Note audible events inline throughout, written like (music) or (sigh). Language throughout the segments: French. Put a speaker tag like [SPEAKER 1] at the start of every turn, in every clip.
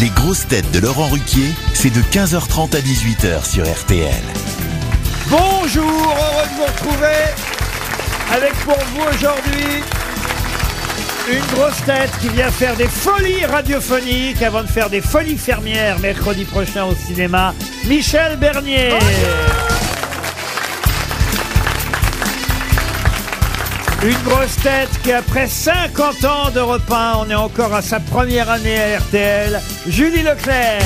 [SPEAKER 1] Les grosses têtes de Laurent Ruquier, c'est de 15h30 à 18h sur RTL.
[SPEAKER 2] Bonjour, heureux de vous retrouver avec pour vous aujourd'hui une grosse tête qui vient faire des folies radiophoniques avant de faire des folies fermières mercredi prochain au cinéma, Michel Bernier. Une grosse tête qui, après 50 ans de repas, on est encore à sa première année à RTL, Julie Leclerc.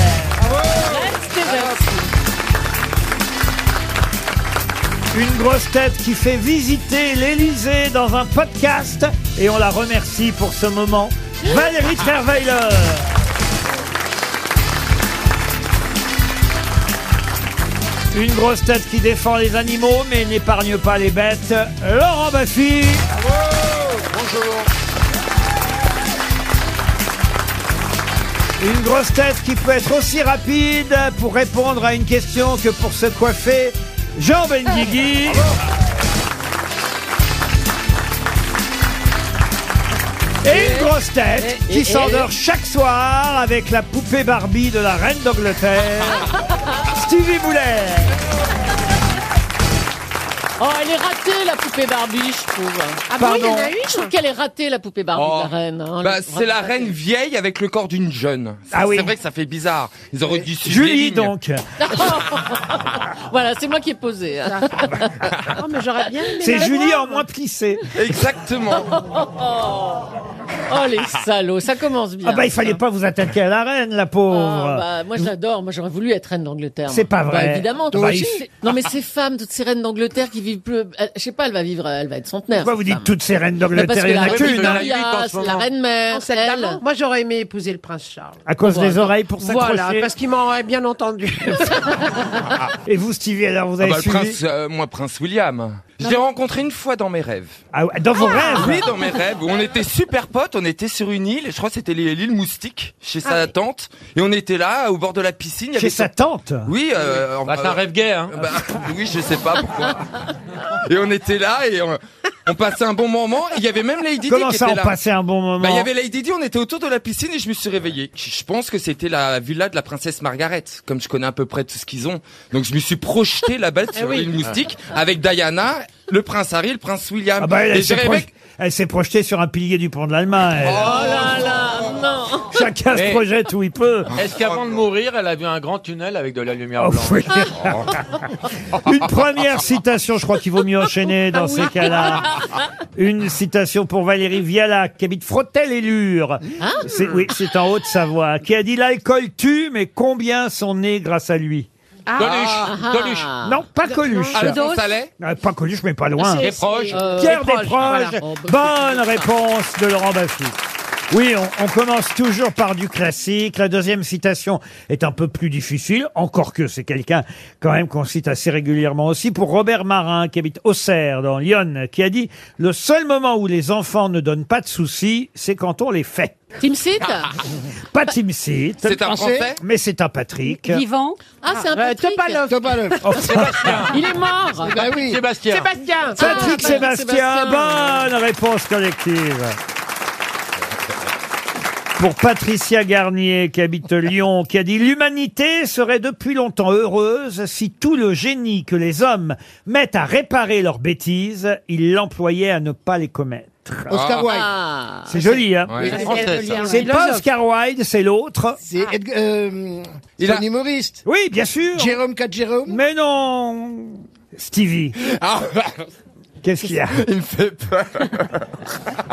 [SPEAKER 2] Une grosse tête qui fait visiter l'Elysée dans un podcast et on la remercie pour ce moment. Valérie Trierweiler. Une grosse tête qui défend les animaux mais n'épargne pas les bêtes. Laurent Baffy. Une grosse tête qui peut être aussi rapide pour répondre à une question que pour se coiffer. Jean Benguigui.
[SPEAKER 3] (laughs)
[SPEAKER 2] Et une grosse tête
[SPEAKER 3] Et-
[SPEAKER 2] qui
[SPEAKER 3] et-
[SPEAKER 2] s'endort chaque soir avec la poupée Barbie de la reine
[SPEAKER 3] (laughs)
[SPEAKER 2] d'Angleterre, Stevie Boulet.
[SPEAKER 3] Oh, elle est ratée, la poupée Barbie, je trouve. Ah
[SPEAKER 2] bon, il y en a Pardon.
[SPEAKER 3] Je trouve qu'elle est ratée, la poupée Barbie,
[SPEAKER 4] Oh.
[SPEAKER 3] la reine. hein,
[SPEAKER 4] Bah,
[SPEAKER 3] le-
[SPEAKER 4] c'est la reine vieille avec le corps d'une jeune. Ça,
[SPEAKER 2] Ah oui.
[SPEAKER 4] C'est vrai que ça fait bizarre. Ils auraient dû suivre les
[SPEAKER 2] Julie
[SPEAKER 4] lignes. (laughs)
[SPEAKER 2] donc. (laughs)
[SPEAKER 3] Voilà, c'est moi qui ai posé. hein.
[SPEAKER 5] Oh, mais j'aurais bien aimé.
[SPEAKER 2] C'est
[SPEAKER 5] la
[SPEAKER 2] Julie
[SPEAKER 5] voir.
[SPEAKER 2] en moins plissée.
[SPEAKER 4] Exactement.
[SPEAKER 3] Oh, les salauds, ça commence bien.
[SPEAKER 2] Ah bah il fallait pas vous attaquer à la reine la
[SPEAKER 3] Ah,
[SPEAKER 2] pauvre.
[SPEAKER 3] bah, moi je l'adore, moi j'aurais voulu être reine d'Angleterre.
[SPEAKER 2] C'est
[SPEAKER 3] moi.
[SPEAKER 2] pas vrai.
[SPEAKER 3] Bah, évidemment.
[SPEAKER 2] Toi aussi.
[SPEAKER 3] C'est- Non mais ces femmes, toutes ces reines d'Angleterre qui vivent plus, elle- je sais pas, elle va vivre, elle va être centenaire.
[SPEAKER 2] Pourquoi vous
[SPEAKER 3] cette
[SPEAKER 2] dites
[SPEAKER 3] femme.
[SPEAKER 2] toutes ces reines
[SPEAKER 3] Bah, Parce
[SPEAKER 2] d'Angleterre
[SPEAKER 3] que
[SPEAKER 2] Il y en
[SPEAKER 3] la
[SPEAKER 2] a
[SPEAKER 3] reine
[SPEAKER 2] qu'une. hein.
[SPEAKER 3] Victoria, c'est la reine mère,
[SPEAKER 5] Non, celle d'avant.
[SPEAKER 3] elle.
[SPEAKER 5] Moi, j'aurais aimé épouser le prince Charles.
[SPEAKER 2] À cause des
[SPEAKER 3] Voilà.
[SPEAKER 2] oreilles pour s'accrocher.
[SPEAKER 5] Voilà, parce qu'il m'aurait bien
[SPEAKER 3] (laughs)
[SPEAKER 5] entendu.
[SPEAKER 2] Et vous Stevie alors vous
[SPEAKER 4] Ah
[SPEAKER 2] avez
[SPEAKER 4] bah, le
[SPEAKER 2] suivi
[SPEAKER 4] prince, euh, moi, prince William. Je l'ai rencontré une fois dans mes rêves.
[SPEAKER 2] Ah ouais, Dans vos rêves
[SPEAKER 4] Oui, dans mes rêves. On était super potes. On était sur une île. Je crois que c'était l'île Moustique, chez sa tante. Et on était là, au bord de la piscine. il y
[SPEAKER 2] Chez
[SPEAKER 4] avait-
[SPEAKER 2] sa tante
[SPEAKER 4] Oui, euh, en-
[SPEAKER 6] c'est un rêve gay, hein.
[SPEAKER 4] Bah, (laughs) oui, je sais pas pourquoi. Et on était là et on, on passait un bon moment. Et Il y avait même Lady Di
[SPEAKER 2] Comment
[SPEAKER 4] qui
[SPEAKER 2] ça
[SPEAKER 4] était
[SPEAKER 2] on
[SPEAKER 4] là.
[SPEAKER 2] passait un bon moment
[SPEAKER 4] Bah, il y avait Lady Di, on était autour de la piscine et je me suis réveillé. Je je pense que c'était la villa de la princesse Margaret, comme je connais à peu près tout ce qu'ils ont. Donc je me suis projeté
[SPEAKER 3] (laughs)
[SPEAKER 4] là-bas
[SPEAKER 3] Eh
[SPEAKER 4] sur une moustique avec Diana, le prince Harry, le prince William.
[SPEAKER 2] Ah bah, elle,
[SPEAKER 4] et
[SPEAKER 2] elle
[SPEAKER 4] j'ai
[SPEAKER 2] s'est
[SPEAKER 4] rêvé-
[SPEAKER 2] proj- elle s'est projetée sur un pilier du pont de l'Allemagne. elle.
[SPEAKER 3] Oh là là, non.
[SPEAKER 2] Chacun se
[SPEAKER 6] Mais-
[SPEAKER 2] projette où
[SPEAKER 7] (laughs)
[SPEAKER 2] il peut.
[SPEAKER 6] Est-ce qu'avant de mourir, elle a vu un grand tunnel avec de la lumière
[SPEAKER 2] Oh,
[SPEAKER 6] blanche
[SPEAKER 2] oui. (laughs) Une première citation, je crois qu'il vaut mieux enchaîner
[SPEAKER 3] Ah
[SPEAKER 2] dans ces
[SPEAKER 3] (laughs)
[SPEAKER 2] cas-là. Une citation pour Valérie Vialac, qui habite Frottel-et-Lure.
[SPEAKER 3] Ah.
[SPEAKER 2] C'est- Oui, c'est en Haute-Savoie, qui a dit L'alcool tue, mais combien sont nés grâce à lui
[SPEAKER 3] Ah.
[SPEAKER 6] Coluche, Coluche,
[SPEAKER 2] Non, pas Coluche.
[SPEAKER 4] Alphonse Allais
[SPEAKER 2] Ah, Pas Coluche, mais pas loin.
[SPEAKER 6] les proches.
[SPEAKER 3] Euh,
[SPEAKER 2] Pierre
[SPEAKER 3] Desproges,
[SPEAKER 2] Desproges.
[SPEAKER 3] voilà. Oh, bah,
[SPEAKER 2] Bonne réponse de Laurent Baffy. Oui, on, on commence toujours par du classique. La deuxième citation est un peu plus difficile, encore que c'est quelqu'un quand même qu'on cite assez régulièrement aussi, pour Robert Marin, qui habite Auxerre, dans Lyon, qui a dit « Le seul moment où les enfants ne donnent pas de soucis, c'est quand on les fait. (laughs)
[SPEAKER 3] Team Seat
[SPEAKER 2] Pas Tim Seat,
[SPEAKER 4] C'est un français
[SPEAKER 2] mais c'est un Patrick.
[SPEAKER 8] Vivant.
[SPEAKER 3] Ah, c'est un
[SPEAKER 5] Euh,
[SPEAKER 3] Patrick.
[SPEAKER 5] Topalov.
[SPEAKER 2] Oh,
[SPEAKER 3] (laughs) Il est mort.
[SPEAKER 6] Sébastien.
[SPEAKER 5] Ben Sébastien. ben
[SPEAKER 2] Patrick
[SPEAKER 3] Ah,
[SPEAKER 2] Sébastien,
[SPEAKER 3] Sébastien.
[SPEAKER 2] bonne réponse collective. Pour Patricia Garnier, qui habite Lyon, qui a dit L'humanité serait depuis longtemps heureuse si tout le génie que les hommes mettent à réparer leurs bêtises, ils l'employaient à ne pas les commettre.
[SPEAKER 9] Oscar Wilde.
[SPEAKER 3] Ah.
[SPEAKER 2] C'est joli, hein
[SPEAKER 4] Ouais.
[SPEAKER 6] C'est français, ça.
[SPEAKER 2] C'est pas Oscar Wilde, c'est l'autre.
[SPEAKER 9] C'est Edg- euh,
[SPEAKER 4] Il
[SPEAKER 9] c'est
[SPEAKER 4] a-
[SPEAKER 9] un humoriste.
[SPEAKER 2] Oui, bien sûr.
[SPEAKER 9] Jérôme Jérôme.
[SPEAKER 2] Mais non Stevie,
[SPEAKER 4] Ah,
[SPEAKER 2] qu'est-ce qu'il y a
[SPEAKER 4] (laughs) il me fait peur.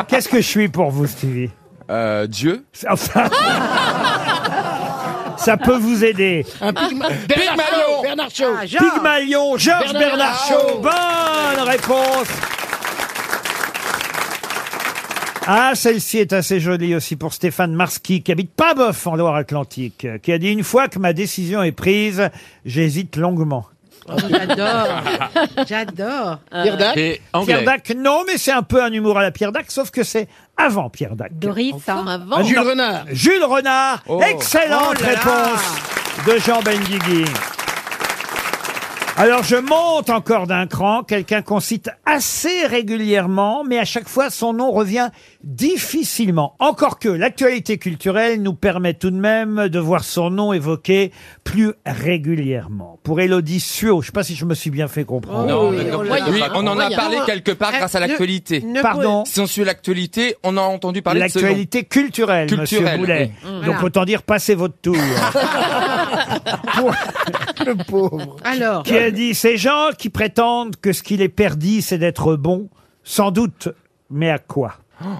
[SPEAKER 2] Qu'est-ce que je suis pour vous, Stevie
[SPEAKER 4] Euh, Dieu
[SPEAKER 2] Enfin. Ça peut vous aider.
[SPEAKER 9] Un Pygma- Bernard
[SPEAKER 4] Pygmalion.
[SPEAKER 9] Shaw. Bernard Shaw.
[SPEAKER 5] Ah, Jean.
[SPEAKER 2] Pygmalion, Georges Bernard, Shaw. Bonne réponse. Ah, celle-ci est assez jolie aussi pour Stéphane Marski, qui habite Paboeuf en Loire-Atlantique, euh, qui a dit une fois que ma décision est prise, j'hésite longuement.
[SPEAKER 5] J'adore. (laughs) J'adore.
[SPEAKER 9] Pierre Dac.
[SPEAKER 6] Et
[SPEAKER 2] Euh, Pierre
[SPEAKER 6] anglais.
[SPEAKER 2] Dac, non, mais c'est un peu un humour à la Pierre Dac, sauf que c'est avant Pierre Dac.
[SPEAKER 8] Doris.
[SPEAKER 3] Comme avant.
[SPEAKER 9] Ah, Jules Renard.
[SPEAKER 2] Jules Renard,
[SPEAKER 4] Oh.
[SPEAKER 2] excellente
[SPEAKER 5] Oh là là.
[SPEAKER 2] réponse de Jean Benguigui. Alors je monte encore d'un cran, quelqu'un qu'on cite assez régulièrement, mais à chaque fois son nom revient difficilement. Encore que l'actualité culturelle nous permet tout de même de voir son nom évoqué plus régulièrement. Pour Élodie Suot, je sais pas si je me suis bien fait comprendre.
[SPEAKER 4] Non,
[SPEAKER 3] Oui,
[SPEAKER 4] mais
[SPEAKER 3] on
[SPEAKER 4] non,
[SPEAKER 3] l'a-
[SPEAKER 4] Oh, oui,
[SPEAKER 3] on
[SPEAKER 4] on en
[SPEAKER 3] l'a-
[SPEAKER 4] a parlé quelque part
[SPEAKER 3] Eh,
[SPEAKER 4] grâce à
[SPEAKER 5] Ne-
[SPEAKER 4] l'actualité.
[SPEAKER 5] ne
[SPEAKER 2] Pardon.
[SPEAKER 4] Si on suit l'actualité, on a entendu parler de ce nom.
[SPEAKER 2] L'actualité culturelle, monsieur
[SPEAKER 4] Culturelle, Mm.
[SPEAKER 2] Boulet. Donc
[SPEAKER 5] Voilà.
[SPEAKER 2] autant dire passez votre
[SPEAKER 5] (laughs)
[SPEAKER 2] tour. (laughs)
[SPEAKER 9] le pauvre.
[SPEAKER 5] pouvez- Alors,
[SPEAKER 2] qui a dit ces gens qui prétendent que ce qui les perdit c'est d'être bon, sans doute. Mais à quoi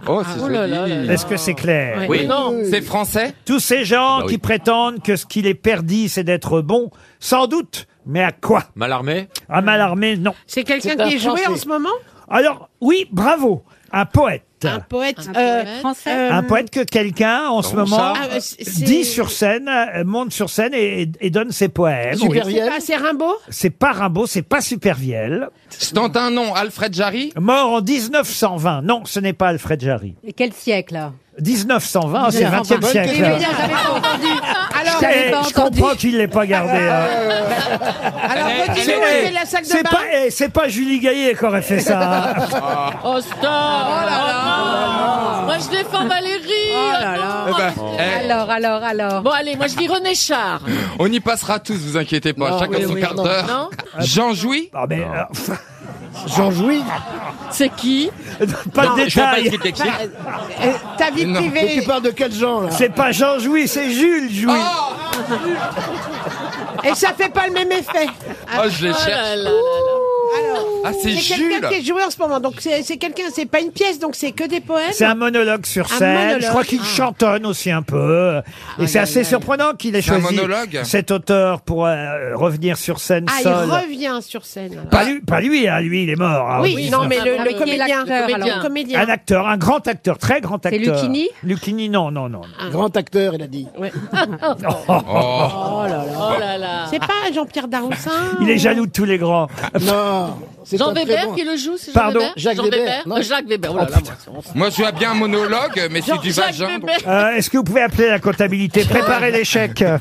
[SPEAKER 4] Oh,
[SPEAKER 5] Ah,
[SPEAKER 4] c'est
[SPEAKER 3] Oh là là
[SPEAKER 4] joli.
[SPEAKER 3] là là.
[SPEAKER 2] Est-ce que c'est clair
[SPEAKER 3] Ouais.
[SPEAKER 4] Oui,
[SPEAKER 3] Non.
[SPEAKER 4] c'est français.
[SPEAKER 2] Tous ces gens
[SPEAKER 6] Bah oui.
[SPEAKER 2] qui prétendent que ce qui les perdit c'est d'être bon, sans doute. Mais à quoi
[SPEAKER 6] Malarmé
[SPEAKER 2] À Malarmé, non.
[SPEAKER 5] c'est quelqu'un
[SPEAKER 3] C'est un
[SPEAKER 5] qui est joué
[SPEAKER 3] Français.
[SPEAKER 5] en ce moment
[SPEAKER 2] Alors oui, bravo, un poète.
[SPEAKER 5] Un poète.
[SPEAKER 3] Un
[SPEAKER 5] euh,
[SPEAKER 3] poète.
[SPEAKER 8] Français.
[SPEAKER 5] euh,
[SPEAKER 2] Un poète que quelqu'un, en ce
[SPEAKER 6] Comment
[SPEAKER 2] moment,
[SPEAKER 6] ça
[SPEAKER 5] Ah, euh, c'est-
[SPEAKER 2] dit sur scène, euh, monte sur scène et, et- et donne ses poèmes. Oui.
[SPEAKER 9] Supérieur.
[SPEAKER 5] Ah, c'est Rimbaud
[SPEAKER 2] C'est pas Rimbaud, c'est pas Supervielle.
[SPEAKER 4] Je tente un nom, Alfred Jarry.
[SPEAKER 2] Mort en 1920. Non, ce n'est pas Alfred Jarry.
[SPEAKER 8] Et Quel siècle
[SPEAKER 2] 1920, ah, c'est le 20e
[SPEAKER 8] Eh
[SPEAKER 2] siècle.
[SPEAKER 8] oui, là, j'avais pas entendu.
[SPEAKER 2] Eh,
[SPEAKER 8] Alors, j'avais pas
[SPEAKER 2] je comprends qu'il ne l'ait pas gardé.
[SPEAKER 5] Euh,
[SPEAKER 2] hein. (laughs)
[SPEAKER 5] bah, Alors, redis-nous où
[SPEAKER 2] eh,
[SPEAKER 5] est la sac
[SPEAKER 2] C'est
[SPEAKER 5] de bain
[SPEAKER 2] pas, eh, c'est pas Julie Gaillet qui aurait fait ça. hein.
[SPEAKER 4] Ah.
[SPEAKER 3] Oh stop Oh, non. Moi je défends Valérie
[SPEAKER 4] Eh
[SPEAKER 5] Oh
[SPEAKER 3] attends.
[SPEAKER 4] ben, eh,
[SPEAKER 8] Alors, alors, alors.
[SPEAKER 3] Bon allez, moi je dis René Char.
[SPEAKER 4] on y passera tous, vous inquiétez pas,
[SPEAKER 9] Non,
[SPEAKER 4] chacun
[SPEAKER 9] oui,
[SPEAKER 4] son
[SPEAKER 9] oui,
[SPEAKER 4] quart
[SPEAKER 9] non.
[SPEAKER 4] d'heure.
[SPEAKER 3] Non
[SPEAKER 4] Jean Jouy
[SPEAKER 2] Ah, mais, euh, (laughs) pff,
[SPEAKER 9] J'en jouis.
[SPEAKER 3] C'est qui
[SPEAKER 2] (laughs) pas de
[SPEAKER 4] Non, je vois pas
[SPEAKER 2] détail.
[SPEAKER 4] qui t'explique.
[SPEAKER 5] Euh, Ta vie
[SPEAKER 4] Non.
[SPEAKER 9] Mais tu
[SPEAKER 5] privée.
[SPEAKER 9] parles de quel genre, là
[SPEAKER 2] C'est pas Jean Jouy, c'est Jules Jouy.
[SPEAKER 5] Ah. Et ça fait pas le même effet.
[SPEAKER 4] Oh, je les
[SPEAKER 3] Oh
[SPEAKER 4] cherche.
[SPEAKER 3] là là là là.
[SPEAKER 5] Alors,
[SPEAKER 4] Ah, c'est
[SPEAKER 5] c'est quelqu'un
[SPEAKER 4] Jules.
[SPEAKER 5] qui est joué en ce moment. Donc, c'est c'est quelqu'un, c'est pas une pièce, donc c'est que des poèmes.
[SPEAKER 2] C'est un monologue sur
[SPEAKER 5] Un
[SPEAKER 2] scène. Je
[SPEAKER 5] monologue.
[SPEAKER 2] crois qu'il
[SPEAKER 5] Ah.
[SPEAKER 2] chantonne aussi un peu. Et c'est
[SPEAKER 3] aïe,
[SPEAKER 2] assez
[SPEAKER 3] aïe.
[SPEAKER 2] surprenant qu'il ait
[SPEAKER 4] C'est un
[SPEAKER 2] choisi
[SPEAKER 4] monologue
[SPEAKER 2] cet auteur pour euh, revenir sur scène
[SPEAKER 5] Ah, il
[SPEAKER 2] seul.
[SPEAKER 5] revient sur scène.
[SPEAKER 2] Pas lui, pas lui, hein, lui, il est mort. hein,
[SPEAKER 5] oui,
[SPEAKER 2] au
[SPEAKER 5] non, mais le,
[SPEAKER 8] Ah,
[SPEAKER 5] le
[SPEAKER 8] oui.
[SPEAKER 5] comédien.
[SPEAKER 8] L'acteur,
[SPEAKER 5] le
[SPEAKER 8] alors.
[SPEAKER 5] comédien. comédien.
[SPEAKER 2] Un acteur, un grand acteur, très grand acteur.
[SPEAKER 8] Lucchini
[SPEAKER 2] Lucchini, non, non, non.
[SPEAKER 5] Ah.
[SPEAKER 2] non.
[SPEAKER 9] Grand acteur, il a dit.
[SPEAKER 4] Oh,
[SPEAKER 2] (laughs)
[SPEAKER 3] Oh là là.
[SPEAKER 5] C'est pas Jean-Pierre Daroussin
[SPEAKER 2] Il est jaloux de tous les grands.
[SPEAKER 9] Non, c'est
[SPEAKER 3] Jean
[SPEAKER 9] pas très
[SPEAKER 3] Weber
[SPEAKER 9] bon.
[SPEAKER 3] qui le joue, c'est Jean
[SPEAKER 2] Pardon,
[SPEAKER 3] Weber
[SPEAKER 9] Jacques
[SPEAKER 3] Jean
[SPEAKER 9] Weber,
[SPEAKER 3] Weber
[SPEAKER 9] non.
[SPEAKER 3] Euh, Jacques Weber. Oh là là, moi, c'est- on s'en-
[SPEAKER 4] moi je vois bien un monologue, mais c'est
[SPEAKER 3] Jean-
[SPEAKER 4] du
[SPEAKER 3] Jacques
[SPEAKER 4] vagin. donc-
[SPEAKER 3] Weber. (laughs)
[SPEAKER 2] Euh, Est-ce que vous pouvez appeler la comptabilité Préparez l'échec.
[SPEAKER 3] Euh,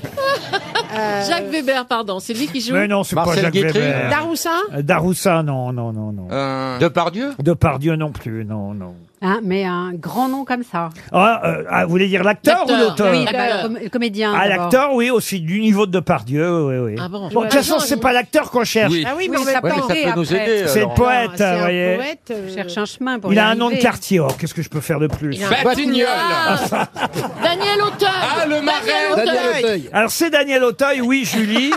[SPEAKER 3] Jacques Weber, pardon, c'est lui qui joue.
[SPEAKER 2] Mais non, c'est pas
[SPEAKER 6] Marcel
[SPEAKER 2] Jacques
[SPEAKER 6] Guitry
[SPEAKER 2] Weber.
[SPEAKER 5] Daroussin
[SPEAKER 2] Daroussin, Euh, non, non, non, non.
[SPEAKER 4] Euh,
[SPEAKER 6] Depardieu
[SPEAKER 2] Depardieu non plus, non, non.
[SPEAKER 8] Hein, mais un grand nom comme ça.
[SPEAKER 2] Ah, euh, ah, vous voulez dire l'acteur ou
[SPEAKER 3] L'acteur,
[SPEAKER 2] l'auteur
[SPEAKER 8] Oui,
[SPEAKER 3] Ah,
[SPEAKER 8] le,
[SPEAKER 3] bah,
[SPEAKER 8] com- le comédien.
[SPEAKER 2] Ah,
[SPEAKER 8] d'abord.
[SPEAKER 2] l'acteur, oui, aussi du niveau de Depardieu, oui, oui.
[SPEAKER 3] Ah bon.
[SPEAKER 2] de toute façon,
[SPEAKER 3] Ah,
[SPEAKER 2] c'est
[SPEAKER 3] non,
[SPEAKER 2] pas l'acteur qu'on cherche.
[SPEAKER 4] oui.
[SPEAKER 5] Ah oui, mais
[SPEAKER 8] Oui,
[SPEAKER 5] on
[SPEAKER 8] ça
[SPEAKER 5] va
[SPEAKER 8] peut
[SPEAKER 5] pas
[SPEAKER 8] nous aider, après.
[SPEAKER 2] C'est le
[SPEAKER 6] Laurent.
[SPEAKER 2] poète,
[SPEAKER 5] C'est
[SPEAKER 2] vous
[SPEAKER 5] un
[SPEAKER 2] voyez.
[SPEAKER 5] poète, euh,
[SPEAKER 8] Je cherche un chemin pour y
[SPEAKER 2] Il a un
[SPEAKER 8] arriver.
[SPEAKER 2] nom de quartier. Oh, qu'est-ce que je peux faire de plus
[SPEAKER 5] a-
[SPEAKER 4] Batignolles.
[SPEAKER 3] Ah, Daniel Auteuil
[SPEAKER 4] Ah, le marais.
[SPEAKER 3] Daniel Auteuil.
[SPEAKER 9] Daniel Auteuil.
[SPEAKER 2] Alors, c'est Daniel Auteuil, oui, Julie.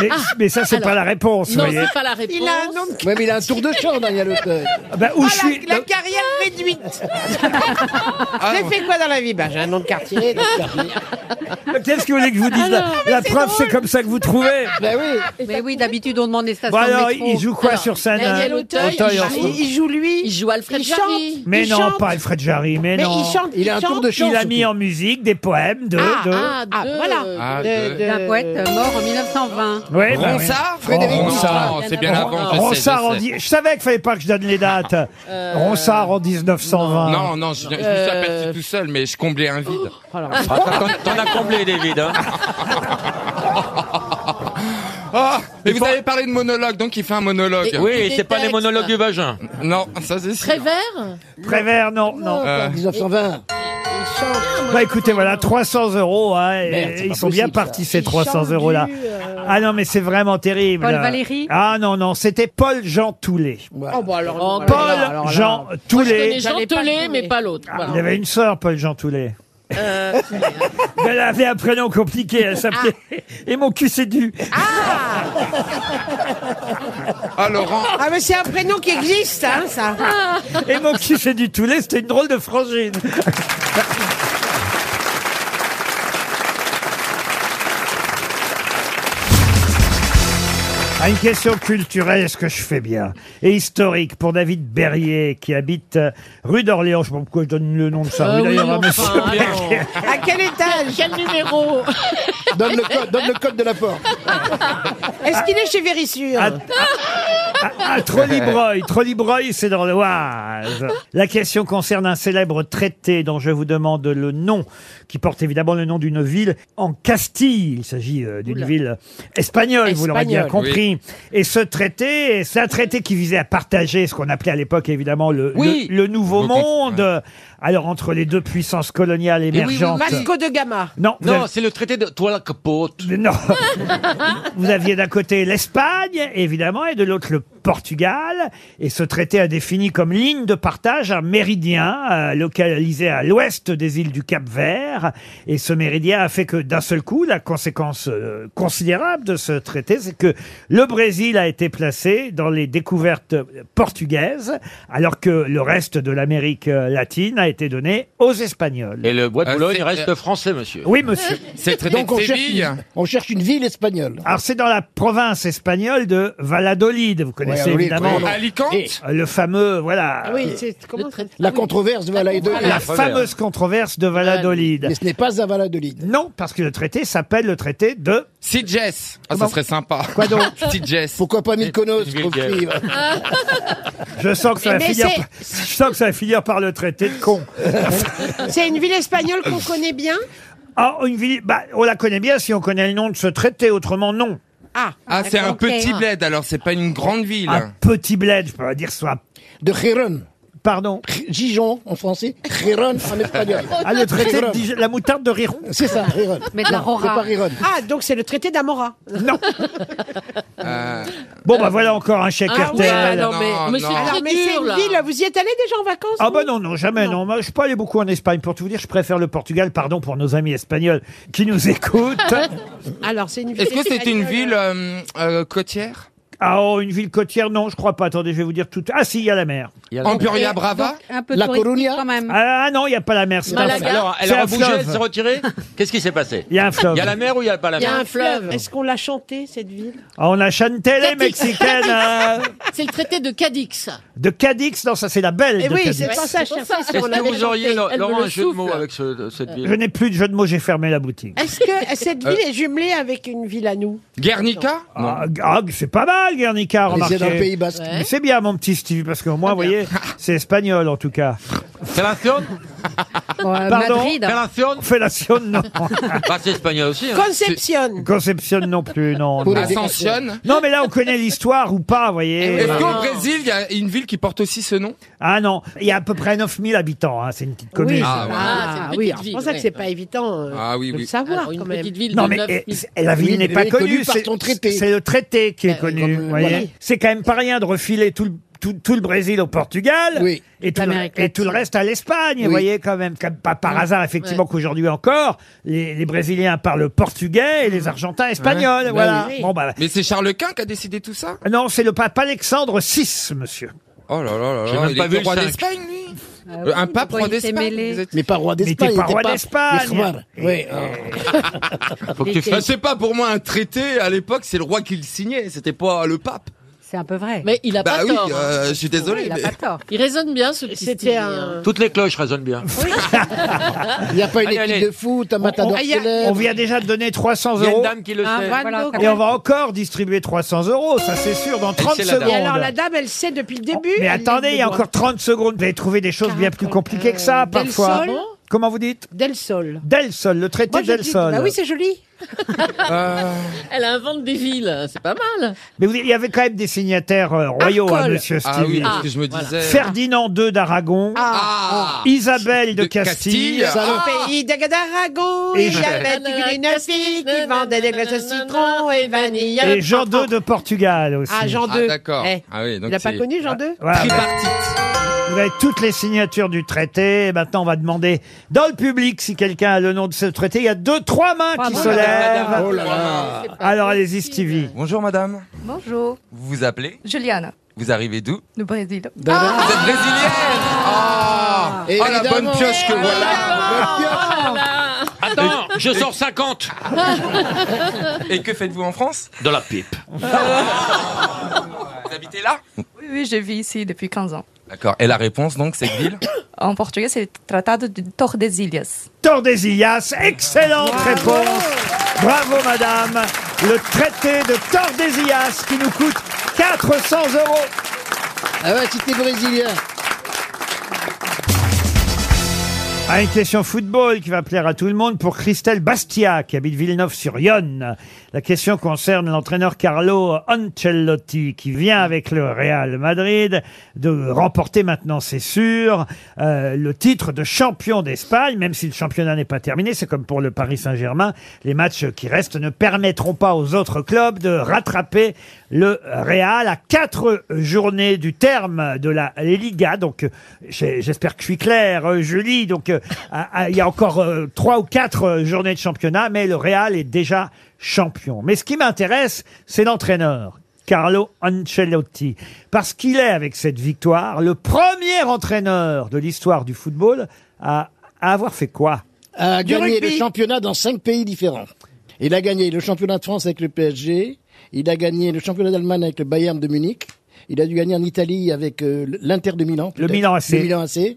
[SPEAKER 2] mais, mais ça, c'est pas la réponse, vous
[SPEAKER 3] Non,
[SPEAKER 2] voyez.
[SPEAKER 3] c'est pas la réponse.
[SPEAKER 5] Il a un nom de...
[SPEAKER 9] Ouais, mais il a un tour de chant, Daniel Auteuil.
[SPEAKER 2] Ah,
[SPEAKER 5] (laughs)
[SPEAKER 2] bah, où je
[SPEAKER 5] Ah,
[SPEAKER 2] suis.
[SPEAKER 5] la, la carrière réduite
[SPEAKER 2] (laughs)
[SPEAKER 5] J'ai fait quoi dans la vie ben, J'ai un nom de quartier. donc-
[SPEAKER 2] Qu'est-ce que vous voulez que je vous
[SPEAKER 5] Ah
[SPEAKER 2] dise là La preuve, c'est comme ça que vous trouvez.
[SPEAKER 9] (laughs) Ben oui.
[SPEAKER 8] Mais oui, d'habitude, on demande les stations
[SPEAKER 2] Bon alors,
[SPEAKER 8] de métro.
[SPEAKER 2] il joue quoi
[SPEAKER 3] Alors,
[SPEAKER 2] sur scène
[SPEAKER 3] Daniel
[SPEAKER 2] hein
[SPEAKER 3] Auteuil,
[SPEAKER 2] Auteuil,
[SPEAKER 3] il
[SPEAKER 2] en
[SPEAKER 5] Ah,
[SPEAKER 2] ce
[SPEAKER 5] il,
[SPEAKER 2] moment.
[SPEAKER 5] il joue lui.
[SPEAKER 3] Il joue Alfred
[SPEAKER 5] Il chante.
[SPEAKER 3] Jarry.
[SPEAKER 2] Mais
[SPEAKER 5] il
[SPEAKER 2] non,
[SPEAKER 5] chante.
[SPEAKER 2] pas Alfred Jarry, mais,
[SPEAKER 5] Mais
[SPEAKER 2] non.
[SPEAKER 5] il chante.
[SPEAKER 9] Il a un tour de chant.
[SPEAKER 2] Il a
[SPEAKER 9] surtout.
[SPEAKER 2] mis en musique des poèmes de...
[SPEAKER 5] Ah,
[SPEAKER 2] de...
[SPEAKER 5] ah, ah,
[SPEAKER 3] de-
[SPEAKER 5] voilà.
[SPEAKER 4] Ah, de-
[SPEAKER 8] D'un poète mort en 1920.
[SPEAKER 2] Ouais, bah oui.
[SPEAKER 4] Ronsard
[SPEAKER 2] Frédéric
[SPEAKER 4] Oh,
[SPEAKER 2] Ronsard.
[SPEAKER 4] non, c'est bien
[SPEAKER 3] Ron-
[SPEAKER 4] avant. je sais, je
[SPEAKER 2] Ronsard, en
[SPEAKER 4] sais.
[SPEAKER 2] dix- je savais qu'il fallait pas que je donne les dates.
[SPEAKER 5] Euh,
[SPEAKER 2] Ronsard en 1920.
[SPEAKER 4] Non, non, je, je me suis aperçu tout seul, mais je comblais un vide.
[SPEAKER 6] Ah, t'en- t'en- T'en as comblé des vides. Hein.
[SPEAKER 4] (laughs) Ah, mais vous avez parlé de monologue, donc il fait un monologue.
[SPEAKER 3] Et-
[SPEAKER 6] Oui,
[SPEAKER 3] Des
[SPEAKER 6] c'est pas les
[SPEAKER 3] textes.
[SPEAKER 6] monologues du vagin.
[SPEAKER 4] Non, ça c'est sûr.
[SPEAKER 3] Prévert
[SPEAKER 2] Prévert, non, non.
[SPEAKER 4] Euh,
[SPEAKER 9] 1920.
[SPEAKER 2] Bah écoutez, voilà, 300 euros. hein, et-
[SPEAKER 9] Merde, c'est
[SPEAKER 2] ils
[SPEAKER 9] pas
[SPEAKER 2] sont bien
[SPEAKER 9] possible,
[SPEAKER 2] partis, ces
[SPEAKER 5] Il
[SPEAKER 2] 300
[SPEAKER 5] chante
[SPEAKER 2] euros là.
[SPEAKER 5] du, euh,
[SPEAKER 2] Ah non, mais c'est vraiment terrible.
[SPEAKER 8] Paul Valéry
[SPEAKER 2] Ah non, non, c'était Paul Jean Toulet.
[SPEAKER 5] Oh, bon, alors,
[SPEAKER 3] Oh,
[SPEAKER 5] voilà.
[SPEAKER 2] Paul
[SPEAKER 5] Alors, alors,
[SPEAKER 2] Jean
[SPEAKER 3] Moi, je connais
[SPEAKER 2] Toulet.
[SPEAKER 3] Jean
[SPEAKER 5] J'allais pas Euh, le
[SPEAKER 3] Telet,
[SPEAKER 5] trouver.
[SPEAKER 3] mais pas l'autre.
[SPEAKER 2] Ah,
[SPEAKER 3] Voilà.
[SPEAKER 2] Il avait une sœur, Paul
[SPEAKER 4] (laughs)
[SPEAKER 2] Jean Toulet.
[SPEAKER 3] Ah,
[SPEAKER 2] Elle avait un prénom compliqué, elle s'appelait. Et mon cul c'est dû.
[SPEAKER 4] Ah, Laurent,
[SPEAKER 5] Ah, mais c'est un prénom qui existe, hein, ça.
[SPEAKER 2] Et mon cul c'est dû Ah. Toulet, c'était une drôle de frangine. À Ah, une question culturelle, est-ce que je fais bien Et historique pour David Berrier, qui habite euh, rue d'Orléans. Je sais pas pourquoi je donne le nom de ça.
[SPEAKER 3] Euh, oui,
[SPEAKER 2] d'ailleurs, à
[SPEAKER 3] enfin,
[SPEAKER 2] monsieur
[SPEAKER 3] alors.
[SPEAKER 2] Berrier. (laughs)
[SPEAKER 5] À quel étage
[SPEAKER 3] Quel numéro
[SPEAKER 9] Donne le code, donne le code de la porte.
[SPEAKER 5] Est-ce qu'il est chez Vérissure
[SPEAKER 2] À, Ah,
[SPEAKER 9] (laughs)
[SPEAKER 2] Trollibroy, Trollibroy, c'est dans l'Oise. La question concerne un célèbre traité dont je vous demande le nom, qui porte évidemment le nom d'une ville en Castille. Il s'agit euh, d'une ville espagnole, vous l'aurez bien
[SPEAKER 5] Espagnole,
[SPEAKER 2] compris. Et ce traité, c'est un traité qui visait à partager ce qu'on appelait à l'époque évidemment le,
[SPEAKER 4] Oui.
[SPEAKER 2] le, le Nouveau
[SPEAKER 4] Le Nouveau
[SPEAKER 2] Monde. Alors entre les deux puissances
[SPEAKER 6] Eh
[SPEAKER 2] coloniales émergentes.
[SPEAKER 5] Vasco de Gama.
[SPEAKER 2] Non, vous
[SPEAKER 6] Non,
[SPEAKER 2] avez-
[SPEAKER 6] c'est le traité de toi la capote.
[SPEAKER 2] non.
[SPEAKER 6] (laughs)
[SPEAKER 2] Vous aviez d'un côté l'Espagne, évidemment, et de l'autre le Portugal. Et ce traité a défini comme ligne de partage un méridien euh, localisé à l'ouest des îles du Cap Vert. Et ce méridien a fait que d'un seul coup, la conséquence euh, considérable de ce traité, c'est que le Brésil a été placé dans les découvertes portugaises, alors que le reste de l'Amérique euh, latine a été donné aux Espagnols.
[SPEAKER 6] Et le bois de
[SPEAKER 4] Euh,
[SPEAKER 6] Boulogne
[SPEAKER 4] c'est-
[SPEAKER 6] reste français, monsieur.
[SPEAKER 2] Oui, monsieur.
[SPEAKER 4] C'est le traité
[SPEAKER 9] Donc on
[SPEAKER 4] de
[SPEAKER 9] cherche,
[SPEAKER 4] Séville.
[SPEAKER 9] une, on cherche une ville espagnole.
[SPEAKER 2] Alors c'est dans la province espagnole de Valladolid. Vous connaissez
[SPEAKER 9] Valladolid,
[SPEAKER 2] évidemment
[SPEAKER 9] oui.
[SPEAKER 4] Alicante
[SPEAKER 9] Eh,
[SPEAKER 2] euh, le fameux voilà
[SPEAKER 5] (laughs)
[SPEAKER 2] euh,
[SPEAKER 5] Oui, c'est comment
[SPEAKER 3] Le traité-
[SPEAKER 9] La
[SPEAKER 3] oui.
[SPEAKER 9] controverse de Valladolid.
[SPEAKER 2] la
[SPEAKER 6] La première.
[SPEAKER 2] fameuse controverse de
[SPEAKER 9] Mais
[SPEAKER 2] Valladolid.
[SPEAKER 9] ce n'est pas à Valladolid.
[SPEAKER 2] Non, parce que le traité s'appelle le traité de
[SPEAKER 4] Sitges. Ah,
[SPEAKER 2] Comment
[SPEAKER 4] ça serait sympa.
[SPEAKER 2] quoi
[SPEAKER 9] (laughs)
[SPEAKER 2] donc
[SPEAKER 4] (laughs) Sitges.
[SPEAKER 9] Pourquoi pas Mykonos
[SPEAKER 6] Une ville gay.
[SPEAKER 9] Crofty, va-
[SPEAKER 2] Je sens que ça va
[SPEAKER 5] Mais
[SPEAKER 2] finir
[SPEAKER 5] c'est-
[SPEAKER 2] par... je sens que ça va finir par le traité de
[SPEAKER 9] (laughs)
[SPEAKER 2] con.
[SPEAKER 5] C'est une ville
[SPEAKER 9] Euh,
[SPEAKER 5] espagnole qu'on connaît bien.
[SPEAKER 2] Ah, une ville bah, on la connaît bien si on connaît le nom de ce traité autrement non.
[SPEAKER 5] Ah,
[SPEAKER 4] Ah, c'est un
[SPEAKER 8] D'accord, ok.
[SPEAKER 4] petit bled, hein. alors c'est pas une grande ville.
[SPEAKER 2] Un petit bled, je peux pas dire que ce soit
[SPEAKER 9] De Giron.
[SPEAKER 2] pardon.
[SPEAKER 9] Gijon en français, Giron en espagnol.
[SPEAKER 2] Ah le traité de
[SPEAKER 9] Giron.
[SPEAKER 2] Dijon- (laughs) la moutarde de Riron.
[SPEAKER 9] C'est ça, Riron.
[SPEAKER 8] Mais de la
[SPEAKER 9] Non, c'est
[SPEAKER 8] Rora.
[SPEAKER 9] pas Riron.
[SPEAKER 5] ah donc c'est le traité d'Amora.
[SPEAKER 4] Euh,
[SPEAKER 2] Bon bah voilà encore un chèque
[SPEAKER 3] Ah oui,
[SPEAKER 2] RTL.
[SPEAKER 3] bah non, mais,
[SPEAKER 4] Non,
[SPEAKER 3] mais c'est
[SPEAKER 4] non.
[SPEAKER 3] très
[SPEAKER 5] Alors, Ah, mais c'est
[SPEAKER 3] dur,
[SPEAKER 5] une
[SPEAKER 3] là.
[SPEAKER 5] ville, vous y êtes allé déjà en vacances
[SPEAKER 2] Ah
[SPEAKER 5] vous
[SPEAKER 2] bah non, non, jamais, non. Moi, je suis pas allé beaucoup en Espagne. Pour tout vous dire, je préfère le Portugal, pardon pour nos amis espagnols qui nous (laughs) écoutent.
[SPEAKER 5] Alors, c'est une ville.
[SPEAKER 4] Est-ce que c'est une
[SPEAKER 5] espagnole.
[SPEAKER 4] ville euh, euh, côtière
[SPEAKER 2] ah oh, une ville côtière, non, je crois pas. Attendez, je vais vous dire tout. Ah si, il y a la mer.
[SPEAKER 4] Emporia
[SPEAKER 8] Et
[SPEAKER 4] Brava
[SPEAKER 8] donc, un peu
[SPEAKER 9] La
[SPEAKER 8] touristique
[SPEAKER 9] Coruña
[SPEAKER 8] quand même.
[SPEAKER 2] Ah non, il y a pas la mer. c'est un
[SPEAKER 3] Malaga.
[SPEAKER 2] fleuve.
[SPEAKER 6] Alors, elle
[SPEAKER 2] C'est
[SPEAKER 6] a
[SPEAKER 2] un
[SPEAKER 6] bougé,
[SPEAKER 2] fleuve.
[SPEAKER 6] elle s'est retirée. Qu'est-ce qui s'est passé
[SPEAKER 2] Il y a un fleuve.
[SPEAKER 6] Il y a la mer ou il n'y a pas la
[SPEAKER 3] Il y a
[SPEAKER 6] mer
[SPEAKER 3] un fleuve.
[SPEAKER 5] Est-ce qu'on l'a chantée, cette ville
[SPEAKER 2] Ah, on a Chantelle
[SPEAKER 5] (laughs)
[SPEAKER 2] mexicaine euh,
[SPEAKER 3] C'est le traité de Cadix.
[SPEAKER 2] de Cadix. Non, ça c'est la belle
[SPEAKER 5] Eh
[SPEAKER 2] de
[SPEAKER 5] oui,
[SPEAKER 2] Cadix.
[SPEAKER 5] c'est pour ça, je
[SPEAKER 3] C'est pour
[SPEAKER 5] cherchais
[SPEAKER 3] ça.
[SPEAKER 5] si
[SPEAKER 6] Est-ce
[SPEAKER 5] on
[SPEAKER 3] On
[SPEAKER 6] que
[SPEAKER 5] avait
[SPEAKER 6] vous auriez,
[SPEAKER 3] chanté, elle me
[SPEAKER 6] Laurent,
[SPEAKER 3] le
[SPEAKER 6] un jeu de mots
[SPEAKER 3] souffle.
[SPEAKER 6] avec ce- cette
[SPEAKER 2] Je
[SPEAKER 6] ville
[SPEAKER 2] n'ai plus de jeu de mots, j'ai fermé la boutique.
[SPEAKER 5] Est-ce que
[SPEAKER 9] Euh.
[SPEAKER 5] cette ville est jumelée avec une ville à nous
[SPEAKER 4] Guernica
[SPEAKER 2] Ah, ah, c'est pas mal, Guernica,
[SPEAKER 9] Mais C'est dans le
[SPEAKER 2] remarquez.
[SPEAKER 9] Pays Basque.
[SPEAKER 3] Ouais.
[SPEAKER 2] Mais C'est bien, mon petit Steve, parce que moi, vous voyez, c'est espagnol en
[SPEAKER 4] (laughs)
[SPEAKER 2] tout cas. (laughs)
[SPEAKER 6] Fellation
[SPEAKER 8] Bon, euh,
[SPEAKER 2] Pardon
[SPEAKER 8] Madrid.
[SPEAKER 6] Fellation
[SPEAKER 2] Fellation, non.
[SPEAKER 6] Bah, c'est espagnol aussi. hein.
[SPEAKER 5] Concepción
[SPEAKER 2] Conception non plus, non.
[SPEAKER 9] Pour
[SPEAKER 2] non.
[SPEAKER 9] les décorations.
[SPEAKER 4] Ascension
[SPEAKER 2] Non, mais là, on connaît l'histoire ou pas, vous voyez.
[SPEAKER 4] Est-ce qu'au Brésil, il y a une ville qui porte aussi ce nom
[SPEAKER 2] Ah non, il y a à peu près 9000 habitants, hein, c'est une petite commune.
[SPEAKER 5] Oui,
[SPEAKER 4] Ah,
[SPEAKER 5] ça
[SPEAKER 4] ouais.
[SPEAKER 5] va.
[SPEAKER 3] Ah, c'est une
[SPEAKER 5] Ah,
[SPEAKER 3] petite
[SPEAKER 5] oui, alors, c'est
[SPEAKER 3] ville,
[SPEAKER 5] pour ça que
[SPEAKER 3] ouais.
[SPEAKER 5] c'est pas évident euh,
[SPEAKER 4] Ah oui,
[SPEAKER 5] de le
[SPEAKER 4] oui.
[SPEAKER 5] savoir
[SPEAKER 3] Alors,
[SPEAKER 5] quand
[SPEAKER 3] une
[SPEAKER 5] même.
[SPEAKER 3] petite ville
[SPEAKER 2] non,
[SPEAKER 3] de
[SPEAKER 2] mais
[SPEAKER 3] 9
[SPEAKER 2] eh, c'est- la ville
[SPEAKER 9] Oui,
[SPEAKER 2] n'est
[SPEAKER 9] mais
[SPEAKER 2] pas
[SPEAKER 9] elle est connue
[SPEAKER 2] connue,
[SPEAKER 9] par
[SPEAKER 2] c'est
[SPEAKER 9] son traité.
[SPEAKER 2] c'est le traité qui est
[SPEAKER 3] Eh,
[SPEAKER 2] connu.
[SPEAKER 9] comme,
[SPEAKER 2] vous
[SPEAKER 9] euh,
[SPEAKER 2] voyez.
[SPEAKER 9] voilà.
[SPEAKER 2] C'est quand même pas rien de refiler tout le, tout, tout le Brésil au Portugal
[SPEAKER 9] Oui.
[SPEAKER 2] et, tout le,
[SPEAKER 8] L'Amérique
[SPEAKER 2] et tout le reste à l'Espagne. Vous voyez quand même, comme pas par hasard effectivement qu'aujourd'hui encore, les, les Brésiliens parlent portugais et les Argentins espagnols. voilà.
[SPEAKER 5] oui.
[SPEAKER 2] Bon, bah,
[SPEAKER 4] Mais c'est Charles Quint qui a décidé tout ça
[SPEAKER 2] Ah non, c'est le pape Alexandre VI, monsieur.
[SPEAKER 4] Oh là là là
[SPEAKER 6] J'ai
[SPEAKER 4] là,
[SPEAKER 6] même
[SPEAKER 4] il
[SPEAKER 6] pas
[SPEAKER 4] est
[SPEAKER 6] vu le
[SPEAKER 4] roi
[SPEAKER 6] cinq.
[SPEAKER 4] d'Espagne, lui Euh,
[SPEAKER 8] Ah oui,
[SPEAKER 4] Un pape
[SPEAKER 8] pourquoi
[SPEAKER 4] roi
[SPEAKER 8] il s'est
[SPEAKER 4] d'Espagne
[SPEAKER 8] mêlé
[SPEAKER 4] vous êtes-
[SPEAKER 9] Mais pas roi d'Espagne.
[SPEAKER 2] t'es pas roi
[SPEAKER 9] t'es
[SPEAKER 2] d'Espagne.
[SPEAKER 9] Mais Khmer. Oui, euh,
[SPEAKER 6] Faut que tu
[SPEAKER 4] Bah,
[SPEAKER 6] fasses.
[SPEAKER 4] C'est pas pour moi un traité, à l'époque, c'est le roi qui le signait, c'était pas le pape.
[SPEAKER 8] C'est un peu vrai.
[SPEAKER 3] Mais il a
[SPEAKER 4] Bah
[SPEAKER 3] pas
[SPEAKER 4] oui,
[SPEAKER 3] tort. hein.
[SPEAKER 4] euh, je suis désolé.
[SPEAKER 8] il a
[SPEAKER 4] mais-
[SPEAKER 8] pas tort.
[SPEAKER 3] Il résonne bien ce petit
[SPEAKER 5] C'était
[SPEAKER 3] Stevie,
[SPEAKER 5] un.
[SPEAKER 3] hein.
[SPEAKER 6] Toutes les cloches résonnent bien.
[SPEAKER 9] (laughs) Il n'y a pas une
[SPEAKER 6] Allez,
[SPEAKER 9] équipe
[SPEAKER 6] allez.
[SPEAKER 9] de foot, un matador
[SPEAKER 5] il y a-
[SPEAKER 2] On
[SPEAKER 9] célèbre.
[SPEAKER 2] vient déjà de donner 300
[SPEAKER 6] Il y a une
[SPEAKER 2] euros.
[SPEAKER 6] dame qui le
[SPEAKER 8] Ah,
[SPEAKER 6] sait.
[SPEAKER 8] voilà,
[SPEAKER 5] Voilà,
[SPEAKER 8] quand
[SPEAKER 2] Et
[SPEAKER 8] même.
[SPEAKER 2] on va encore distribuer 300 euros, ça c'est sûr, dans 30
[SPEAKER 6] c'est la dame.
[SPEAKER 2] secondes. Oh,
[SPEAKER 5] Et alors la dame, elle sait depuis le début.
[SPEAKER 2] Mais
[SPEAKER 5] elle
[SPEAKER 2] attendez,
[SPEAKER 5] lève
[SPEAKER 2] il
[SPEAKER 5] le
[SPEAKER 2] y a
[SPEAKER 5] doigt.
[SPEAKER 2] encore 30 secondes, vous allez trouver des choses bien plus compliquées que ça,
[SPEAKER 5] Del
[SPEAKER 2] parfois.
[SPEAKER 5] Sol.
[SPEAKER 2] Comment vous dites
[SPEAKER 5] Del Sol.
[SPEAKER 2] Del Sol, le traité
[SPEAKER 5] Moi, je
[SPEAKER 2] Del
[SPEAKER 5] dis-
[SPEAKER 2] Sol. Euh,
[SPEAKER 5] Bah oui, c'est joli.
[SPEAKER 3] Elle invente des villes, c'est pas mal.
[SPEAKER 2] Mais vous- il y avait quand même des signataires euh, royaux, hein,
[SPEAKER 5] Arcole.
[SPEAKER 2] monsieur
[SPEAKER 4] Ah oui,
[SPEAKER 2] Stevie.
[SPEAKER 4] parce que je me disais.
[SPEAKER 2] Ferdinand II d'Aragon,
[SPEAKER 4] Ah
[SPEAKER 2] Isabelle de,
[SPEAKER 4] De
[SPEAKER 2] Castille,
[SPEAKER 4] Castille. Ah.
[SPEAKER 5] Au pays de Gadaragon,
[SPEAKER 2] Et
[SPEAKER 5] il y
[SPEAKER 2] je-
[SPEAKER 5] avait une fille qui vendait des glaces au citron et vanille.
[SPEAKER 2] et Jean II de Portugal aussi.
[SPEAKER 5] Ah, Jean
[SPEAKER 4] Ah,
[SPEAKER 5] II.
[SPEAKER 4] d'accord.
[SPEAKER 5] Eh,
[SPEAKER 4] Ah oui, donc
[SPEAKER 5] il n'a pas
[SPEAKER 4] c'est-
[SPEAKER 5] connu Jean II
[SPEAKER 2] Voilà,
[SPEAKER 4] Tripartite.
[SPEAKER 2] bah, vous avez toutes les signatures du traité. Et maintenant, on va demander dans le public si quelqu'un a le nom de ce traité. Il y a deux, trois mains qui se lèvent.
[SPEAKER 9] Oh là là.
[SPEAKER 2] Alors, allez-y, Stevie.
[SPEAKER 10] Bonjour madame,
[SPEAKER 8] Bonjour,
[SPEAKER 10] vous vous appelez
[SPEAKER 8] Juliana,
[SPEAKER 10] Vous arrivez d'où
[SPEAKER 8] du Brésil.
[SPEAKER 9] Ah,
[SPEAKER 4] Vous êtes brésilienne Ah
[SPEAKER 9] Et
[SPEAKER 4] Ah, la
[SPEAKER 9] évidemment.
[SPEAKER 4] bonne pioche que voilà
[SPEAKER 6] Attends, je sors 50
[SPEAKER 5] Ah.
[SPEAKER 3] (laughs) Ah,
[SPEAKER 10] Et que faites-vous en France
[SPEAKER 6] de la pipe.
[SPEAKER 10] Vous habitez là
[SPEAKER 11] Oui, oui, je vis ici depuis 15 ans.
[SPEAKER 10] D'accord, et la réponse donc, cette ville
[SPEAKER 11] En portugais, c'est le Tratado de Tordesilhas.
[SPEAKER 2] Tordesillas. Excellente réponse. Bravo, madame. Le traité de Tordesillas qui nous coûte 400 euros.
[SPEAKER 9] Ah ouais, si t'es brésilien.
[SPEAKER 2] Ah, une question football qui va plaire à tout le monde pour Christelle Bastia, qui habite Villeneuve-sur-Yonne. La question concerne l'entraîneur Carlo Ancelotti, qui vient avec le Real Madrid de remporter maintenant, c'est sûr, euh, le titre de champion d'Espagne, même si le championnat n'est pas terminé. C'est comme pour le Paris Saint-Germain. Les matchs qui restent ne permettront pas aux autres clubs de rattraper le Real à quatre journées du terme de la Liga. Donc, euh, j'ai- j'espère que je suis clair, euh, Julie. Donc, euh, à- à- il y a encore euh, trois ou quatre euh, journées de championnat, mais le Real est déjà champion. Mais ce qui m'intéresse, c'est l'entraîneur. Carlo Ancelotti, parce qu'il est avec cette victoire le premier entraîneur de l'histoire du football à, à avoir fait quoi
[SPEAKER 9] A
[SPEAKER 2] Du
[SPEAKER 9] gagné le
[SPEAKER 2] rugby.
[SPEAKER 9] championnat dans cinq pays différents. Il a gagné le championnat de France avec le PSG. Il a gagné le championnat d'Allemagne avec le Bayern de Munich. Il a dû gagner en Italie avec euh, l'Inter de Milan. peut-être.
[SPEAKER 2] Milan AC.
[SPEAKER 9] Le Milan AC.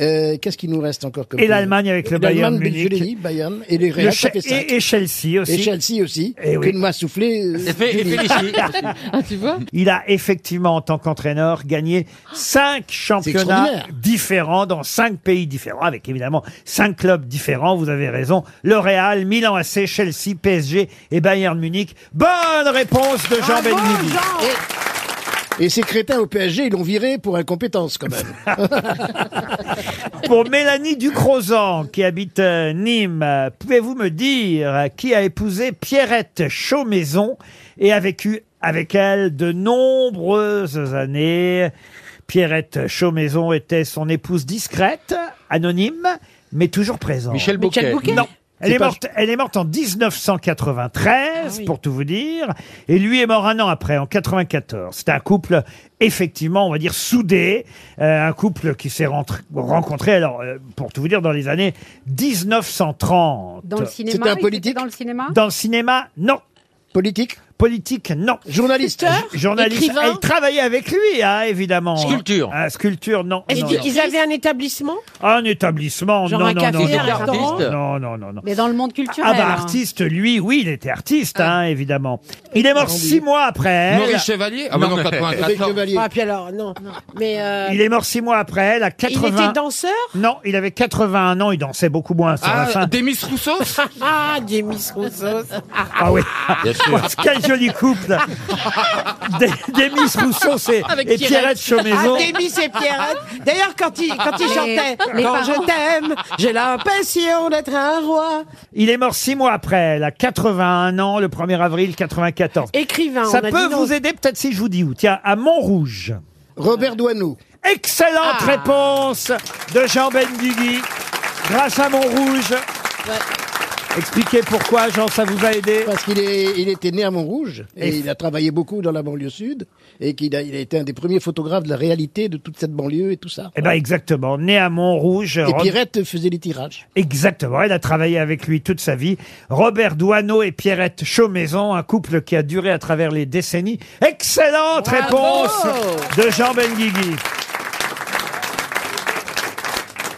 [SPEAKER 9] Euh, Qu'est-ce qu'il nous reste encore comme
[SPEAKER 2] Et l'Allemagne avec le Bayern
[SPEAKER 9] L'Allemagne,
[SPEAKER 2] Munich.
[SPEAKER 9] je l'ai dit, Bayern. Et les Real,
[SPEAKER 2] Le
[SPEAKER 9] ça
[SPEAKER 2] Che-
[SPEAKER 9] fait cinq.
[SPEAKER 2] et, et Chelsea aussi.
[SPEAKER 9] Et Chelsea aussi,
[SPEAKER 2] Eh oui.
[SPEAKER 9] que m'a soufflé. euh, Julie. (laughs)
[SPEAKER 2] Ah, tu vois Il a effectivement, en tant qu'entraîneur, gagné cinq championnats
[SPEAKER 9] extraordinaire.
[SPEAKER 2] différents dans cinq pays différents, avec évidemment cinq clubs différents. Vous avez raison. Le Real, Milan AC, Chelsea, PSG et Bayern Munich. Bonne réponse de Jean Benguigui.
[SPEAKER 9] Et ces crétins au PSG, ils l'ont viré pour incompétence quand même.
[SPEAKER 2] (laughs) Pour Mélanie Ducrozan, qui habite euh, Nîmes, euh, pouvez-vous me dire euh, qui a épousé Pierrette Chaumaison et a vécu avec elle de nombreuses années Pierrette Chaumaison était son épouse discrète, anonyme, mais toujours présente.
[SPEAKER 4] Michel Bouquet. Michel Bouquet
[SPEAKER 2] Non. Elle
[SPEAKER 4] C'est
[SPEAKER 2] est,
[SPEAKER 4] pas-
[SPEAKER 2] morte, elle est morte en 1993,
[SPEAKER 8] Ah
[SPEAKER 2] pour tout vous dire, et lui est mort un an après, en 94. C'était un couple, effectivement, on va dire soudé, euh, un couple qui s'est rentre- rencontré, alors, euh, pour tout vous dire, dans les années 1930.
[SPEAKER 8] Dans le cinéma.
[SPEAKER 9] C'était un
[SPEAKER 8] il était
[SPEAKER 9] politique
[SPEAKER 8] Dans le cinéma.
[SPEAKER 2] Dans le cinéma, non.
[SPEAKER 9] Politique
[SPEAKER 2] Politique, non.
[SPEAKER 9] Journaliste
[SPEAKER 2] J- Journaliste,
[SPEAKER 5] Écrivain
[SPEAKER 2] elle travaillait avec lui, hein, évidemment.
[SPEAKER 6] Sculpture.
[SPEAKER 2] Ah, sculpture, non.
[SPEAKER 5] Est-ce
[SPEAKER 2] non,
[SPEAKER 5] qu'ils
[SPEAKER 2] non.
[SPEAKER 5] ils avaient un établissement
[SPEAKER 2] Un établissement,
[SPEAKER 5] Genre
[SPEAKER 2] non,
[SPEAKER 5] un
[SPEAKER 2] non,
[SPEAKER 5] café,
[SPEAKER 2] non,
[SPEAKER 5] un
[SPEAKER 2] non,
[SPEAKER 5] restaurant
[SPEAKER 2] non, non, non, non.
[SPEAKER 8] Mais dans le monde culturel.
[SPEAKER 2] Ah bah
[SPEAKER 8] hein.
[SPEAKER 2] artiste, lui, oui, il était artiste,
[SPEAKER 5] Ah.
[SPEAKER 2] hein, évidemment. Il est mort six mois après elle.
[SPEAKER 4] Maurice Chevalier Ah bah non,
[SPEAKER 9] avec
[SPEAKER 4] 94.
[SPEAKER 9] Chevalier.
[SPEAKER 5] Ah, puis alors, non. Mais euh,
[SPEAKER 2] Il est mort six mois après elle, à
[SPEAKER 5] il
[SPEAKER 2] 80...
[SPEAKER 5] était danseur
[SPEAKER 2] Non, il avait 81 ans, il dansait beaucoup moins sur la
[SPEAKER 4] Ah,
[SPEAKER 2] fin.
[SPEAKER 4] Demis Rousseau
[SPEAKER 5] (laughs) Ah, Demis Roussos.
[SPEAKER 2] Ah oui, (laughs) quel joli
[SPEAKER 4] (laughs)
[SPEAKER 2] couple Dé- Démis Rousseau (laughs) c'est
[SPEAKER 3] Avec
[SPEAKER 2] et Pierrette
[SPEAKER 3] Pierrette.
[SPEAKER 2] Ah, Chaumaison.
[SPEAKER 5] Ah, Demis et Pierrette. D'ailleurs, quand il, quand il
[SPEAKER 8] Les-
[SPEAKER 5] (laughs) chantait
[SPEAKER 8] les
[SPEAKER 5] Quand
[SPEAKER 8] parents.
[SPEAKER 5] je t'aime, j'ai l'impression d'être un roi.
[SPEAKER 2] Il est mort six mois après elle, à 81 ans, le 1er avril 94.
[SPEAKER 5] Écrivain.
[SPEAKER 2] Ça
[SPEAKER 5] on a
[SPEAKER 2] peut
[SPEAKER 5] dit non.
[SPEAKER 2] vous aider peut-être si je vous dis où. Tiens, à Montrouge.
[SPEAKER 9] Robert Doisneau.
[SPEAKER 2] Excellente
[SPEAKER 8] Ah.
[SPEAKER 2] réponse de Jean Bendigui, grâce à Montrouge. Expliquez pourquoi, Jean, ça vous a aidé.
[SPEAKER 9] Parce qu'il est, il était né à Montrouge et,
[SPEAKER 2] Et-
[SPEAKER 9] il a travaillé beaucoup dans la banlieue sud et qu'il a, il a été un des premiers photographes de la réalité de toute cette banlieue et tout ça.
[SPEAKER 2] Eh ben exactement, né à Montrouge.
[SPEAKER 9] Et
[SPEAKER 2] Rob-
[SPEAKER 9] Pierrette faisait les tirages.
[SPEAKER 2] Exactement, elle a travaillé avec lui toute sa vie. Robert Doisneau et Pierrette Chaumaison, un couple qui a duré à travers les décennies. Excellente réponse de Jean Benguigui.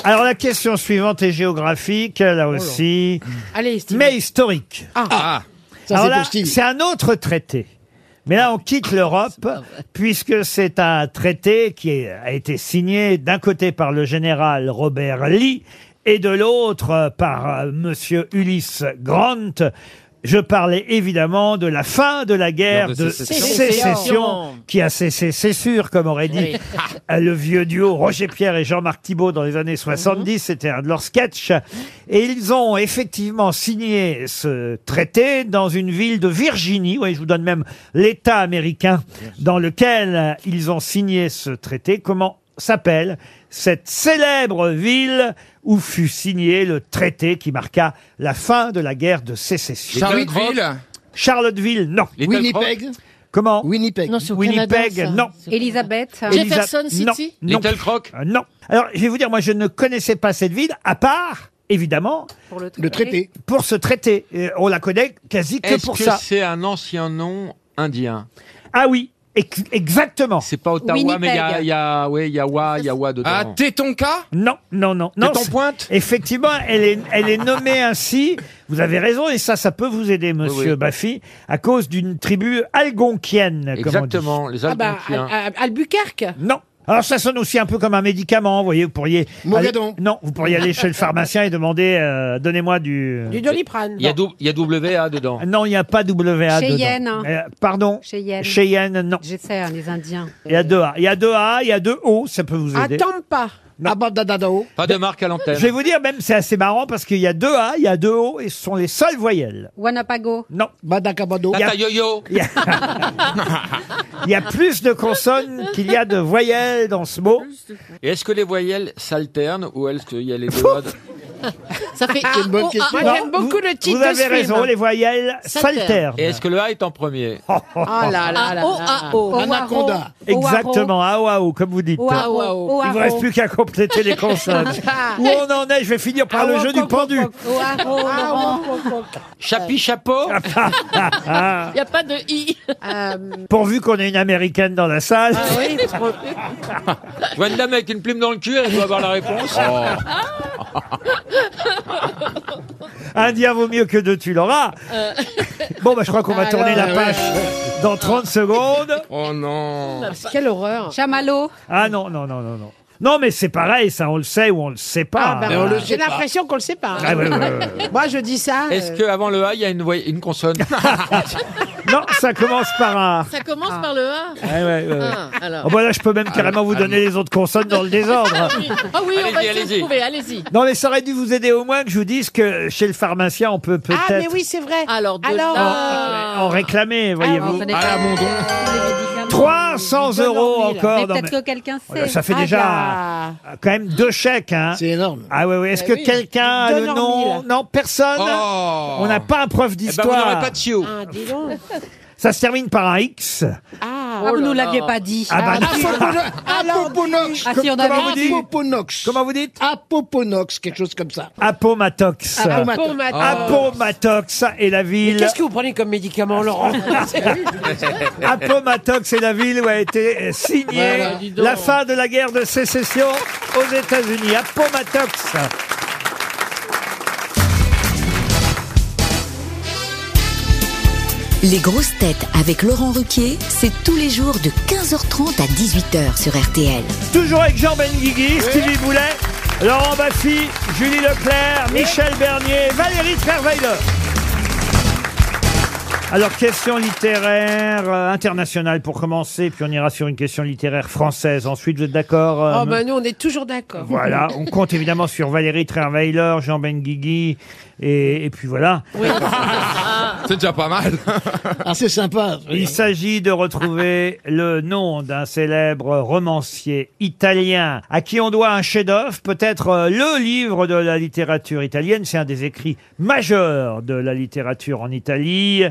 [SPEAKER 2] Alors la question suivante est géographique,
[SPEAKER 9] Oh
[SPEAKER 2] là aussi,
[SPEAKER 5] Allez, Steve.
[SPEAKER 2] mais historique.
[SPEAKER 4] Ah
[SPEAKER 9] Ça,
[SPEAKER 2] Alors
[SPEAKER 9] c'est Ah,
[SPEAKER 2] là,
[SPEAKER 9] pour Stevie.
[SPEAKER 2] c'est un autre traité. Mais là, on quitte l'Europe, puisque c'est un traité qui est- a été signé d'un côté par le général Robert Lee et de l'autre euh, par euh, Monsieur Ulysse Grant. Je parlais évidemment de la fin de la guerre
[SPEAKER 4] Guerre de
[SPEAKER 2] de
[SPEAKER 4] sécession.
[SPEAKER 2] sécession, qui a cessé, c'est sûr, comme aurait dit (laughs) euh, le vieux duo Roger Pierre et Jean-Marc Thibault dans les années 70. C'était un de leurs sketchs. Et ils ont effectivement signé ce traité dans une ville de Virginie. Oui, je vous donne même l'État américain dans lequel euh, ils ont signé ce traité. Comment s'appelle cette célèbre ville où fut signé le traité qui marqua la fin de la guerre de sécession.
[SPEAKER 4] Charlottesville
[SPEAKER 2] Charlottesville, non.
[SPEAKER 6] Les Little
[SPEAKER 9] Winnipeg.
[SPEAKER 2] Comment
[SPEAKER 9] Winnipeg.
[SPEAKER 3] Non, c'est au
[SPEAKER 2] Winnipeg,
[SPEAKER 3] Canada, ça.
[SPEAKER 2] non.
[SPEAKER 3] C'est au
[SPEAKER 8] Elisabeth.
[SPEAKER 3] Canada. Jefferson
[SPEAKER 2] Elisa-
[SPEAKER 3] City
[SPEAKER 2] Non. non.
[SPEAKER 6] Little Croc.
[SPEAKER 2] Euh, non. Alors, je vais vous dire, moi, je ne connaissais pas cette ville, à part, évidemment,
[SPEAKER 8] Pour le,
[SPEAKER 9] Le traité.
[SPEAKER 2] pour ce traité. Et on la connaît quasi que
[SPEAKER 6] Est-ce
[SPEAKER 2] pour
[SPEAKER 6] que
[SPEAKER 2] ça.
[SPEAKER 6] c'est un ancien nom indien
[SPEAKER 2] Ah oui, Ex- exactement. C'est pas
[SPEAKER 6] Ottawa, Winnipeg. mais il y a- il y
[SPEAKER 2] ouais, il y a Wa, il y a Wa
[SPEAKER 6] dedans. Ah,
[SPEAKER 2] Tétonka Non, non, non. non
[SPEAKER 6] Téton
[SPEAKER 2] c'est- Effectivement, elle est, elle est nommée ainsi. Vous avez raison, et ça, ça peut vous aider, monsieur
[SPEAKER 6] oui.
[SPEAKER 2] Baffy, à cause d'une tribu algonquienne.
[SPEAKER 6] Exactement,
[SPEAKER 9] Ah
[SPEAKER 5] Ah,
[SPEAKER 6] les
[SPEAKER 9] bah,
[SPEAKER 2] Algonquiens.
[SPEAKER 5] bah,
[SPEAKER 6] Algonquiens.
[SPEAKER 2] Albuquerque Non. Alors ça sonne aussi un peu comme un médicament, vous voyez, vous pourriez... aller- Non, vous pourriez aller chez le pharmacien et demander, euh, donnez-moi du...
[SPEAKER 5] Du Doliprane.
[SPEAKER 6] Il y a dou- il y a WA dedans.
[SPEAKER 2] Non, il n'y a pas WA
[SPEAKER 8] Cheyenne.
[SPEAKER 5] hein.
[SPEAKER 2] dedans. Euh, pardon
[SPEAKER 8] Cheyenne.
[SPEAKER 2] Cheyenne, non.
[SPEAKER 8] J'essaie, hein, les Indiens.
[SPEAKER 2] Il y a deux A. Il y a deux A, il y a deux O, ça peut vous aider.
[SPEAKER 8] pas.
[SPEAKER 6] Ah, bah,
[SPEAKER 2] Abandadado.
[SPEAKER 6] Pas de marque à
[SPEAKER 2] Je
[SPEAKER 6] l'antenne.
[SPEAKER 2] vais vous dire, même, c'est assez marrant parce qu'il y a deux A, il y a deux O et ce sont les seules
[SPEAKER 6] (laughs)
[SPEAKER 2] voyelles.
[SPEAKER 8] Wanapago.
[SPEAKER 2] Non.
[SPEAKER 9] Badakabado.
[SPEAKER 2] Il y a-
[SPEAKER 6] yo
[SPEAKER 2] Il y a- il y a plus de consonnes qu'il y a de voyelles dans ce mot.
[SPEAKER 6] Et est-ce que les voyelles s'alternent ou est-ce qu'il y a les deux A de-
[SPEAKER 3] Ça fait
[SPEAKER 6] C'est une bonne question.
[SPEAKER 5] Moi, Ah, oh, j'aime
[SPEAKER 2] Non,
[SPEAKER 5] beaucoup
[SPEAKER 2] vous-
[SPEAKER 5] le titre
[SPEAKER 2] Vous
[SPEAKER 5] de
[SPEAKER 2] avez
[SPEAKER 5] ce
[SPEAKER 2] raison,
[SPEAKER 5] film.
[SPEAKER 2] les voyelles s'alternent. Oh,
[SPEAKER 6] Et est-ce que le A est en
[SPEAKER 2] (laughs)
[SPEAKER 6] premier
[SPEAKER 5] Ah là là là
[SPEAKER 3] Ah,
[SPEAKER 5] là.
[SPEAKER 3] oh, ah, oh.
[SPEAKER 5] Anaconda.
[SPEAKER 2] Exactement, ah ah, oh, comme vous dites.
[SPEAKER 5] Oh, ah, oh, oh,
[SPEAKER 2] Il ne vous
[SPEAKER 5] ah,
[SPEAKER 2] reste
[SPEAKER 5] oh.
[SPEAKER 2] plus qu'à compléter les consonnes. Où on en est, je vais finir par le jeu du pendu.
[SPEAKER 3] oh,
[SPEAKER 5] Ah, oh,
[SPEAKER 6] Chapi chapeau
[SPEAKER 3] Il n'y a pas de i.
[SPEAKER 2] (laughs)
[SPEAKER 5] Euh,
[SPEAKER 3] (laughs) Ah
[SPEAKER 2] Pourvu qu'on ait une américaine dans la salle. (laughs)
[SPEAKER 5] ah
[SPEAKER 6] Une dame avec une plume dans le cul, elle doit avoir la
[SPEAKER 2] Oh.
[SPEAKER 6] réponse.
[SPEAKER 5] Ah,
[SPEAKER 2] Indien Oh. vaut mieux que deux, tu l'auras.
[SPEAKER 3] Euh,
[SPEAKER 2] Bon, bah, je crois qu'on
[SPEAKER 5] Ah,
[SPEAKER 3] Ah,
[SPEAKER 2] va tourner la page
[SPEAKER 5] euh,
[SPEAKER 2] dans 30 secondes.
[SPEAKER 4] Oh non.
[SPEAKER 8] Quelle horreur. Chamallow.
[SPEAKER 2] Ah non, non, non, non, non. Non, mais c'est pareil, ça, on le sait ou on le sait pas.
[SPEAKER 5] Ah, ben,
[SPEAKER 6] on le
[SPEAKER 5] J'ai
[SPEAKER 6] sait pas.
[SPEAKER 5] l'impression qu'on le sait pas. hein.
[SPEAKER 2] Ah, ouais, ouais, ouais, ouais.
[SPEAKER 5] Moi, je dis ça.
[SPEAKER 6] Est-ce
[SPEAKER 5] euh,
[SPEAKER 6] que avant le A, il y a une, voy- une consonne
[SPEAKER 2] (laughs) Non, ça commence par un.
[SPEAKER 3] ça commence
[SPEAKER 5] ah.
[SPEAKER 3] par le A.
[SPEAKER 2] Ouais, ouais, ouais.
[SPEAKER 3] Ah, alors.
[SPEAKER 2] Oh, bah, là, je peux même carrément vous donner les autres consonnes dans le désordre.
[SPEAKER 3] Oui. Ah oui, on
[SPEAKER 6] Allez-y,
[SPEAKER 3] va essayer de
[SPEAKER 6] allez-y.
[SPEAKER 3] trouver, allez-y.
[SPEAKER 2] Non, mais ça aurait dû vous aider au moins que je vous dise que chez le pharmacien, on peut peut-être Ah,
[SPEAKER 5] Ah, mais oui, c'est vrai.
[SPEAKER 3] Alors, de
[SPEAKER 5] Alors, euh,
[SPEAKER 3] là-
[SPEAKER 2] en réclamer, voyez-vous.
[SPEAKER 6] Ah, mon don.
[SPEAKER 2] 300 euros
[SPEAKER 8] Mais
[SPEAKER 2] encore. non,
[SPEAKER 8] peut-être
[SPEAKER 2] mais-
[SPEAKER 8] que quelqu'un sait.
[SPEAKER 2] Voilà, ça fait
[SPEAKER 5] Ah,
[SPEAKER 2] déjà
[SPEAKER 5] là.
[SPEAKER 2] euh, quand même deux chèques. Hein.
[SPEAKER 9] C'est énorme.
[SPEAKER 2] Ah ouais, ouais. Est-ce
[SPEAKER 5] Bah
[SPEAKER 2] que
[SPEAKER 5] oui.
[SPEAKER 2] quelqu'un a le
[SPEAKER 5] Donne-en
[SPEAKER 2] nom
[SPEAKER 5] mille.
[SPEAKER 2] Non, personne.
[SPEAKER 4] Oh.
[SPEAKER 2] On n'a pas un prof
[SPEAKER 6] Eh ben, vous n'aurez
[SPEAKER 2] d'histoire.
[SPEAKER 6] pas de chiot.
[SPEAKER 5] Ah, dis donc.
[SPEAKER 2] Ça se termine par un X.
[SPEAKER 5] Ah,
[SPEAKER 8] Ah, vous
[SPEAKER 3] là
[SPEAKER 8] nous
[SPEAKER 3] là.
[SPEAKER 8] l'aviez pas dit.
[SPEAKER 2] Ah bah, non. (laughs)
[SPEAKER 9] Apoponox.
[SPEAKER 8] Ah, si, on
[SPEAKER 2] Comment
[SPEAKER 8] avait
[SPEAKER 2] vous
[SPEAKER 8] un
[SPEAKER 2] dites
[SPEAKER 9] Apoponox.
[SPEAKER 2] Comment vous dites
[SPEAKER 9] Apoponox, quelque chose comme ça.
[SPEAKER 2] Apomatox.
[SPEAKER 9] Apoma-
[SPEAKER 5] Bon, maintenant.
[SPEAKER 2] Apomatox et la
[SPEAKER 5] Mais
[SPEAKER 2] ville.
[SPEAKER 5] Qu'est-ce que vous prenez comme médicament,
[SPEAKER 2] Ah, (laughs)
[SPEAKER 5] Laurent Ah,
[SPEAKER 2] Appomattox et la ville où a été euh, signée
[SPEAKER 5] Voilà, dis donc.
[SPEAKER 2] la fin de la guerre de sécession aux États-Unis. Appomattox.
[SPEAKER 12] Les grosses têtes avec Laurent Ruquier, c'est tous les jours de 15h30 à 18h sur RTL.
[SPEAKER 2] Toujours avec Jean Benguigui, Stevie Boulet, Laurent Baffy, Julie Leclerc, Michel Bernier, Valérie Trierweiler. Alors, question littéraire euh, internationale pour commencer, puis on ira sur une question littéraire française. Ensuite, vous êtes d'accord euh,
[SPEAKER 4] Ah,
[SPEAKER 5] Oh, ben nous, on est toujours d'accord.
[SPEAKER 2] Voilà, on compte évidemment sur Valérie Trierweiler, Jean Benguigui, et, et puis voilà. (laughs)
[SPEAKER 4] C'est déjà pas mal.
[SPEAKER 9] Ah, c'est sympa.
[SPEAKER 2] Il s'agit de
[SPEAKER 9] (laughs)
[SPEAKER 2] retrouver le nom d'un célèbre romancier italien à qui on doit un chef-d'œuvre, peut-être euh, le livre de la littérature italienne. C'est un des écrits majeurs de la littérature en Italie.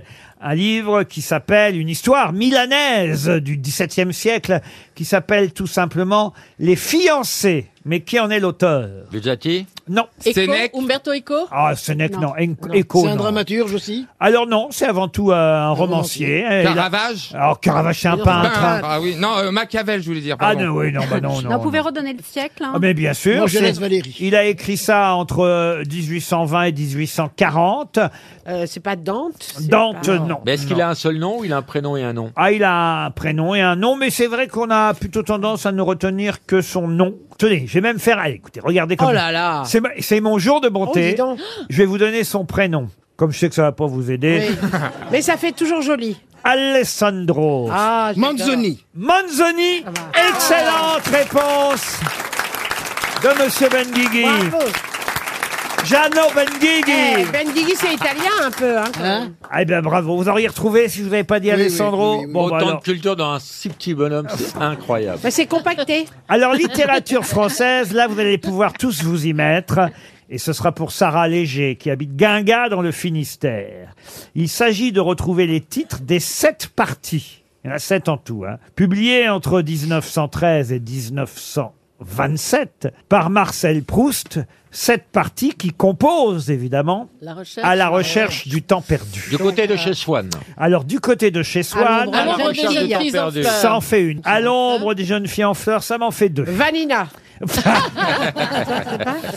[SPEAKER 2] Un livre qui s'appelle une histoire milanaise du XVIIe siècle, qui s'appelle tout simplement Les fiancés. Mais qui en est l'auteur
[SPEAKER 6] Buzzati
[SPEAKER 2] Non.
[SPEAKER 3] Eco,
[SPEAKER 4] Sénèque.
[SPEAKER 3] Umberto Eco
[SPEAKER 2] Ah, Sénèque, non.
[SPEAKER 8] Non.
[SPEAKER 2] Enco-
[SPEAKER 9] Non.
[SPEAKER 2] Eco,
[SPEAKER 9] C'est un
[SPEAKER 2] non.
[SPEAKER 9] dramaturge aussi
[SPEAKER 2] Alors non, c'est avant tout euh, un romancier. Et il a-
[SPEAKER 4] Caravage
[SPEAKER 2] Alors Caravage, c'est un peintre. hein.
[SPEAKER 4] Peintre. Ah oui. Non, euh, Machiavel, je voulais dire.
[SPEAKER 2] Ah
[SPEAKER 4] Pardon.
[SPEAKER 2] non, oui, non, bah
[SPEAKER 4] (laughs)
[SPEAKER 2] non, non.
[SPEAKER 8] On pouvait
[SPEAKER 2] non.
[SPEAKER 8] redonner le siècle. hein.
[SPEAKER 2] Ah, mais bien sûr.
[SPEAKER 9] Non, je
[SPEAKER 2] c'est-
[SPEAKER 9] laisse Valérie.
[SPEAKER 2] Il a écrit ça entre euh, 1820 et 1840.
[SPEAKER 5] Euh, c'est pas Dante c'est
[SPEAKER 2] Dante,
[SPEAKER 5] pas-
[SPEAKER 2] non.
[SPEAKER 6] Mais est-ce qu'il
[SPEAKER 2] Non.
[SPEAKER 6] a un seul nom ou il a un prénom et un nom
[SPEAKER 2] Ah, il a un prénom et un nom, mais c'est vrai qu'on a plutôt tendance à ne retenir que son nom. Tenez, je vais même faire... Ah, écoutez, regardez comme...
[SPEAKER 5] Oh là là
[SPEAKER 2] C'est ma- C'est mon jour de
[SPEAKER 5] Oh, dis
[SPEAKER 2] bonté.
[SPEAKER 5] donc.
[SPEAKER 2] je vais vous donner son prénom. Comme je sais que ça va pas vous aider.
[SPEAKER 5] Oui.
[SPEAKER 2] (laughs)
[SPEAKER 5] Mais ça fait toujours joli.
[SPEAKER 2] Alessandro.
[SPEAKER 5] Ah, j'adore.
[SPEAKER 9] Manzoni.
[SPEAKER 2] Manzoni, excellente réponse de Monsieur Benguigui.
[SPEAKER 5] Bravo.
[SPEAKER 2] Gianno Benguigui.
[SPEAKER 5] Eh, ben Guigui, c'est italien un peu. Hein, quand même.
[SPEAKER 2] Ah, eh bien, bravo. Vous auriez retrouvé si je vous n'avais pas dit
[SPEAKER 9] oui,
[SPEAKER 2] Alessandro.
[SPEAKER 9] oui, oui.
[SPEAKER 2] Bon, bah
[SPEAKER 6] Autant
[SPEAKER 2] alors.
[SPEAKER 6] de culture dans un si petit bonhomme,
[SPEAKER 2] (laughs)
[SPEAKER 6] c'est incroyable.
[SPEAKER 5] Mais c'est compacté.
[SPEAKER 2] Alors,
[SPEAKER 5] (laughs)
[SPEAKER 2] littérature française, là, vous allez pouvoir tous vous y mettre. Et ce sera pour Sarah Léger, qui habite Guinga dans le Finistère. Il s'agit de retrouver les titres des sept parties. Il y en a sept en tout. Hein. Publiées entre 1913 et 1900. 1927 par Marcel Proust, cette partie qui compose évidemment
[SPEAKER 3] La recherche.
[SPEAKER 2] à la recherche du temps perdu.
[SPEAKER 7] Du côté de chez Swann.
[SPEAKER 2] Alors du côté de chez Swann,
[SPEAKER 7] l'ombre À l'ombre des des jeunes jeunes filles filles en en fleurs. fleurs.
[SPEAKER 5] Euh,
[SPEAKER 2] ça en fait une. À l'ombre des jeunes filles en fleurs, ça m'en fait deux. Vanina.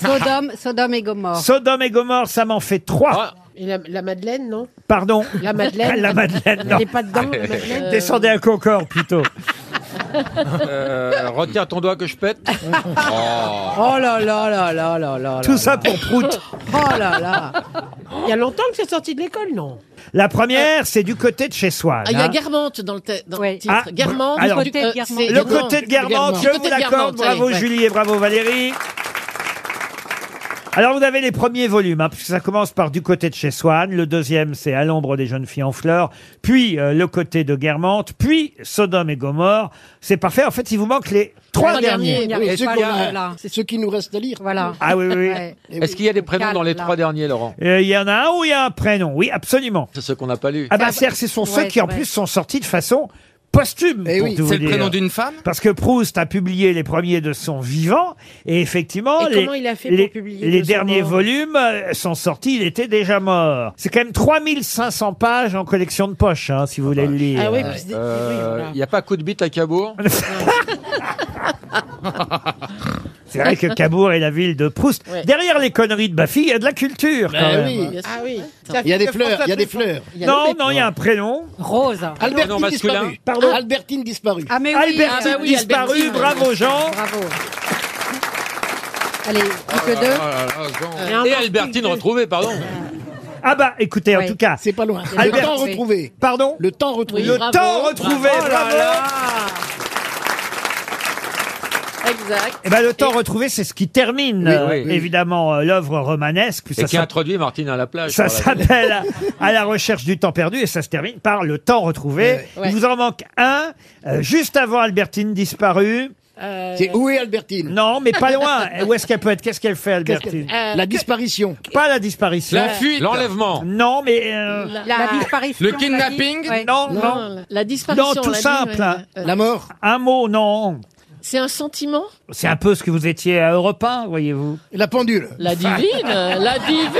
[SPEAKER 8] Sodome, Sodome et Gomorre.
[SPEAKER 2] (laughs) Sodome et Gomorre, ça m'en fait trois.
[SPEAKER 5] Et la, la Madeleine, non
[SPEAKER 2] Pardon.
[SPEAKER 5] La Madeleine.
[SPEAKER 2] (laughs) La Madeleine.
[SPEAKER 5] Elle
[SPEAKER 2] non.
[SPEAKER 5] est pas dedans, la Madeleine
[SPEAKER 2] (laughs) Descendez à Concorde
[SPEAKER 5] (laughs)
[SPEAKER 2] plutôt.
[SPEAKER 7] Euh, retiens ton doigt que je
[SPEAKER 2] (laughs)
[SPEAKER 7] pète.
[SPEAKER 5] (laughs) Oh là là là là là là.
[SPEAKER 2] Tout ça pour Prout.
[SPEAKER 5] Oh là là. Il y a longtemps que c'est sorti de l'école, non
[SPEAKER 2] La première, c'est du côté de chez Swann.
[SPEAKER 3] Ah, il y a
[SPEAKER 2] hein.
[SPEAKER 3] Guermantes dans le, te- dans le titre.
[SPEAKER 2] Ah, br-
[SPEAKER 3] Guermantes.
[SPEAKER 2] alors,
[SPEAKER 3] du- euh, c'est-
[SPEAKER 2] le côté de Guermantes,
[SPEAKER 3] Le
[SPEAKER 2] je
[SPEAKER 3] côté
[SPEAKER 2] vous
[SPEAKER 3] de
[SPEAKER 2] l'accorde.
[SPEAKER 3] Guermantes,
[SPEAKER 2] Bravo
[SPEAKER 3] allez, ouais.
[SPEAKER 2] Julie et bravo Valérie. Alors vous avez les premiers volumes, hein, puisque ça commence par du côté de chez Swann, le deuxième c'est à l'ombre des jeunes filles en fleurs, puis euh, le côté de Guermantes, puis Sodome et Gomorre. C'est parfait. En fait, il vous manque les trois derniers.
[SPEAKER 9] Oui, ceux, qu'on a- ceux qui nous restent à lire.
[SPEAKER 8] Voilà.
[SPEAKER 2] Ah oui, oui, oui.
[SPEAKER 7] Est-ce qu'il y a des prénoms dans les trois derniers, Laurent
[SPEAKER 2] Euh, Il y en a un où il y a un prénom, oui, absolument.
[SPEAKER 7] C'est ceux qu'on n'a pas lus.
[SPEAKER 2] Ah bah, c'est-à-dire que ce sont ceux
[SPEAKER 7] Ouais,
[SPEAKER 2] qui en
[SPEAKER 7] ouais.
[SPEAKER 2] plus sont sortis de façon posthume. pour
[SPEAKER 7] Eh oui.
[SPEAKER 2] tout vous
[SPEAKER 7] C'est le
[SPEAKER 2] dire.
[SPEAKER 7] prénom
[SPEAKER 4] d'une femme
[SPEAKER 2] Parce que Proust a publié les premiers de son vivant et effectivement
[SPEAKER 5] Et
[SPEAKER 2] les,
[SPEAKER 5] comment il a fait
[SPEAKER 2] les,
[SPEAKER 5] pour publier
[SPEAKER 2] les
[SPEAKER 5] de son
[SPEAKER 2] derniers
[SPEAKER 5] mort
[SPEAKER 2] volumes euh, sont sortis, il était déjà mort. C'est quand même 3500 pages en collection de poche hein, si vous voulez le lire.
[SPEAKER 5] Ah
[SPEAKER 7] Euh, Il n'y a pas coup de bite à Cabourg
[SPEAKER 2] (laughs) C'est vrai que Cabourg est la ville de Proust.
[SPEAKER 7] Ouais.
[SPEAKER 2] Derrière les conneries de Baffy, il y a de la culture quand
[SPEAKER 7] Ben
[SPEAKER 2] même.
[SPEAKER 7] oui.
[SPEAKER 5] Ah oui.
[SPEAKER 9] Il y a des fleurs, il y a des fleurs.
[SPEAKER 2] Non, Ah non, il y a un prénom.
[SPEAKER 8] Rose.
[SPEAKER 9] Albertine disparue. Pardon. Albertine disparue.
[SPEAKER 8] Ah, mais oui,
[SPEAKER 2] Albertine
[SPEAKER 8] ah bah oui,
[SPEAKER 2] disparue,
[SPEAKER 8] Albertine.
[SPEAKER 2] bravo Jean.
[SPEAKER 8] Bravo. Allez, plus que deux.
[SPEAKER 7] Ah, Et Albertine retrouvée, pardon.
[SPEAKER 2] Ah bah écoutez, en tout cas,
[SPEAKER 9] c'est pas loin. Le
[SPEAKER 2] Albert-
[SPEAKER 9] temps retrouvé.
[SPEAKER 2] Pardon
[SPEAKER 9] Le temps retrouvé.
[SPEAKER 2] Le temps retrouvé,
[SPEAKER 9] Bravo.
[SPEAKER 2] bravo.
[SPEAKER 8] Oh
[SPEAKER 3] Exact.
[SPEAKER 2] Eh ben, le temps retrouvé, c'est ce qui termine,
[SPEAKER 7] Oui,
[SPEAKER 2] euh,
[SPEAKER 7] oui, oui.
[SPEAKER 2] évidemment, euh, l'œuvre romanesque. puis
[SPEAKER 7] Et
[SPEAKER 2] ça
[SPEAKER 7] qui
[SPEAKER 2] s'appelle-
[SPEAKER 7] introduit Martine à la plage.
[SPEAKER 2] Ça
[SPEAKER 7] par la-
[SPEAKER 2] s'appelle à, à la recherche du temps perdu et ça se termine par le temps retrouvé.
[SPEAKER 9] Ouais, ouais.
[SPEAKER 2] Il vous en manque un, euh, juste avant Albertine disparue.
[SPEAKER 3] Euh,
[SPEAKER 9] C'est où est Albertine
[SPEAKER 2] Non, mais pas loin. Où est-ce qu'elle peut être Qu'est-ce qu'elle fait,
[SPEAKER 9] Qu'est-ce
[SPEAKER 2] Albertine Euh,
[SPEAKER 9] qu'elle- La disparition.
[SPEAKER 2] Pas la disparition.
[SPEAKER 7] La fuite. L'enlèvement.
[SPEAKER 2] Non, mais... euh,
[SPEAKER 3] La,
[SPEAKER 8] disparition.
[SPEAKER 2] Le kidnapping
[SPEAKER 8] on l'a dit. Ouais.
[SPEAKER 2] Non, non.
[SPEAKER 3] La disparition.
[SPEAKER 2] non,
[SPEAKER 3] on
[SPEAKER 2] tout
[SPEAKER 3] l'a dit,
[SPEAKER 2] simple.
[SPEAKER 3] ouais.
[SPEAKER 2] hein.
[SPEAKER 3] Euh,
[SPEAKER 2] Un mot, non.
[SPEAKER 3] C'est un sentiment
[SPEAKER 2] C'est un peu ce que vous étiez à Europe 1, voyez-vous.
[SPEAKER 9] La pendule.
[SPEAKER 3] La divine La divine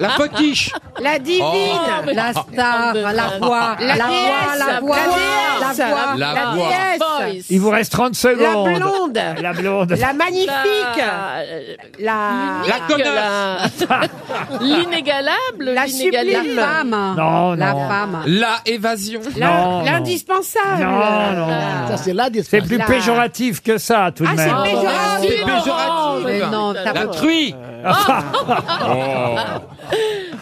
[SPEAKER 7] La potiche.
[SPEAKER 8] La divine,
[SPEAKER 7] Oh, mais-
[SPEAKER 8] la star, la voix, la,
[SPEAKER 5] La
[SPEAKER 8] voix,
[SPEAKER 5] déesse,
[SPEAKER 8] la
[SPEAKER 5] la
[SPEAKER 8] voix, la
[SPEAKER 5] déesse,
[SPEAKER 8] voix,
[SPEAKER 5] la voix.
[SPEAKER 8] la déesse.
[SPEAKER 2] Il vous reste 30 secondes.
[SPEAKER 5] La blonde.
[SPEAKER 2] La blonde.
[SPEAKER 5] La magnifique.
[SPEAKER 3] La-
[SPEAKER 5] La.
[SPEAKER 2] La connasse.
[SPEAKER 3] L'inégalable
[SPEAKER 5] La
[SPEAKER 3] l'inégalable.
[SPEAKER 5] sublime. La femme.
[SPEAKER 2] Non,
[SPEAKER 5] La
[SPEAKER 2] non.
[SPEAKER 5] femme.
[SPEAKER 4] La évasion.
[SPEAKER 2] Non, non.
[SPEAKER 5] L'indispensable.
[SPEAKER 2] Non, non, non.
[SPEAKER 9] Ça, Ah, c'est la
[SPEAKER 2] C'est
[SPEAKER 9] disparition.
[SPEAKER 2] plus
[SPEAKER 9] La-
[SPEAKER 2] péjoratif que ça, tout de
[SPEAKER 5] Ah, c'est
[SPEAKER 2] même.
[SPEAKER 5] péjoratif.
[SPEAKER 4] C'est
[SPEAKER 5] Laurent,
[SPEAKER 4] péjoratif.
[SPEAKER 5] mais non, t'as
[SPEAKER 4] La
[SPEAKER 5] pas-
[SPEAKER 4] truie.
[SPEAKER 2] Ah.
[SPEAKER 9] Ah, Oh.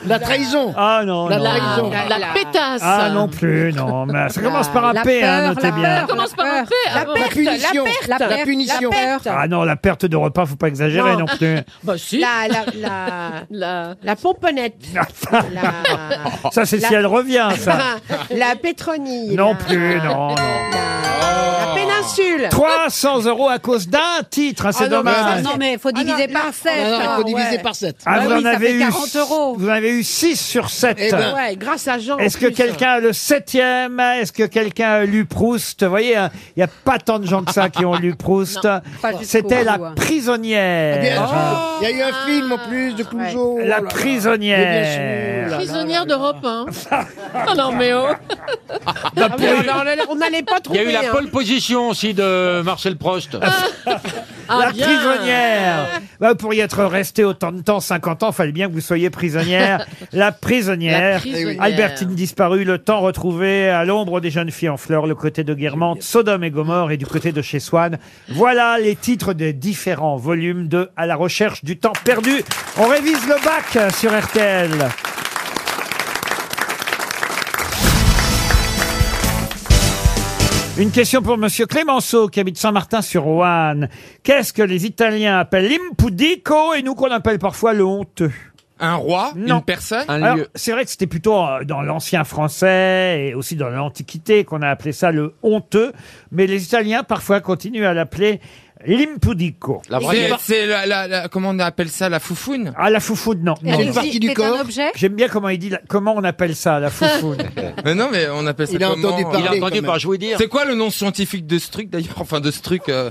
[SPEAKER 9] La trahison.
[SPEAKER 2] Ah non,
[SPEAKER 9] La
[SPEAKER 2] non.
[SPEAKER 9] trahison.
[SPEAKER 3] La, la pétasse.
[SPEAKER 2] Ah non plus, non. mais ça commence par un
[SPEAKER 8] La
[SPEAKER 2] P, hein,
[SPEAKER 8] peur,
[SPEAKER 2] notez
[SPEAKER 8] la
[SPEAKER 2] bien.
[SPEAKER 8] peur,
[SPEAKER 3] Ça commence par un
[SPEAKER 8] peur.
[SPEAKER 3] P,
[SPEAKER 9] La
[SPEAKER 3] avant.
[SPEAKER 9] perte. La punition.
[SPEAKER 8] La
[SPEAKER 9] La
[SPEAKER 8] perte,
[SPEAKER 9] punition.
[SPEAKER 8] la perte.
[SPEAKER 2] Ah non, la perte de repas, faut pas exagérer non,
[SPEAKER 5] Non.
[SPEAKER 2] (laughs)
[SPEAKER 8] (laughs)
[SPEAKER 2] plus.
[SPEAKER 3] Bah si.
[SPEAKER 5] La, la, la,
[SPEAKER 3] La-
[SPEAKER 5] la pomponnette. la,
[SPEAKER 2] (laughs) Ça, c'est
[SPEAKER 5] La-
[SPEAKER 2] si elle revient, ça.
[SPEAKER 5] (laughs) la pétronille.
[SPEAKER 2] non
[SPEAKER 5] la-
[SPEAKER 2] plus,
[SPEAKER 8] Ah.
[SPEAKER 2] non, non.
[SPEAKER 5] La péninsule. Oh,
[SPEAKER 2] 300 euros à cause d'un titre, hein, c'est
[SPEAKER 8] Ah non, mais ça,
[SPEAKER 2] dommage.
[SPEAKER 8] Non, mais il
[SPEAKER 5] Ah,
[SPEAKER 8] faut diviser par 7.
[SPEAKER 9] non, il faut diviser par sept.
[SPEAKER 2] Ah,
[SPEAKER 8] bah
[SPEAKER 2] vous
[SPEAKER 8] oui,
[SPEAKER 2] en
[SPEAKER 8] ça
[SPEAKER 2] avez
[SPEAKER 8] fait
[SPEAKER 2] eu
[SPEAKER 8] 40 euros.
[SPEAKER 2] Vous en avez eu 6 sur 7.
[SPEAKER 9] Eh ben,
[SPEAKER 5] Ouais, grâce à Jean. en
[SPEAKER 2] Est-ce que
[SPEAKER 5] plus.
[SPEAKER 2] quelqu'un a le septième Est-ce que quelqu'un a lu Proust Vous voyez, hein, il n'y a pas tant de gens que ça qui ont lu Proust.
[SPEAKER 8] pas jusqu'au
[SPEAKER 2] C'était
[SPEAKER 8] bout,
[SPEAKER 2] la
[SPEAKER 8] hein.
[SPEAKER 9] Ah,
[SPEAKER 2] prisonnière.
[SPEAKER 9] Eh Il y a eu un film en plus de Clouseau.
[SPEAKER 2] La
[SPEAKER 9] Oh là là.
[SPEAKER 2] prisonnière.
[SPEAKER 3] Prisonnière
[SPEAKER 2] (laughs)
[SPEAKER 3] d'Europe 1. Ah non mais oh.
[SPEAKER 5] Ah oui, on a- On n'allait pas
[SPEAKER 7] Il y
[SPEAKER 5] trouver.
[SPEAKER 7] a eu la
[SPEAKER 5] hein.
[SPEAKER 7] pole position aussi de Marcel Prost.
[SPEAKER 2] Ah, La
[SPEAKER 3] Ah, bien.
[SPEAKER 2] prisonnière. Bah, vous pourriez être resté autant de temps, 50 ans, fallait bien que vous soyez
[SPEAKER 3] (laughs)
[SPEAKER 2] prisonnière. la prisonnière.
[SPEAKER 3] La prisonnière.
[SPEAKER 2] Albertine disparue, le temps retrouvé à l'ombre des jeunes filles en fleurs, le côté de Guermantes, Sodome et Gomorre et du côté de chez Swann. Voilà les titres des différents volumes de À la recherche du temps perdu. On révise le bac euh, sur RTL. Une question pour Monsieur Clémenceau qui habite Saint-Martin-sur-Ouane. Qu'est-ce que les Italiens appellent l'impudico et nous qu'on appelle parfois le honteux
[SPEAKER 4] Un roi,
[SPEAKER 2] Non.
[SPEAKER 4] une personne.
[SPEAKER 7] Un
[SPEAKER 2] alors,
[SPEAKER 7] lieu.
[SPEAKER 2] c'est vrai que c'était plutôt euh, dans l'ancien français et aussi dans l'Antiquité qu'on a appelé ça le honteux, mais les Italiens parfois continuent à l'appeler l'impudico.
[SPEAKER 7] La
[SPEAKER 4] C'est-
[SPEAKER 7] braguette.
[SPEAKER 4] C'est la, la- la- comment on appelle ça, la foufoune.
[SPEAKER 2] Ah, la foufoude, non. non.
[SPEAKER 9] Elle existe. partie du
[SPEAKER 8] C'est
[SPEAKER 9] corps.
[SPEAKER 8] un objet
[SPEAKER 2] J'aime bien comment il dit, la- comment on appelle ça,
[SPEAKER 8] (laughs)
[SPEAKER 2] la foufoude.
[SPEAKER 4] Mais non, mais on appelle ça
[SPEAKER 9] Il a
[SPEAKER 4] comment
[SPEAKER 9] entendu
[SPEAKER 4] euh,
[SPEAKER 9] parler.
[SPEAKER 7] Il a entendu
[SPEAKER 9] quand même.
[SPEAKER 7] par jouer dire.
[SPEAKER 5] (laughs)
[SPEAKER 4] C'est quoi le nom scientifique de ce truc d'ailleurs Enfin de ce truc. euh,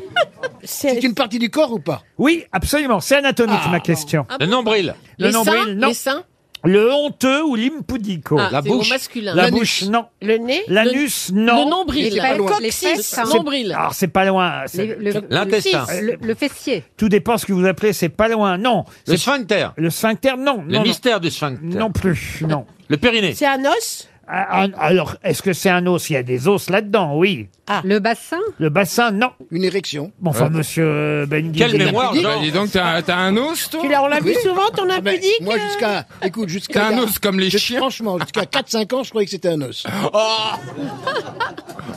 [SPEAKER 9] C'est une partie du corps ou pas
[SPEAKER 2] Oui, absolument. C'est anatomique, ma question.
[SPEAKER 3] Ah
[SPEAKER 7] Le nombril.
[SPEAKER 2] Le
[SPEAKER 3] Les
[SPEAKER 2] nombril,
[SPEAKER 3] seins
[SPEAKER 2] non.
[SPEAKER 3] Les seins
[SPEAKER 2] Le honteux ou l'impoudico
[SPEAKER 3] Ah, La c'est au bouche. masculin.
[SPEAKER 2] La
[SPEAKER 3] L'anus.
[SPEAKER 2] bouche, non.
[SPEAKER 5] Le nez
[SPEAKER 2] L'anus, non.
[SPEAKER 3] Le nombril.
[SPEAKER 2] C'est pas loin.
[SPEAKER 3] Le coccyx.
[SPEAKER 2] C'est-
[SPEAKER 3] Le nombril.
[SPEAKER 2] Alors, c'est pas loin. C'est-
[SPEAKER 7] L'intestin.
[SPEAKER 2] Euh,
[SPEAKER 13] fessier.
[SPEAKER 2] Tout dépend ce que vous appelez, c'est pas loin. Non.
[SPEAKER 7] Le
[SPEAKER 2] C'est-
[SPEAKER 7] sphincter.
[SPEAKER 2] Le sphincter, non.
[SPEAKER 7] Le
[SPEAKER 2] non, non.
[SPEAKER 7] mystère du sphincter.
[SPEAKER 2] Non plus, non.
[SPEAKER 7] (laughs) Le périnée.
[SPEAKER 5] C'est un os
[SPEAKER 9] Hein
[SPEAKER 2] Ah, ah, Alors, est-ce que c'est un os Il y a des os là-dedans, oui.
[SPEAKER 13] Le bassin
[SPEAKER 2] Le bassin, non.
[SPEAKER 9] Ah. Une érection
[SPEAKER 2] Bon, enfin,
[SPEAKER 4] Ouais.
[SPEAKER 2] monsieur euh, Benguigui.
[SPEAKER 4] Quelle mémoire,
[SPEAKER 2] Benguigui.
[SPEAKER 4] Jean Dis donc, t'as t'as un os, toi
[SPEAKER 5] Tu l'as- on
[SPEAKER 9] Ah
[SPEAKER 5] l'a vu souvent, ton impudique
[SPEAKER 9] ben, Moi, jusqu'à. Écoute, jusqu'à.
[SPEAKER 4] T'as un
[SPEAKER 9] il y a-
[SPEAKER 4] os comme les
[SPEAKER 9] je-
[SPEAKER 4] chiens.
[SPEAKER 9] Franchement, jusqu'à 4-5 ans, je croyais que c'était un os.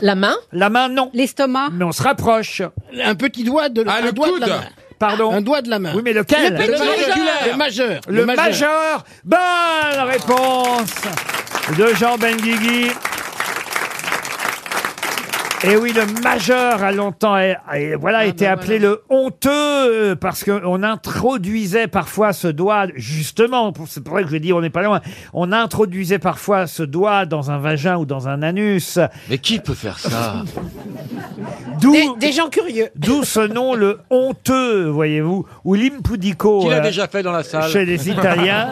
[SPEAKER 3] La main
[SPEAKER 2] La main, non.
[SPEAKER 13] L'estomac
[SPEAKER 2] Mais on se rapproche.
[SPEAKER 9] Un petit doigt de la
[SPEAKER 4] Ah, le
[SPEAKER 9] un doigt de la
[SPEAKER 4] coude.
[SPEAKER 9] main.
[SPEAKER 2] Pardon
[SPEAKER 9] Un doigt de la main.
[SPEAKER 2] Oui, mais lequel
[SPEAKER 9] Le petit majeur. Le majeur.
[SPEAKER 2] Le, majeur. Bonne réponse de Jean Ben Benguigui. Et oui, le majeur a longtemps eh, eh, voilà,
[SPEAKER 5] Ah, ben
[SPEAKER 2] été appelé le honteux euh, parce qu'on introduisait parfois ce doigt, justement, pour- c'est pour ça que je dis on n'est pas loin, on introduisait parfois ce doigt dans un vagin ou dans un anus,
[SPEAKER 7] Mais qui peut faire ça
[SPEAKER 2] (laughs) d'où
[SPEAKER 5] Des, des gens curieux.
[SPEAKER 2] d'où ce nom le honteux, voyez-vous, ou l'impudico.
[SPEAKER 7] Qui l'a
[SPEAKER 2] euh,
[SPEAKER 7] déjà fait dans la salle
[SPEAKER 2] chez les Italiens.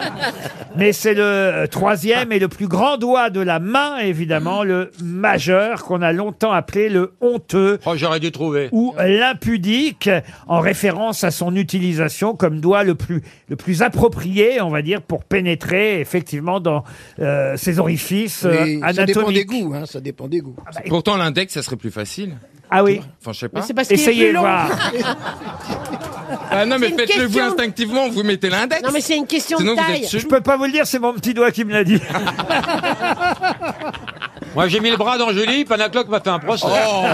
[SPEAKER 2] Mais c'est le euh, troisième et le plus grand doigt de la main,
[SPEAKER 5] Ah.
[SPEAKER 2] évidemment, le majeur, qu'on a longtemps appelé le honteux
[SPEAKER 7] (laughs) Oh, j'aurais dû trouver.
[SPEAKER 2] ou l'impudique, en référence à son utilisation comme doigt le plus, le plus approprié, on va dire, pour pénétrer effectivement dans euh, ses orifices euh,
[SPEAKER 9] Oui, ça dépend des
[SPEAKER 2] anatomiques.
[SPEAKER 9] goûts, hein, ça dépend des goûts.
[SPEAKER 4] Pourtant, l'index, ça serait plus facile.
[SPEAKER 2] bah, Ah oui,
[SPEAKER 4] Enfin, je sais pas.
[SPEAKER 5] C'est parce qu'il est
[SPEAKER 2] essayez
[SPEAKER 5] plus
[SPEAKER 2] de
[SPEAKER 5] long. (laughs)
[SPEAKER 2] voir.
[SPEAKER 4] Ah non, mais
[SPEAKER 5] C'est une
[SPEAKER 4] faites-le vous
[SPEAKER 5] question.
[SPEAKER 4] instinctivement, vous mettez l'index.
[SPEAKER 5] Non, mais c'est une question
[SPEAKER 4] Sinon,
[SPEAKER 5] de
[SPEAKER 4] vous êtes
[SPEAKER 5] taille.
[SPEAKER 4] sûr.
[SPEAKER 2] Je peux pas vous le dire, c'est mon petit doigt qui me l'a dit.
[SPEAKER 7] Moi, j'ai mis le bras dans Julie, Panacloc m'a fait un procès.
[SPEAKER 9] Oh.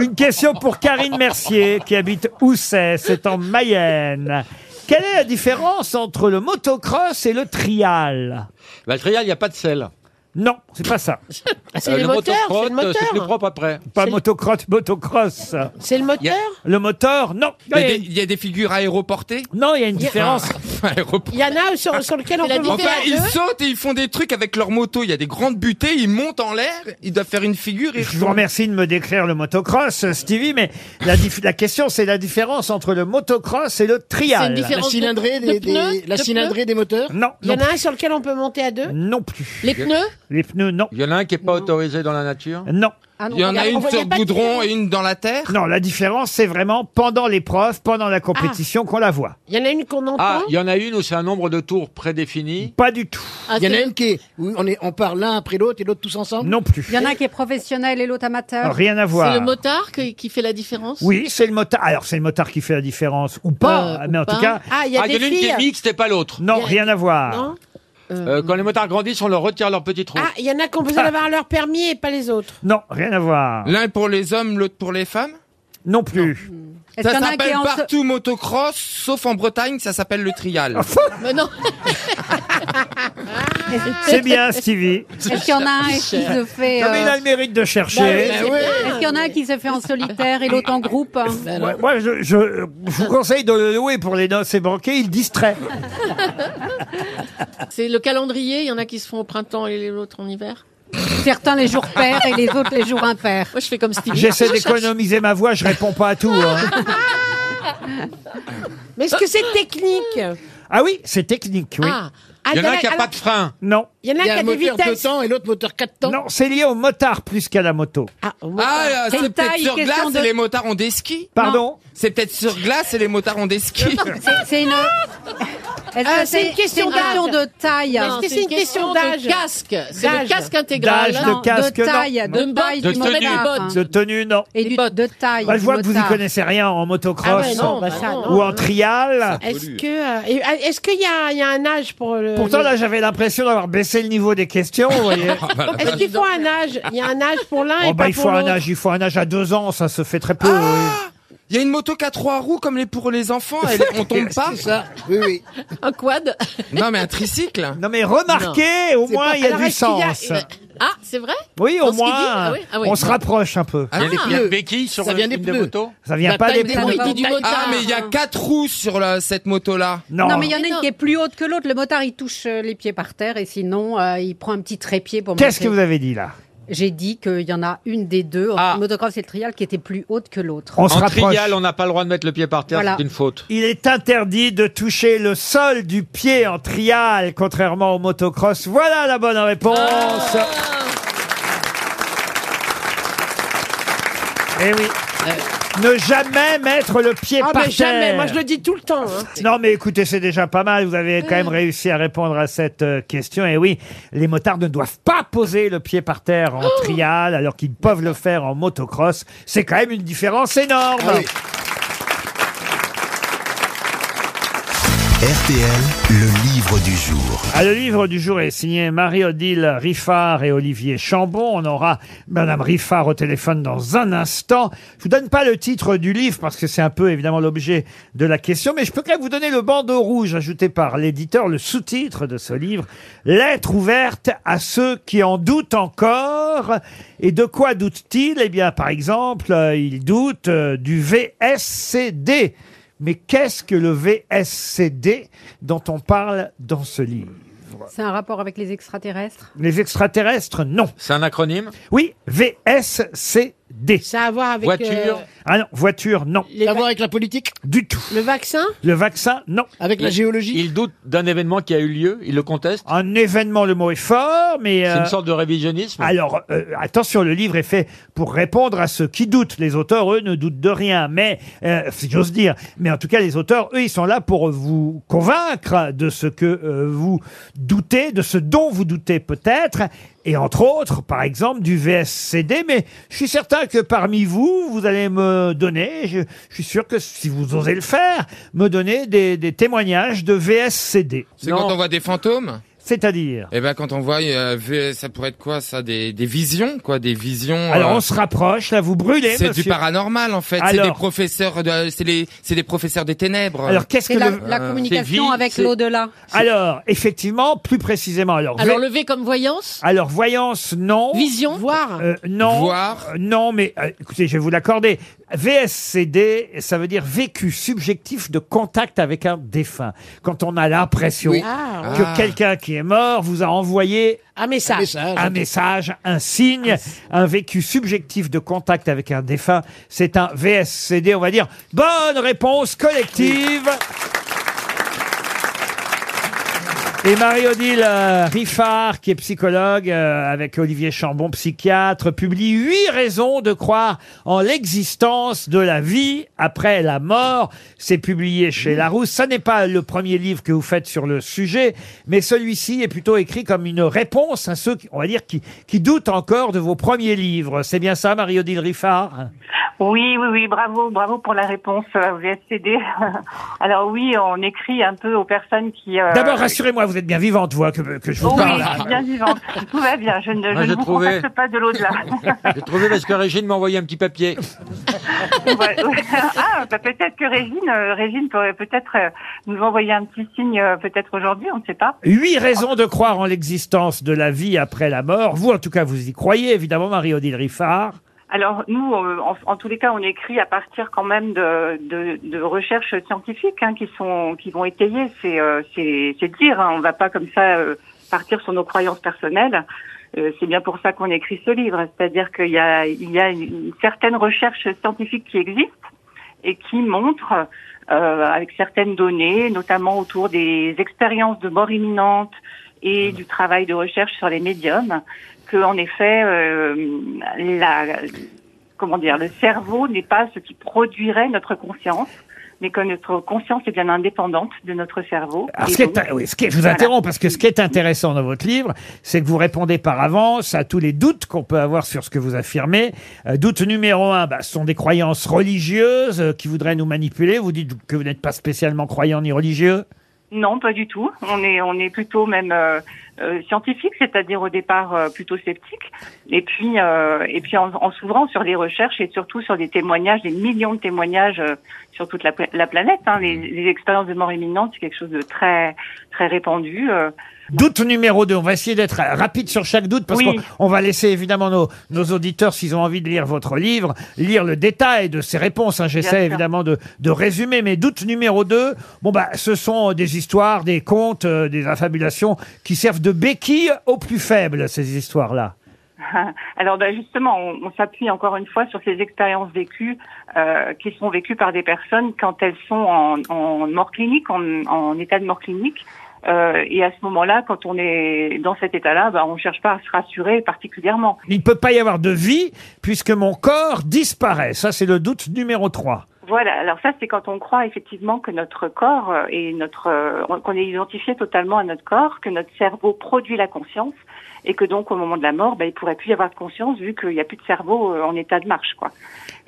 [SPEAKER 2] Une question pour Karine Mercier, qui habite Housset, c'est en Mayenne. Quelle est la différence entre le motocross et le trial
[SPEAKER 7] Bah, le trial, il n'y a pas de sel.
[SPEAKER 2] Non, c'est pas ça.
[SPEAKER 5] (laughs) Ah, C'est
[SPEAKER 7] Euh,
[SPEAKER 5] les
[SPEAKER 7] le
[SPEAKER 5] moteurs, c'est le
[SPEAKER 7] motocross, c'est plus
[SPEAKER 5] moteur.
[SPEAKER 7] propre après.
[SPEAKER 2] Pas
[SPEAKER 5] C'est-
[SPEAKER 2] motocross, motocross.
[SPEAKER 5] C'est le moteur.
[SPEAKER 2] Le moteur, non.
[SPEAKER 4] Il y, a des, il y a des figures aéroportées.
[SPEAKER 2] Non, il y a une différence.
[SPEAKER 4] (laughs) Aéroportées.
[SPEAKER 5] Il y en a sur, sur lequel on
[SPEAKER 3] C'est la
[SPEAKER 5] peut monter.
[SPEAKER 4] Enfin,
[SPEAKER 3] à
[SPEAKER 4] ils
[SPEAKER 13] hein
[SPEAKER 3] deux.
[SPEAKER 4] sautent et ils font des trucs avec leur moto. Il y a des grandes butées, ils montent en l'air, ils doivent faire une figure. Et...
[SPEAKER 2] Je vous remercie de me décrire le motocross, Stevie, mais la, dif- la question, c'est la différence entre le motocross et le trial.
[SPEAKER 3] C'est une
[SPEAKER 9] La
[SPEAKER 3] différence.
[SPEAKER 9] cylindrée
[SPEAKER 3] de-
[SPEAKER 9] des,
[SPEAKER 3] de pneus,
[SPEAKER 9] des- la
[SPEAKER 3] de
[SPEAKER 9] cylindrée des moteurs
[SPEAKER 2] Non,
[SPEAKER 5] Il y
[SPEAKER 2] non,
[SPEAKER 5] en a un sur lequel on peut monter à deux.
[SPEAKER 2] non plus.
[SPEAKER 3] Les pneus
[SPEAKER 2] Les pneus, non.
[SPEAKER 7] Il y en a un qui n'est pas autorisé dans la nature.
[SPEAKER 2] Non.
[SPEAKER 13] Ah non,
[SPEAKER 4] Il y en a
[SPEAKER 13] regarde, on
[SPEAKER 4] une
[SPEAKER 13] voit-
[SPEAKER 4] sur
[SPEAKER 5] voyait
[SPEAKER 4] le
[SPEAKER 5] pas de
[SPEAKER 4] goudron
[SPEAKER 5] figure.
[SPEAKER 4] et une dans la terre.
[SPEAKER 2] Non, la différence, c'est vraiment pendant l'épreuve, pendant la compétition
[SPEAKER 3] Ah.
[SPEAKER 2] qu'on la voit.
[SPEAKER 5] Il y en a une qu'on entend.
[SPEAKER 7] Ah, il y en a une où c'est un nombre de tours prédéfini.
[SPEAKER 2] Pas du
[SPEAKER 5] Euh,
[SPEAKER 2] tout.
[SPEAKER 3] Ah,
[SPEAKER 9] Il y en a
[SPEAKER 3] c'est-
[SPEAKER 9] une qui est, où on, est, on part l'un après l'autre et l'autre tous ensemble
[SPEAKER 2] Non plus.
[SPEAKER 13] Il y en a un qui est professionnel et l'autre amateur.
[SPEAKER 2] Rien à voir.
[SPEAKER 3] C'est le motard qui, qui fait la différence
[SPEAKER 2] Oui, c'est le motard. Alors, c'est le motard qui fait la différence, ou pas,
[SPEAKER 3] Euh,
[SPEAKER 2] mais
[SPEAKER 3] ou
[SPEAKER 2] en tout
[SPEAKER 3] pas.
[SPEAKER 2] cas,
[SPEAKER 5] Ah, il y a
[SPEAKER 7] ah, il y
[SPEAKER 5] des
[SPEAKER 7] en a une qui
[SPEAKER 5] filles.
[SPEAKER 7] est mixte et pas l'autre.
[SPEAKER 2] non,
[SPEAKER 5] y a-
[SPEAKER 2] rien à voir.
[SPEAKER 5] Non
[SPEAKER 7] Euh, quand les motards grandissent, on leur retire leur petite roue.
[SPEAKER 5] Ah, il y en a qu'on peut avoir leur permis et pas les autres.
[SPEAKER 2] Non, rien à voir.
[SPEAKER 4] L'un est pour les hommes, l'autre pour les femmes.
[SPEAKER 2] Non plus.
[SPEAKER 13] Est-ce
[SPEAKER 4] Ça
[SPEAKER 13] qu'il y en a un qui
[SPEAKER 4] s'appelle
[SPEAKER 13] est en so-
[SPEAKER 4] partout motocross, sauf en Bretagne, ça s'appelle le
[SPEAKER 2] Ah,
[SPEAKER 4] trial.
[SPEAKER 3] (laughs) Mais non.
[SPEAKER 2] C'est bien, Stevie.
[SPEAKER 13] Est-ce qu'il y en a
[SPEAKER 4] Ah,
[SPEAKER 13] un qui se fait
[SPEAKER 2] Non, mais il a
[SPEAKER 13] euh,
[SPEAKER 2] le mérite de
[SPEAKER 3] bah
[SPEAKER 2] chercher.
[SPEAKER 9] Ben oui.
[SPEAKER 13] Est-ce qu'il y en a un qui se fait en solitaire et l'autre en groupe hein
[SPEAKER 3] Ben
[SPEAKER 2] Ouais, moi, je, je- je vous conseille de le louer pour les noces et banquets, il distrait.
[SPEAKER 3] C'est le calendrier, il y en a qui se font au printemps et l'autre en hiver.
[SPEAKER 13] Certains les jours pairs et les autres les jours impairs.
[SPEAKER 3] Moi, je fais comme Stevie.
[SPEAKER 2] J'essaie d'économiser ma voix, je réponds pas à tout.
[SPEAKER 5] (laughs)
[SPEAKER 2] hein.
[SPEAKER 5] Mais est-ce que c'est technique
[SPEAKER 2] Ah oui, c'est technique, oui.
[SPEAKER 3] Ah,
[SPEAKER 5] Ah,
[SPEAKER 7] Il y en a un qui n'a
[SPEAKER 5] alors,
[SPEAKER 7] pas de frein.
[SPEAKER 2] Non,
[SPEAKER 5] Il y en a
[SPEAKER 9] Il
[SPEAKER 5] un
[SPEAKER 9] y
[SPEAKER 5] qui
[SPEAKER 9] a
[SPEAKER 5] a
[SPEAKER 9] un
[SPEAKER 5] des
[SPEAKER 9] moteur 2
[SPEAKER 5] vitesses.
[SPEAKER 9] temps et l'autre moteur 4 temps.
[SPEAKER 2] non, c'est lié au motard plus qu'à la moto.
[SPEAKER 5] Ah, au moins.
[SPEAKER 4] Ah, là, c'est
[SPEAKER 13] Quelle
[SPEAKER 4] peut-être
[SPEAKER 13] taille,
[SPEAKER 4] sur
[SPEAKER 13] question
[SPEAKER 4] glace
[SPEAKER 13] de-
[SPEAKER 4] et les motards ont des skis.
[SPEAKER 2] Pardon
[SPEAKER 4] C'est peut-être sur glace et les motards ont des skis.
[SPEAKER 13] (laughs) C'est- C'est une. Est-ce que
[SPEAKER 5] Ah, c'est une
[SPEAKER 13] c'est
[SPEAKER 5] question
[SPEAKER 13] une question de taille.
[SPEAKER 3] non,
[SPEAKER 5] que c'est une question d'âge
[SPEAKER 3] de casque C'est
[SPEAKER 5] D'âge.
[SPEAKER 3] le casque intégral.
[SPEAKER 5] hein.
[SPEAKER 2] D'âge, de
[SPEAKER 13] Non,
[SPEAKER 2] casque,
[SPEAKER 13] de
[SPEAKER 2] non.
[SPEAKER 13] taille,
[SPEAKER 3] De
[SPEAKER 13] de taille
[SPEAKER 7] bottes,
[SPEAKER 13] du
[SPEAKER 7] de tenue.
[SPEAKER 13] motard. hein.
[SPEAKER 2] De tenue, non.
[SPEAKER 13] Et du, de taille.
[SPEAKER 2] Bah, je
[SPEAKER 13] du
[SPEAKER 2] vois que vous y
[SPEAKER 13] motard.
[SPEAKER 2] connaissez rien en motocross
[SPEAKER 5] Ah ouais, non, bah ça, non.
[SPEAKER 2] ou en trial.
[SPEAKER 5] Est-ce que euh, et- ah, est-ce qu'il y, a- il y a un âge pour le
[SPEAKER 2] Pourtant,
[SPEAKER 5] le-
[SPEAKER 2] là, j'avais l'impression d'avoir baissé le niveau des questions, vous (laughs) voyez.
[SPEAKER 5] Oh, (laughs) Est-ce qu'il faut un âge Il y a un âge pour l'un
[SPEAKER 2] Oh,
[SPEAKER 5] et
[SPEAKER 2] bah,
[SPEAKER 5] pas
[SPEAKER 2] il faut
[SPEAKER 5] pour Ah
[SPEAKER 2] un
[SPEAKER 5] l'autre.
[SPEAKER 2] âge, il faut un âge à deux ans, ça se fait très peu. oui.
[SPEAKER 4] Il y a une moto qu'à trois roues comme les pour les enfants, elle, on
[SPEAKER 2] (laughs)
[SPEAKER 4] tombe pas.
[SPEAKER 9] C'est ça Oui, oui.
[SPEAKER 3] (laughs) Un quad.
[SPEAKER 4] Non mais un tricycle.
[SPEAKER 2] Non, mais remarquez, au moins, il y a
[SPEAKER 5] Alors,
[SPEAKER 2] du
[SPEAKER 5] est-ce qu'il y a-
[SPEAKER 2] sens.
[SPEAKER 3] Ah, c'est vrai
[SPEAKER 2] Oui, au
[SPEAKER 3] Dans ce qu'il
[SPEAKER 2] moins,
[SPEAKER 3] dit Ah oui, ah oui.
[SPEAKER 2] on se rapproche un peu.
[SPEAKER 4] Ah,
[SPEAKER 7] Il y a des- il y a
[SPEAKER 9] pneus.
[SPEAKER 7] des béquilles sur
[SPEAKER 9] Ça vient
[SPEAKER 7] une
[SPEAKER 9] des
[SPEAKER 7] des
[SPEAKER 9] pneus.
[SPEAKER 7] motos.
[SPEAKER 2] Ça vient
[SPEAKER 9] La
[SPEAKER 2] pas
[SPEAKER 9] taille
[SPEAKER 2] des
[SPEAKER 9] des
[SPEAKER 13] Ça
[SPEAKER 2] pneus.
[SPEAKER 13] va
[SPEAKER 3] Il
[SPEAKER 13] pas.
[SPEAKER 3] dit du motard.
[SPEAKER 4] euh, Ah mais il y a quatre roues sur la- cette moto là.
[SPEAKER 2] Non,
[SPEAKER 13] Non, mais il y en a
[SPEAKER 3] Mais non.
[SPEAKER 13] une qui est plus haute que l'autre. Le motard, il touche euh, les pieds par terre et sinon, euh, il prend un petit trépied pour
[SPEAKER 2] qu'est-ce que
[SPEAKER 13] monter.
[SPEAKER 2] vous avez dit là
[SPEAKER 13] J'ai dit qu'il y en a une des deux,
[SPEAKER 5] Ah.
[SPEAKER 13] le motocross et le trial, qui était plus haute que l'autre.
[SPEAKER 7] en trial, on n'a pas le droit de mettre le pied par terre,
[SPEAKER 13] Voilà.
[SPEAKER 7] c'est une faute.
[SPEAKER 2] Il est interdit de toucher le sol du pied en trial, contrairement au motocross. Voilà la bonne réponse.
[SPEAKER 5] Ah.
[SPEAKER 2] Eh oui. Ne jamais mettre le pied
[SPEAKER 5] Ah,
[SPEAKER 2] par
[SPEAKER 5] mais jamais,
[SPEAKER 2] terre.
[SPEAKER 5] moi je le dis tout le temps. hein.
[SPEAKER 2] Non, mais écoutez, c'est déjà pas mal. Vous avez quand même réussi à répondre à cette euh, question. Et oui, les motards ne doivent pas poser le pied par terre en
[SPEAKER 5] Oh
[SPEAKER 2] trial, alors qu'ils peuvent le faire en motocross. C'est quand même une différence énorme.
[SPEAKER 5] Ah
[SPEAKER 1] RTL, le livre du jour.
[SPEAKER 2] Ah, le livre du jour est signé Marie-Odile Riffard et Olivier Chambon. On aura Madame Riffard au téléphone dans un instant. Je vous donne pas le titre du livre parce que c'est un peu évidemment l'objet de la question, mais je peux quand même vous donner le bandeau rouge ajouté par l'éditeur, le sous-titre de ce livre, Lettre ouverte à ceux qui en doutent encore. Et de quoi doutent-ils Eh bien, par exemple, euh, ils doutent euh, du VSCD. Mais qu'est-ce que le VSCD dont on parle dans ce livre
[SPEAKER 13] C'est un rapport avec les extraterrestres
[SPEAKER 2] Les extraterrestres, non.
[SPEAKER 7] C'est un acronyme
[SPEAKER 2] Oui, VSCD. Ça
[SPEAKER 5] à voir avec, Voiture euh,
[SPEAKER 2] Ah non, voiture, non.
[SPEAKER 9] Ça a à voir avec la politique
[SPEAKER 2] Du tout.
[SPEAKER 5] Le vaccin
[SPEAKER 2] Le vaccin, non.
[SPEAKER 9] Avec la géologie
[SPEAKER 7] Il doute d'un événement qui a eu lieu, il le conteste.
[SPEAKER 2] Un événement, le mot est fort, mais...
[SPEAKER 7] C'est
[SPEAKER 2] euh,
[SPEAKER 7] une sorte de révisionnisme.
[SPEAKER 2] Alors, euh, attention, le livre est fait pour répondre à ceux qui doutent. Les auteurs, eux, ne doutent de rien, mais, euh, si j'ose dire, mais en tout cas, les auteurs, eux, ils sont là pour vous convaincre de ce que euh, vous doutez, de ce dont vous doutez peut-être, et entre autres, par exemple, du VSCD, mais je suis certain que parmi vous, vous allez me donner, je, je suis sûr que si vous osez le faire, me donner des, des témoignages de VSCD.
[SPEAKER 4] C'est quand on voit des fantômes
[SPEAKER 2] C'est-à-dire
[SPEAKER 4] Eh ben quand on voit, euh, vu- ça pourrait être quoi ça des, des visions quoi, des visions.
[SPEAKER 2] Alors
[SPEAKER 4] euh,
[SPEAKER 2] on se rapproche, là vous brûlez.
[SPEAKER 4] C'est du
[SPEAKER 2] monsieur.
[SPEAKER 4] paranormal en fait. C'est
[SPEAKER 2] Alors.
[SPEAKER 4] des professeurs, de, c'est les, c'est des professeurs des ténèbres. Euh,
[SPEAKER 2] Alors qu'est-ce que
[SPEAKER 4] la,
[SPEAKER 2] le- Euh,
[SPEAKER 13] communication avec l'au-delà.
[SPEAKER 2] Alors effectivement, plus précisément, alors
[SPEAKER 3] Alors,
[SPEAKER 2] vé-
[SPEAKER 3] lever comme voyance
[SPEAKER 2] alors voyance non,
[SPEAKER 3] Vision Voir
[SPEAKER 2] Euh, non, Euh, non, mais euh, écoutez, je vais vous l'accorder. VSCD, ça veut dire vécu subjectif de contact avec un défunt. Quand on a l'impression
[SPEAKER 5] Oui. Ah,
[SPEAKER 2] que
[SPEAKER 5] oui.
[SPEAKER 2] quelqu'un qui est mort vous a envoyé
[SPEAKER 5] Un message.
[SPEAKER 2] un message, un signe, un vécu subjectif de contact avec un défunt, c'est un VSCD, on va dire. Bonne réponse collective. Et Marie-Odile euh, Riffard, qui est psychologue, euh, avec Olivier Chambon, psychiatre, publie huit raisons de croire en l'existence de la vie après la mort. C'est publié chez Larousse. Ça n'est pas le premier livre que vous faites sur le sujet, mais celui-ci est plutôt écrit comme une réponse à ceux, qui, on va dire, qui, qui doutent encore de vos premiers livres. C'est bien ça, Marie-Odile Riffard
[SPEAKER 14] Oui, oui, oui, bravo, bravo pour la réponse euh, au VSCD. (laughs) Alors oui, on écrit un peu aux personnes qui... euh, Oh
[SPEAKER 2] D'abord, rassurez-moi, vous êtes bien vivante, vous, hein, que, que je vous
[SPEAKER 14] Oui,
[SPEAKER 2] parle.
[SPEAKER 14] je suis bien vivante. Tout va bien, je ne,
[SPEAKER 7] Moi,
[SPEAKER 14] je
[SPEAKER 7] j'ai
[SPEAKER 14] ne vous
[SPEAKER 7] trouvé.
[SPEAKER 14] contacte pas de
[SPEAKER 7] (laughs)
[SPEAKER 14] l'au-delà.
[SPEAKER 7] (laughs)
[SPEAKER 14] (laughs)
[SPEAKER 7] J'ai trouvé parce que Régine m'a envoyé un petit papier.
[SPEAKER 5] (laughs)
[SPEAKER 14] Ouais, ouais. ah, bah, peut-être que Régine, euh, Régine pourrait peut-être euh, nous envoyer un petit signe, euh, peut-être aujourd'hui, on ne sait pas.
[SPEAKER 2] Huit raisons de croire en l'existence de la vie après la mort. Vous, en tout cas, vous y croyez, évidemment, Marie-Odile Riffard.
[SPEAKER 14] Alors nous, on- en, en tous les cas, on écrit à partir quand même de, de, de recherches scientifiques hein, qui sont qui vont étayer. C'est euh, c'est c'est dire. Hein, on va pas comme ça euh, partir sur nos croyances personnelles. Euh, c'est bien pour ça qu'on écrit ce livre. C'est-à-dire qu'il y a il y a une, une certaine recherche scientifique qui existe et qui montre euh, avec certaines données, notamment autour des expériences de mort imminente
[SPEAKER 2] Mmh.
[SPEAKER 14] et du travail de recherche sur les médiums, que en effet euh, la comment dire, le cerveau n'est pas ce qui produirait notre conscience, mais que notre conscience est bien indépendante de notre cerveau.
[SPEAKER 2] Alors,
[SPEAKER 14] Et
[SPEAKER 2] ce qui est-
[SPEAKER 14] donc-
[SPEAKER 2] oui, ce qui est- je vous
[SPEAKER 14] Voilà.
[SPEAKER 2] interromps parce que ce qui est intéressant dans votre livre, c'est que vous répondez par avance à tous les doutes qu'on peut avoir sur ce que vous affirmez. Euh, doute numéro un, bah, ce sont des croyances religieuses euh, qui voudraient nous manipuler. Vous dites que vous n'êtes pas spécialement croyant ni religieux.
[SPEAKER 14] Non, pas du tout. On est, on est plutôt même euh, euh, scientifique, c'est-à-dire au départ euh, plutôt sceptique, et puis, euh, et puis en, en s'ouvrant sur les recherches et surtout sur des témoignages, des millions de témoignages euh, sur toute la, pla- la planète. hein. Les, les expériences de mort imminente, c'est quelque chose de très, très répandu. euh,
[SPEAKER 2] Doute numéro 2, on va essayer d'être euh, rapide sur chaque doute parce
[SPEAKER 14] Oui.
[SPEAKER 2] qu'on on va laisser évidemment nos, nos auditeurs, s'ils ont envie de lire votre livre, lire le détail de ces réponses. hein.
[SPEAKER 14] Bien
[SPEAKER 2] J'essaie
[SPEAKER 14] sûr.
[SPEAKER 2] évidemment de, de résumer, mais doute numéro 2, bon bah, ce sont des histoires, des contes, euh, des affabulations qui servent de béquille aux plus faibles, ces histoires-là.
[SPEAKER 14] (laughs) Alors ben, justement, on, on s'appuie encore une fois sur ces expériences vécues euh, qui sont vécues par des personnes quand elles sont en, en mort clinique, en, en état de mort clinique. Euh, et à ce moment-là, quand on est dans cet état-là, ben, on ne cherche pas à se rassurer particulièrement.
[SPEAKER 2] Il ne peut pas y avoir de vie puisque mon corps disparaît. Ça, c'est le doute numéro 3.
[SPEAKER 14] Voilà, alors ça c'est quand on croit effectivement que notre corps euh, et notre euh, qu'on est identifié totalement à notre corps, que notre cerveau produit la conscience et que donc au moment de la mort, ben, il pourrait plus y avoir de conscience vu qu'il n'y a plus de cerveau euh, en état de marche quoi.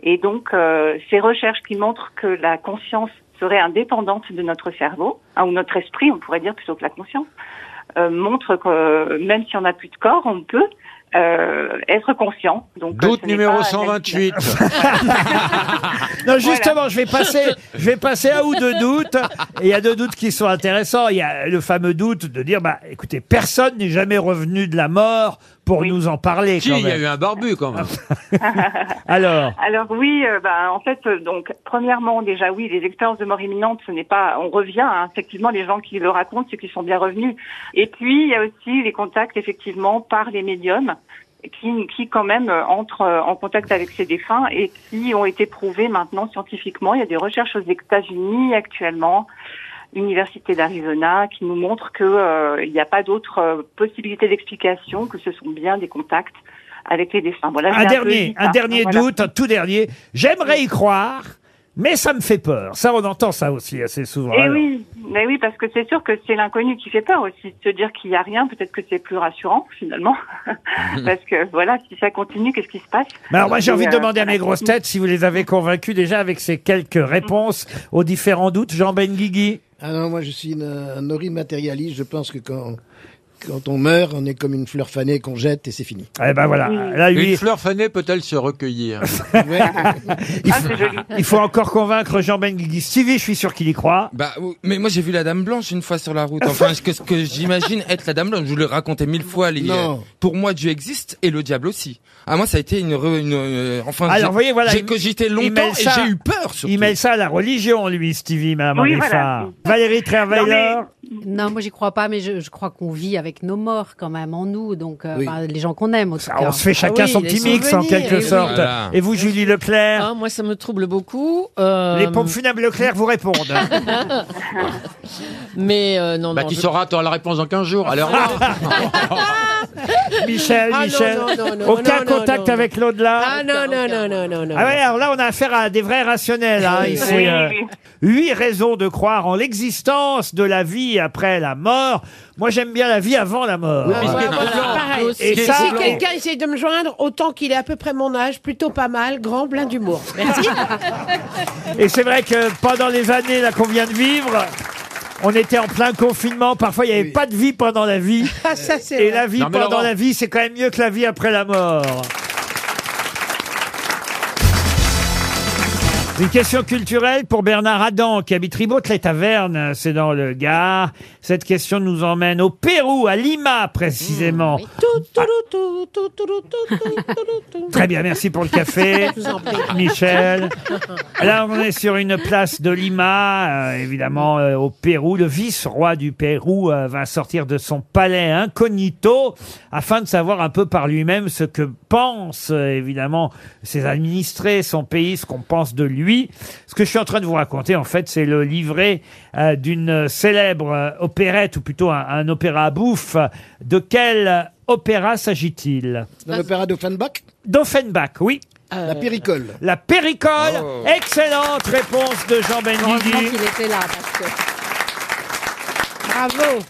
[SPEAKER 14] Et donc euh, ces recherches qui montrent que la conscience serait indépendante de notre cerveau hein, ou notre esprit, on pourrait dire plutôt que la conscience, euh, montrent que même si on n'a plus de corps, on peut euh, être conscient. Donc euh,
[SPEAKER 7] Doute
[SPEAKER 14] ce n'est
[SPEAKER 7] numéro
[SPEAKER 14] pas-
[SPEAKER 2] (laughs)
[SPEAKER 7] 128.
[SPEAKER 2] Non, justement, je vais passer, je vais passer à ou deux doutes. Et il y a deux doutes qui sont intéressants. Il y a le fameux doute de dire, bah, écoutez, personne n'est jamais revenu de la mort pour nous en parler.
[SPEAKER 7] si,
[SPEAKER 2] quand
[SPEAKER 7] il y a
[SPEAKER 2] même.
[SPEAKER 7] eu un barbu quand même.
[SPEAKER 2] (laughs) Alors.
[SPEAKER 14] Alors oui, euh, bah, en fait, euh, donc premièrement déjà oui, les expériences de mort imminente, ce n'est pas, on revient hein, effectivement les gens qui le racontent, ceux qui sont bien revenus. Et puis il y a aussi les contacts effectivement par les médiums qui, qui quand même euh, entrent euh, en contact avec ces défunts et qui ont été prouvés maintenant scientifiquement. Il y a des recherches aux États-Unis actuellement l'université d'Arizona qui nous montre que euh, il n'y a pas d'autre euh, possibilité d'explication que ce sont bien des contacts avec les défunts. Voilà,
[SPEAKER 2] un
[SPEAKER 14] j'ai peu
[SPEAKER 2] dernier,
[SPEAKER 14] dit
[SPEAKER 2] un
[SPEAKER 14] ça.
[SPEAKER 2] dernier
[SPEAKER 14] Voilà.
[SPEAKER 2] doute, un tout dernier. J'aimerais y croire, mais ça me fait peur. Ça, on entend ça aussi assez souvent.
[SPEAKER 14] Eh
[SPEAKER 2] Alors,
[SPEAKER 14] oui, mais oui, parce que c'est sûr que c'est l'inconnu qui fait peur aussi. Se dire qu'il n'y a rien, peut-être que c'est plus rassurant finalement, (laughs) parce que voilà, si ça continue, qu'est-ce qui se passe
[SPEAKER 2] Mais alors moi j'ai envie
[SPEAKER 14] Et,
[SPEAKER 2] de
[SPEAKER 14] euh,
[SPEAKER 2] demander à mes
[SPEAKER 14] voilà.
[SPEAKER 2] grosses têtes si vous les avez convaincus déjà avec ces quelques réponses aux différents doutes. Jean Benguigui.
[SPEAKER 9] Ah non, moi je suis une- un horrible matérialiste. Je pense que quand, quand on meurt, on est comme une fleur fanée qu'on jette et c'est fini. Ah,
[SPEAKER 2] Eh ben voilà. Là, lui,
[SPEAKER 7] Une fleur fanée peut-elle se
[SPEAKER 5] (laughs)
[SPEAKER 7] recueillir
[SPEAKER 2] (laughs) il,
[SPEAKER 5] Ah,
[SPEAKER 2] faut, il faut encore convaincre Jean Benguigui. Stevie, je suis sûr qu'il y croit.
[SPEAKER 4] Bah, ou- mais moi j'ai vu la Dame Blanche une fois sur la route. Enfin, ce que, ce que j'imagine être la Dame Blanche, je vous l'ai raconté mille fois. Les,
[SPEAKER 2] Non.
[SPEAKER 4] euh, Pour moi, Dieu existe et le diable aussi. Ah moi, ça a été une, re- une euh, enfin,
[SPEAKER 2] Alors,
[SPEAKER 4] j'ai-
[SPEAKER 2] voyez, voilà.
[SPEAKER 4] j'ai
[SPEAKER 2] il-
[SPEAKER 4] cogité
[SPEAKER 2] il
[SPEAKER 4] longtemps
[SPEAKER 2] mêle
[SPEAKER 4] et
[SPEAKER 2] ça-
[SPEAKER 4] j'ai eu peur.
[SPEAKER 2] Il mêle ça à la religion, lui, Stevie, même, en
[SPEAKER 13] Oui,
[SPEAKER 2] effet.
[SPEAKER 13] voilà.
[SPEAKER 2] Valérie Trierweiler.
[SPEAKER 13] Non, moi j'y crois pas, mais je, je crois qu'on vit avec nos morts quand même en nous, donc euh,
[SPEAKER 2] Oui.
[SPEAKER 13] enfin, les gens qu'on aime. En tout
[SPEAKER 2] Ah, on
[SPEAKER 13] cas.
[SPEAKER 2] se fait chacun son petit mix en
[SPEAKER 13] eh
[SPEAKER 2] quelque sorte. Et vous, Julie Leclerc
[SPEAKER 3] Ah, moi, ça me trouble beaucoup. euh,
[SPEAKER 2] Les pompes funèbres Leclerc vous répondent.
[SPEAKER 3] Mais euh, non,
[SPEAKER 7] Bah,
[SPEAKER 3] non.
[SPEAKER 7] tu
[SPEAKER 3] je-
[SPEAKER 7] sauras, t'auras la réponse dans 15 jours.
[SPEAKER 5] (laughs)
[SPEAKER 7] Alors,
[SPEAKER 2] Michel,
[SPEAKER 5] Ah non,
[SPEAKER 2] Michel.
[SPEAKER 5] non, non, non,
[SPEAKER 2] Aucun
[SPEAKER 5] non, non,
[SPEAKER 2] contact
[SPEAKER 5] non.
[SPEAKER 2] avec l'au-delà.
[SPEAKER 5] Ah non, non, non, non, non, non.
[SPEAKER 2] Ah ouais, alors là, on a affaire à des vrais rationnels. Hein,
[SPEAKER 5] Oui,
[SPEAKER 2] ici,
[SPEAKER 5] oui,
[SPEAKER 2] euh,
[SPEAKER 5] oui.
[SPEAKER 2] huit raisons de croire en l'existence de la vie après la mort. Moi, j'aime bien la vie avant la mort.
[SPEAKER 5] Ah, bah, voilà, pareil.
[SPEAKER 2] Et
[SPEAKER 5] si
[SPEAKER 2] ça,
[SPEAKER 5] quelqu'un essaye de me joindre, autant qu'il est à peu près mon âge, plutôt pas mal, grand, plein d'humour. Merci.
[SPEAKER 2] et c'est vrai que pendant les années là qu'on vient de vivre. On était en plein confinement, parfois il n'y avait pas de vie pendant la vie.
[SPEAKER 5] (laughs) Ah, (laughs) ça, c'est
[SPEAKER 2] Et
[SPEAKER 5] vrai.
[SPEAKER 2] la vie
[SPEAKER 5] Non, mais
[SPEAKER 2] pendant
[SPEAKER 5] Laurent-
[SPEAKER 2] la vie, c'est quand même mieux que la vie après la mort. Une question culturelle pour Bernard Adam, qui habite Ribault-les-Tavernes, c'est dans le Gard. Cette question nous emmène au Pérou, à Lima précisément. Très bien, merci pour le café,
[SPEAKER 5] (laughs) Je vous en prie.
[SPEAKER 2] (laughs) Michel. Là, on est sur une place de Lima, euh, évidemment, euh, au Pérou. Le vice-roi du Pérou euh, va sortir de son palais incognito afin de savoir un peu par lui-même ce que pensent, euh, évidemment, ses administrés, son pays, ce qu'on pense de lui. Ce que je suis en train de vous raconter, en fait, c'est le livret euh, d'une célèbre euh, opérette, ou plutôt un, un opéra à bouffe. De quel opéra s'agit-il
[SPEAKER 9] Dans l'opéra d'Offenbach
[SPEAKER 2] D'Offenbach, oui.
[SPEAKER 9] La péricole.
[SPEAKER 2] Euh, La péricole.
[SPEAKER 9] Oh.
[SPEAKER 2] Excellente réponse de Jean
[SPEAKER 13] Heureusement
[SPEAKER 2] Benguigui.
[SPEAKER 13] qu'il était là parce que. Bravo.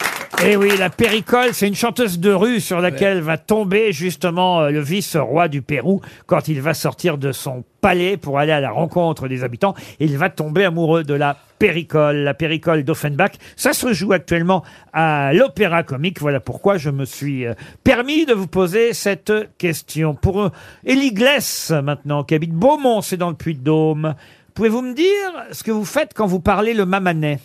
[SPEAKER 2] Eh oui, la péricole, c'est une chanteuse de rue sur laquelle va tomber justement euh, le vice-roi du Pérou quand il va sortir de son palais pour aller à la rencontre des habitants. Il va tomber amoureux de la péricole, la péricole d'Offenbach. Ça se joue actuellement à l'Opéra Comique. Voilà pourquoi je me suis euh, permis de vous poser cette question. Pour euh, Élie Gless, maintenant, qui habite Beaumont, c'est dans le Puy-de-Dôme. Pouvez-vous me dire ce que vous faites quand vous parlez le mamanais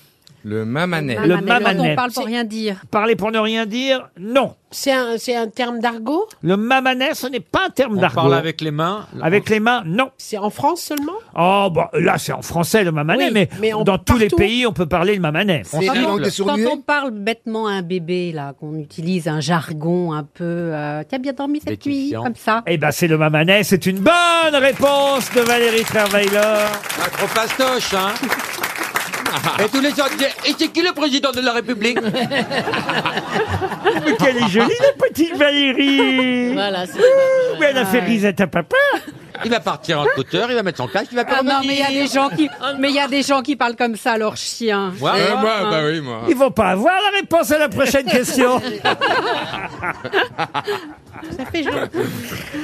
[SPEAKER 4] Le mamanais.
[SPEAKER 13] Mamanais, dont on parle pour rien dire.
[SPEAKER 2] Parler pour ne rien dire, non.
[SPEAKER 5] C'est un, c'est un terme d'argot
[SPEAKER 2] Le mamanais, ce n'est pas un terme
[SPEAKER 7] On
[SPEAKER 2] d'argot.
[SPEAKER 7] parle
[SPEAKER 2] (laughs)
[SPEAKER 7] avec les mains.
[SPEAKER 2] Avec les mains, non.
[SPEAKER 5] C'est en France seulement
[SPEAKER 2] Oh, bah, là, c'est en français le mamanais,
[SPEAKER 13] Oui,
[SPEAKER 2] mais,
[SPEAKER 13] mais on-
[SPEAKER 2] dans tous les
[SPEAKER 13] partout.
[SPEAKER 2] pays, on peut parler le mamanais.
[SPEAKER 13] Quand on- Quand on parle bêtement à un bébé, là, qu'on utilise un jargon un peu. euh, T'as bien dormi cette nuit Comme ça.
[SPEAKER 2] Eh ben, c'est le mamanais. C'est une bonne réponse de Valérie Trierweiler.
[SPEAKER 7] Un gros fastoche, hein Et tous les gens disaient Et c'est qui le président de la République
[SPEAKER 2] Mais (laughs) quelle est jolie, la petite Valérie
[SPEAKER 3] Voilà,
[SPEAKER 13] (laughs)
[SPEAKER 3] c'est-
[SPEAKER 2] Ouh, mais elle a fait risette à papa
[SPEAKER 7] Il va partir en scooter, il va mettre son casque, il va pas
[SPEAKER 13] Ah non, mais il y a
[SPEAKER 7] revenir.
[SPEAKER 13] des gens qui, Ah, mais il y a des gens qui parlent comme ça à leurs chiens.
[SPEAKER 7] Ouais, ouais,
[SPEAKER 13] Hein.
[SPEAKER 7] bah, bah oui, moi.
[SPEAKER 2] Ils vont pas avoir la réponse à la prochaine
[SPEAKER 5] (laughs)
[SPEAKER 2] question.
[SPEAKER 5] Ça fait genre.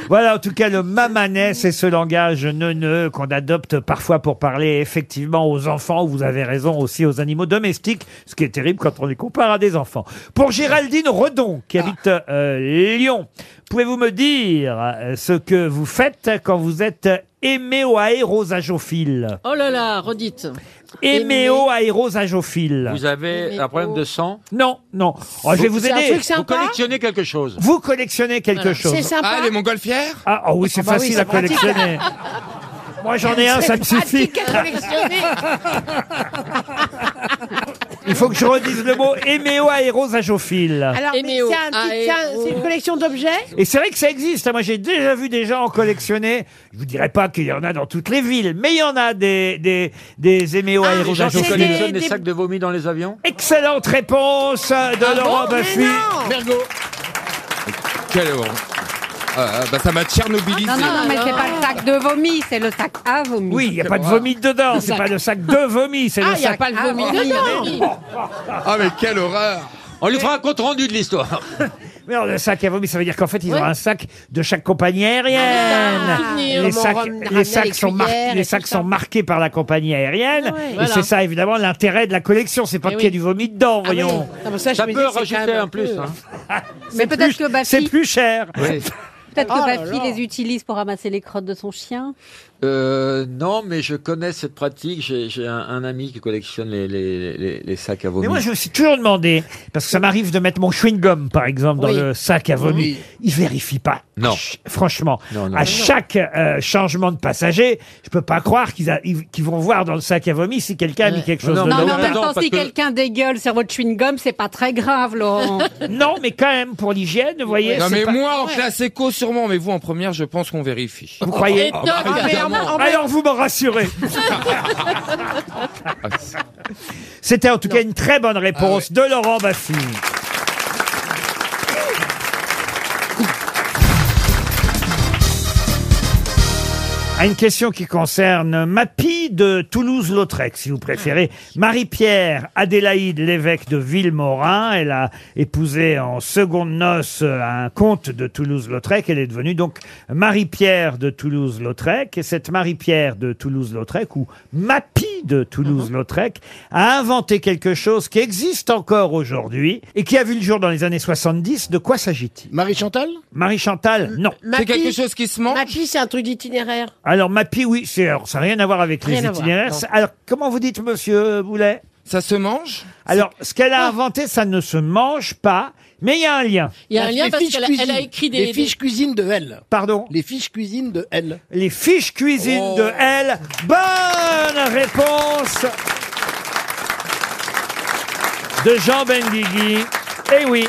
[SPEAKER 2] Voilà, en tout cas, le mamanais, c'est ce langage neuneux qu'on adopte parfois pour parler effectivement aux enfants. Vous avez raison aussi aux animaux domestiques, ce qui est terrible quand on les compare à des enfants. Pour Géraldine Redon, qui habite euh, Lyon, pouvez-vous me dire euh, ce que vous faites quand vous êtes héméo-aérosageophile
[SPEAKER 3] Oh là là, redite.
[SPEAKER 4] Ah.
[SPEAKER 2] Héméo-aérosageophile
[SPEAKER 7] Vous avez un problème de sang
[SPEAKER 2] Non, non. Oh, je vais vous
[SPEAKER 7] C'est un
[SPEAKER 2] aider.
[SPEAKER 7] truc sympa Vous collectionnez quelque chose.
[SPEAKER 2] Vous collectionnez quelque
[SPEAKER 7] Voilà.
[SPEAKER 2] chose.
[SPEAKER 7] C'est sympa. Ah, les montgolfières
[SPEAKER 2] Ah oh oui, c'est
[SPEAKER 7] Ah bah oui,
[SPEAKER 2] facile
[SPEAKER 7] c'est
[SPEAKER 2] à
[SPEAKER 7] pratique.
[SPEAKER 2] collectionner. Moi, j'en ai un, ça me suffit. Il faut que je redise le mot héméo-aérosageophile.
[SPEAKER 5] Alors, mais c'est, un petit- c'est un- c'est une collection d'objets
[SPEAKER 2] Et c'est vrai que ça existe. hein. Moi, j'ai déjà vu des gens en collectionner. Je vous dirais pas qu'il y en a dans toutes les villes, mais il y en a des, des, des
[SPEAKER 7] les gens qui
[SPEAKER 2] héméo-aérosageophiles.
[SPEAKER 7] collectionnent Ah, des sacs Ah de vomi dans les avions
[SPEAKER 2] Excellente réponse de Laurent Baffy.
[SPEAKER 4] Quel horreur. Ah, ah, bah, ça m'a tchernobylisé. Ah,
[SPEAKER 13] Non, non, non, mais c'est pas le sac de vomi, c'est le sac à vomi.
[SPEAKER 2] Oui, il n'y a pas de vomi dedans. C'est pas le sac de vomi, c'est le
[SPEAKER 13] Ah, il y a
[SPEAKER 2] sac.
[SPEAKER 13] pas le vomi
[SPEAKER 2] Ah,
[SPEAKER 13] dedans.
[SPEAKER 2] oui.
[SPEAKER 4] Ah, mais quelle horreur.
[SPEAKER 7] On lui fera un compte rendu de l'histoire.
[SPEAKER 2] Mais alors, le sac à vomi, ça veut dire qu'en fait, ils
[SPEAKER 7] Ouais.
[SPEAKER 2] ont un sac de chaque compagnie aérienne.
[SPEAKER 7] Ah,
[SPEAKER 2] les
[SPEAKER 7] souvenir.
[SPEAKER 2] sacs,
[SPEAKER 7] Comment
[SPEAKER 2] les
[SPEAKER 7] ramener
[SPEAKER 2] sacs
[SPEAKER 7] les
[SPEAKER 2] sont, mar-
[SPEAKER 7] cuillères et
[SPEAKER 2] les
[SPEAKER 7] tout
[SPEAKER 2] sacs
[SPEAKER 7] ça.
[SPEAKER 2] sont marqués par la compagnie aérienne.
[SPEAKER 7] Ah ouais.
[SPEAKER 2] Et
[SPEAKER 7] Voilà.
[SPEAKER 2] c'est ça, évidemment, l'intérêt de la collection. C'est pas
[SPEAKER 7] Eh
[SPEAKER 2] qu'il y a
[SPEAKER 7] oui.
[SPEAKER 2] du vomi dedans, voyons.
[SPEAKER 5] Non, mais ça, je me disais, c'est quand même un peu-
[SPEAKER 2] hein.
[SPEAKER 5] hein.
[SPEAKER 13] Mais peut-être que
[SPEAKER 2] C'est
[SPEAKER 13] Bafi,
[SPEAKER 2] plus cher.
[SPEAKER 13] peut-être que
[SPEAKER 5] Oh là
[SPEAKER 13] Bafi
[SPEAKER 5] là.
[SPEAKER 13] les utilise pour ramasser les crottes de son chien.
[SPEAKER 7] (laughs) Euh, non, mais je connais cette pratique. J'ai j'ai un, un ami qui collectionne les, les- les- les sacs à vomi.
[SPEAKER 2] Mais moi, je me suis toujours demandé, parce que ça m'arrive de mettre mon chewing-gum, par exemple, dans
[SPEAKER 7] Oui.
[SPEAKER 2] le sac à vomi.
[SPEAKER 7] Oui.
[SPEAKER 2] Il vérifie pas.
[SPEAKER 7] Non.
[SPEAKER 2] Ch- Franchement,
[SPEAKER 7] non.
[SPEAKER 2] à chaque euh, changement de passager, je peux pas croire qu'ils a- ils- qu'ils vont voir dans le sac à vomi si quelqu'un a mis quelque chose
[SPEAKER 7] Non,
[SPEAKER 13] Non,
[SPEAKER 2] dedans.
[SPEAKER 13] mais en même temps, si quelqu'un dégueule sur votre chewing-gum, c'est pas très grave, Laurent.
[SPEAKER 2] (laughs) Non, mais quand même, pour l'hygiène, vous voyez.
[SPEAKER 4] Non,
[SPEAKER 2] c'est
[SPEAKER 4] mais
[SPEAKER 2] pas-
[SPEAKER 4] moi, en classe éco, sûrement, mais vous, en première, je pense qu'on vérifie.
[SPEAKER 2] Vous croyez
[SPEAKER 4] Ah, bah, évidemment.
[SPEAKER 2] Alors vous m'en rassurez. (laughs) C'était en tout cas une très bonne réponse de Laurent Baffy. À une question qui concerne Mappy de Toulouse-Lautrec, si vous préférez. Marie-Pierre Adélaïde Lévesque de Villemorin. Elle a épousé en seconde noces un comte de Toulouse-Lautrec. Elle est devenue donc Marie-Pierre de Toulouse-Lautrec. Et cette Marie-Pierre de Toulouse-Lautrec, ou Mappy de Toulouse-Lautrec, a inventé quelque chose qui existe encore aujourd'hui et qui a vu le jour dans les années 70. De quoi s'agit-il Marie-Chantal Marie-Chantal, non.
[SPEAKER 5] Mappy- quelque chose
[SPEAKER 4] qui se mange
[SPEAKER 5] Mappy, c'est un truc d'itinéraire.
[SPEAKER 2] Alors, Mappy, oui, c'est, alors, ça n'a rien à voir avec
[SPEAKER 5] Rien
[SPEAKER 2] les
[SPEAKER 5] à voir,
[SPEAKER 2] itinéraires.
[SPEAKER 5] non.
[SPEAKER 2] C'est- alors, comment vous dites, monsieur Boulet
[SPEAKER 4] Ça se mange
[SPEAKER 2] Alors, ce qu'elle
[SPEAKER 3] Ah.
[SPEAKER 2] a inventé, ça ne se mange pas, mais il y a un lien.
[SPEAKER 3] Il y a un lien
[SPEAKER 9] Les
[SPEAKER 3] parce
[SPEAKER 9] fiches
[SPEAKER 3] qu'elle a-
[SPEAKER 9] cuisine.
[SPEAKER 3] elle a écrit des-
[SPEAKER 9] Les fiches cuisine de L.
[SPEAKER 2] Pardon
[SPEAKER 9] Les fiches cuisine de L.
[SPEAKER 2] Les fiches cuisine
[SPEAKER 9] Oh.
[SPEAKER 2] de L. Bonne réponse de Jean Benguigui. Eh oui.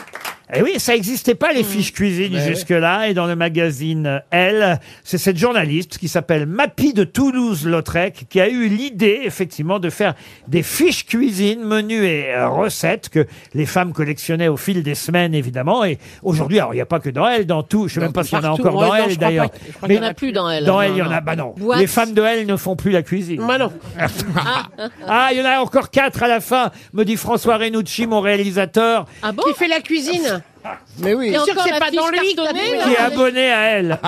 [SPEAKER 2] Eh oui, ça n'existait pas
[SPEAKER 5] Mm.
[SPEAKER 2] les fiches cuisine
[SPEAKER 5] Ben
[SPEAKER 2] jusque-là. Et dans le magazine Elle, c'est cette journaliste qui s'appelle Mappy de Toulouse-Lautrec qui a eu l'idée, effectivement, de faire des fiches cuisine, menus et euh, recettes que les femmes collectionnaient au fil des semaines, évidemment. Et aujourd'hui, alors, il n'y a pas que dans Elle, dans tout. Je ne sais même pas s'il y en a
[SPEAKER 5] partout.
[SPEAKER 2] encore dans
[SPEAKER 5] Ouais, non, je
[SPEAKER 2] Elle,
[SPEAKER 5] crois
[SPEAKER 2] d'ailleurs.
[SPEAKER 5] pas. Je crois
[SPEAKER 2] Mais-
[SPEAKER 5] qu'il y en a plus dans Elle.
[SPEAKER 2] Dans
[SPEAKER 5] Non,
[SPEAKER 2] Elle, il y en
[SPEAKER 5] non.
[SPEAKER 2] a, bah non.
[SPEAKER 5] Boîte.
[SPEAKER 2] Les femmes de Elle ne font plus la cuisine.
[SPEAKER 5] Moi Bah non.
[SPEAKER 2] (laughs) Ah, il y en a encore quatre à la fin, me dit François Renucci, mon réalisateur,
[SPEAKER 5] Ah bon Qui fait la cuisine
[SPEAKER 9] Mais oui.
[SPEAKER 5] Je suis sûr que
[SPEAKER 3] Ah. encore
[SPEAKER 5] c'est
[SPEAKER 3] la
[SPEAKER 5] pas
[SPEAKER 3] fiche
[SPEAKER 5] dans
[SPEAKER 3] cartonnée,
[SPEAKER 5] lui. que t'as
[SPEAKER 3] là.
[SPEAKER 2] qui
[SPEAKER 5] fait.
[SPEAKER 2] est abonné
[SPEAKER 7] (laughs)
[SPEAKER 2] à elle.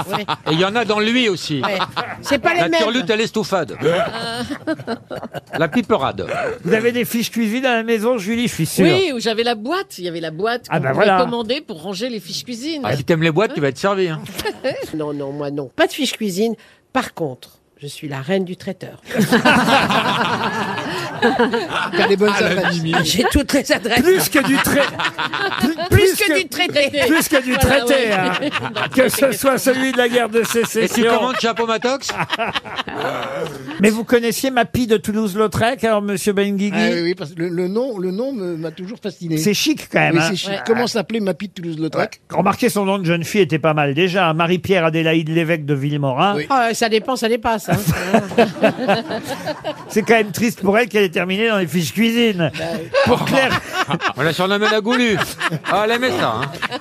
[SPEAKER 7] Et il y en a dans lui aussi.
[SPEAKER 5] Ouais. C'est pas les
[SPEAKER 7] La
[SPEAKER 5] mêmes.
[SPEAKER 7] turlute, elle est stouffade.
[SPEAKER 3] Ah.
[SPEAKER 2] Ah,
[SPEAKER 7] La piperade.
[SPEAKER 2] Vous avez des fiches cuisine à la maison, Julie, je suis sûr.
[SPEAKER 3] Oui, où j'avais la boîte. Il y avait la boîte
[SPEAKER 2] Ah,
[SPEAKER 3] qu'on
[SPEAKER 2] bah,
[SPEAKER 3] pouvait
[SPEAKER 2] voilà.
[SPEAKER 3] commander pour ranger les fiches cuisine.
[SPEAKER 7] Ah, si t'aimes les boîtes, tu vas être servi. hein.
[SPEAKER 3] (laughs)
[SPEAKER 5] Non, non, moi non. Pas
[SPEAKER 2] (laughs)
[SPEAKER 5] de fiche cuisine. Par contre, je suis la reine du traiteur.
[SPEAKER 9] Faire des bonnes adresses.
[SPEAKER 2] J'ai toutes les adresses. Ah, Plus que du trait. (laughs) Plus, que, du
[SPEAKER 5] traité.
[SPEAKER 2] Plus que du
[SPEAKER 5] Voilà,
[SPEAKER 2] traité.
[SPEAKER 5] ouais.
[SPEAKER 2] hein. Que ce soit celui de la guerre de
[SPEAKER 7] Et tu
[SPEAKER 2] sécession.
[SPEAKER 7] commandes chapeau (laughs) Matox
[SPEAKER 2] Mais vous connaissiez ma pie de Toulouse-Lautrec, alors, monsieur Benguigui
[SPEAKER 9] Ah oui, oui, parce que le, le nom, le nom me- m'a toujours fasciné.
[SPEAKER 2] C'est chic, quand même,
[SPEAKER 9] Oui,
[SPEAKER 2] hein.
[SPEAKER 9] c'est chic.
[SPEAKER 2] Ouais.
[SPEAKER 9] Comment s'appelait ma pite Toulouse-Lautrec
[SPEAKER 2] Remarquez, son nom de jeune fille était pas mal déjà. hein. Marie-Pierre Adélaïde Lévesque de Villemorin.
[SPEAKER 5] Ah, ça dépend, ça dépasse. hein.
[SPEAKER 2] (laughs) C'est quand même triste pour elle qu'elle ait terminé dans les fiches cuisine. Pour Claire,
[SPEAKER 7] On l'a surnommé la goulue. Ah, elle aimait ça. hein.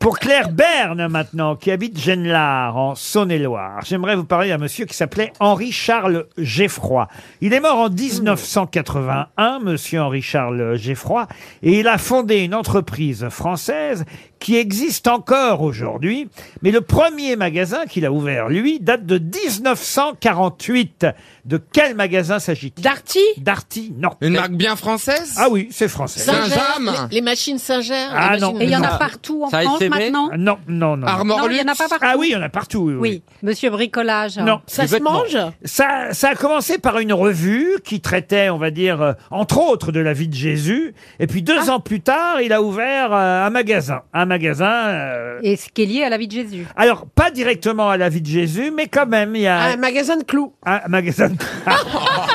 [SPEAKER 2] pour Claire Berne maintenant, qui habite Genelard, en Saône-et-Loire. J'aimerais vous parler d'un monsieur qui s'appelait Henri-Charles Geffroy. Il est mort en 1981, monsieur Henri-Charles Geffroy, et il a fondé une entreprise française qui existe encore aujourd'hui. Mais le premier magasin qu'il a ouvert, lui, date de 1948. De quel magasin s'agit-il
[SPEAKER 5] Darty
[SPEAKER 2] Darty, non.
[SPEAKER 4] Une marque bien française
[SPEAKER 2] Ah oui, c'est français.
[SPEAKER 3] Les, les machines Saint-Germain.
[SPEAKER 2] Ah
[SPEAKER 3] les
[SPEAKER 2] non.
[SPEAKER 3] machines-
[SPEAKER 13] Et il y en a
[SPEAKER 2] Non.
[SPEAKER 13] partout en
[SPEAKER 2] Ça a
[SPEAKER 13] France
[SPEAKER 2] été aimé
[SPEAKER 13] maintenant
[SPEAKER 2] Non, non, non.
[SPEAKER 13] Armor Non, il y en a Luxe. pas partout.
[SPEAKER 2] Ah oui, il y en a partout. Oui. oui.
[SPEAKER 13] Oui, monsieur bricolage.
[SPEAKER 2] Non, du vêtement. ça, ça a commencé par une revue qui traitait, on va dire, euh, entre autres, de la vie de Jésus. Et puis
[SPEAKER 13] Ah.
[SPEAKER 2] deux ans plus tard, il a ouvert euh, un magasin. Un magasin. euh,
[SPEAKER 13] Et ce qui est lié à la vie de Jésus.
[SPEAKER 2] alors, pas directement à la vie de Jésus, mais quand même, il y a.
[SPEAKER 5] Un magasin de clous.
[SPEAKER 2] Un magasin de (laughs)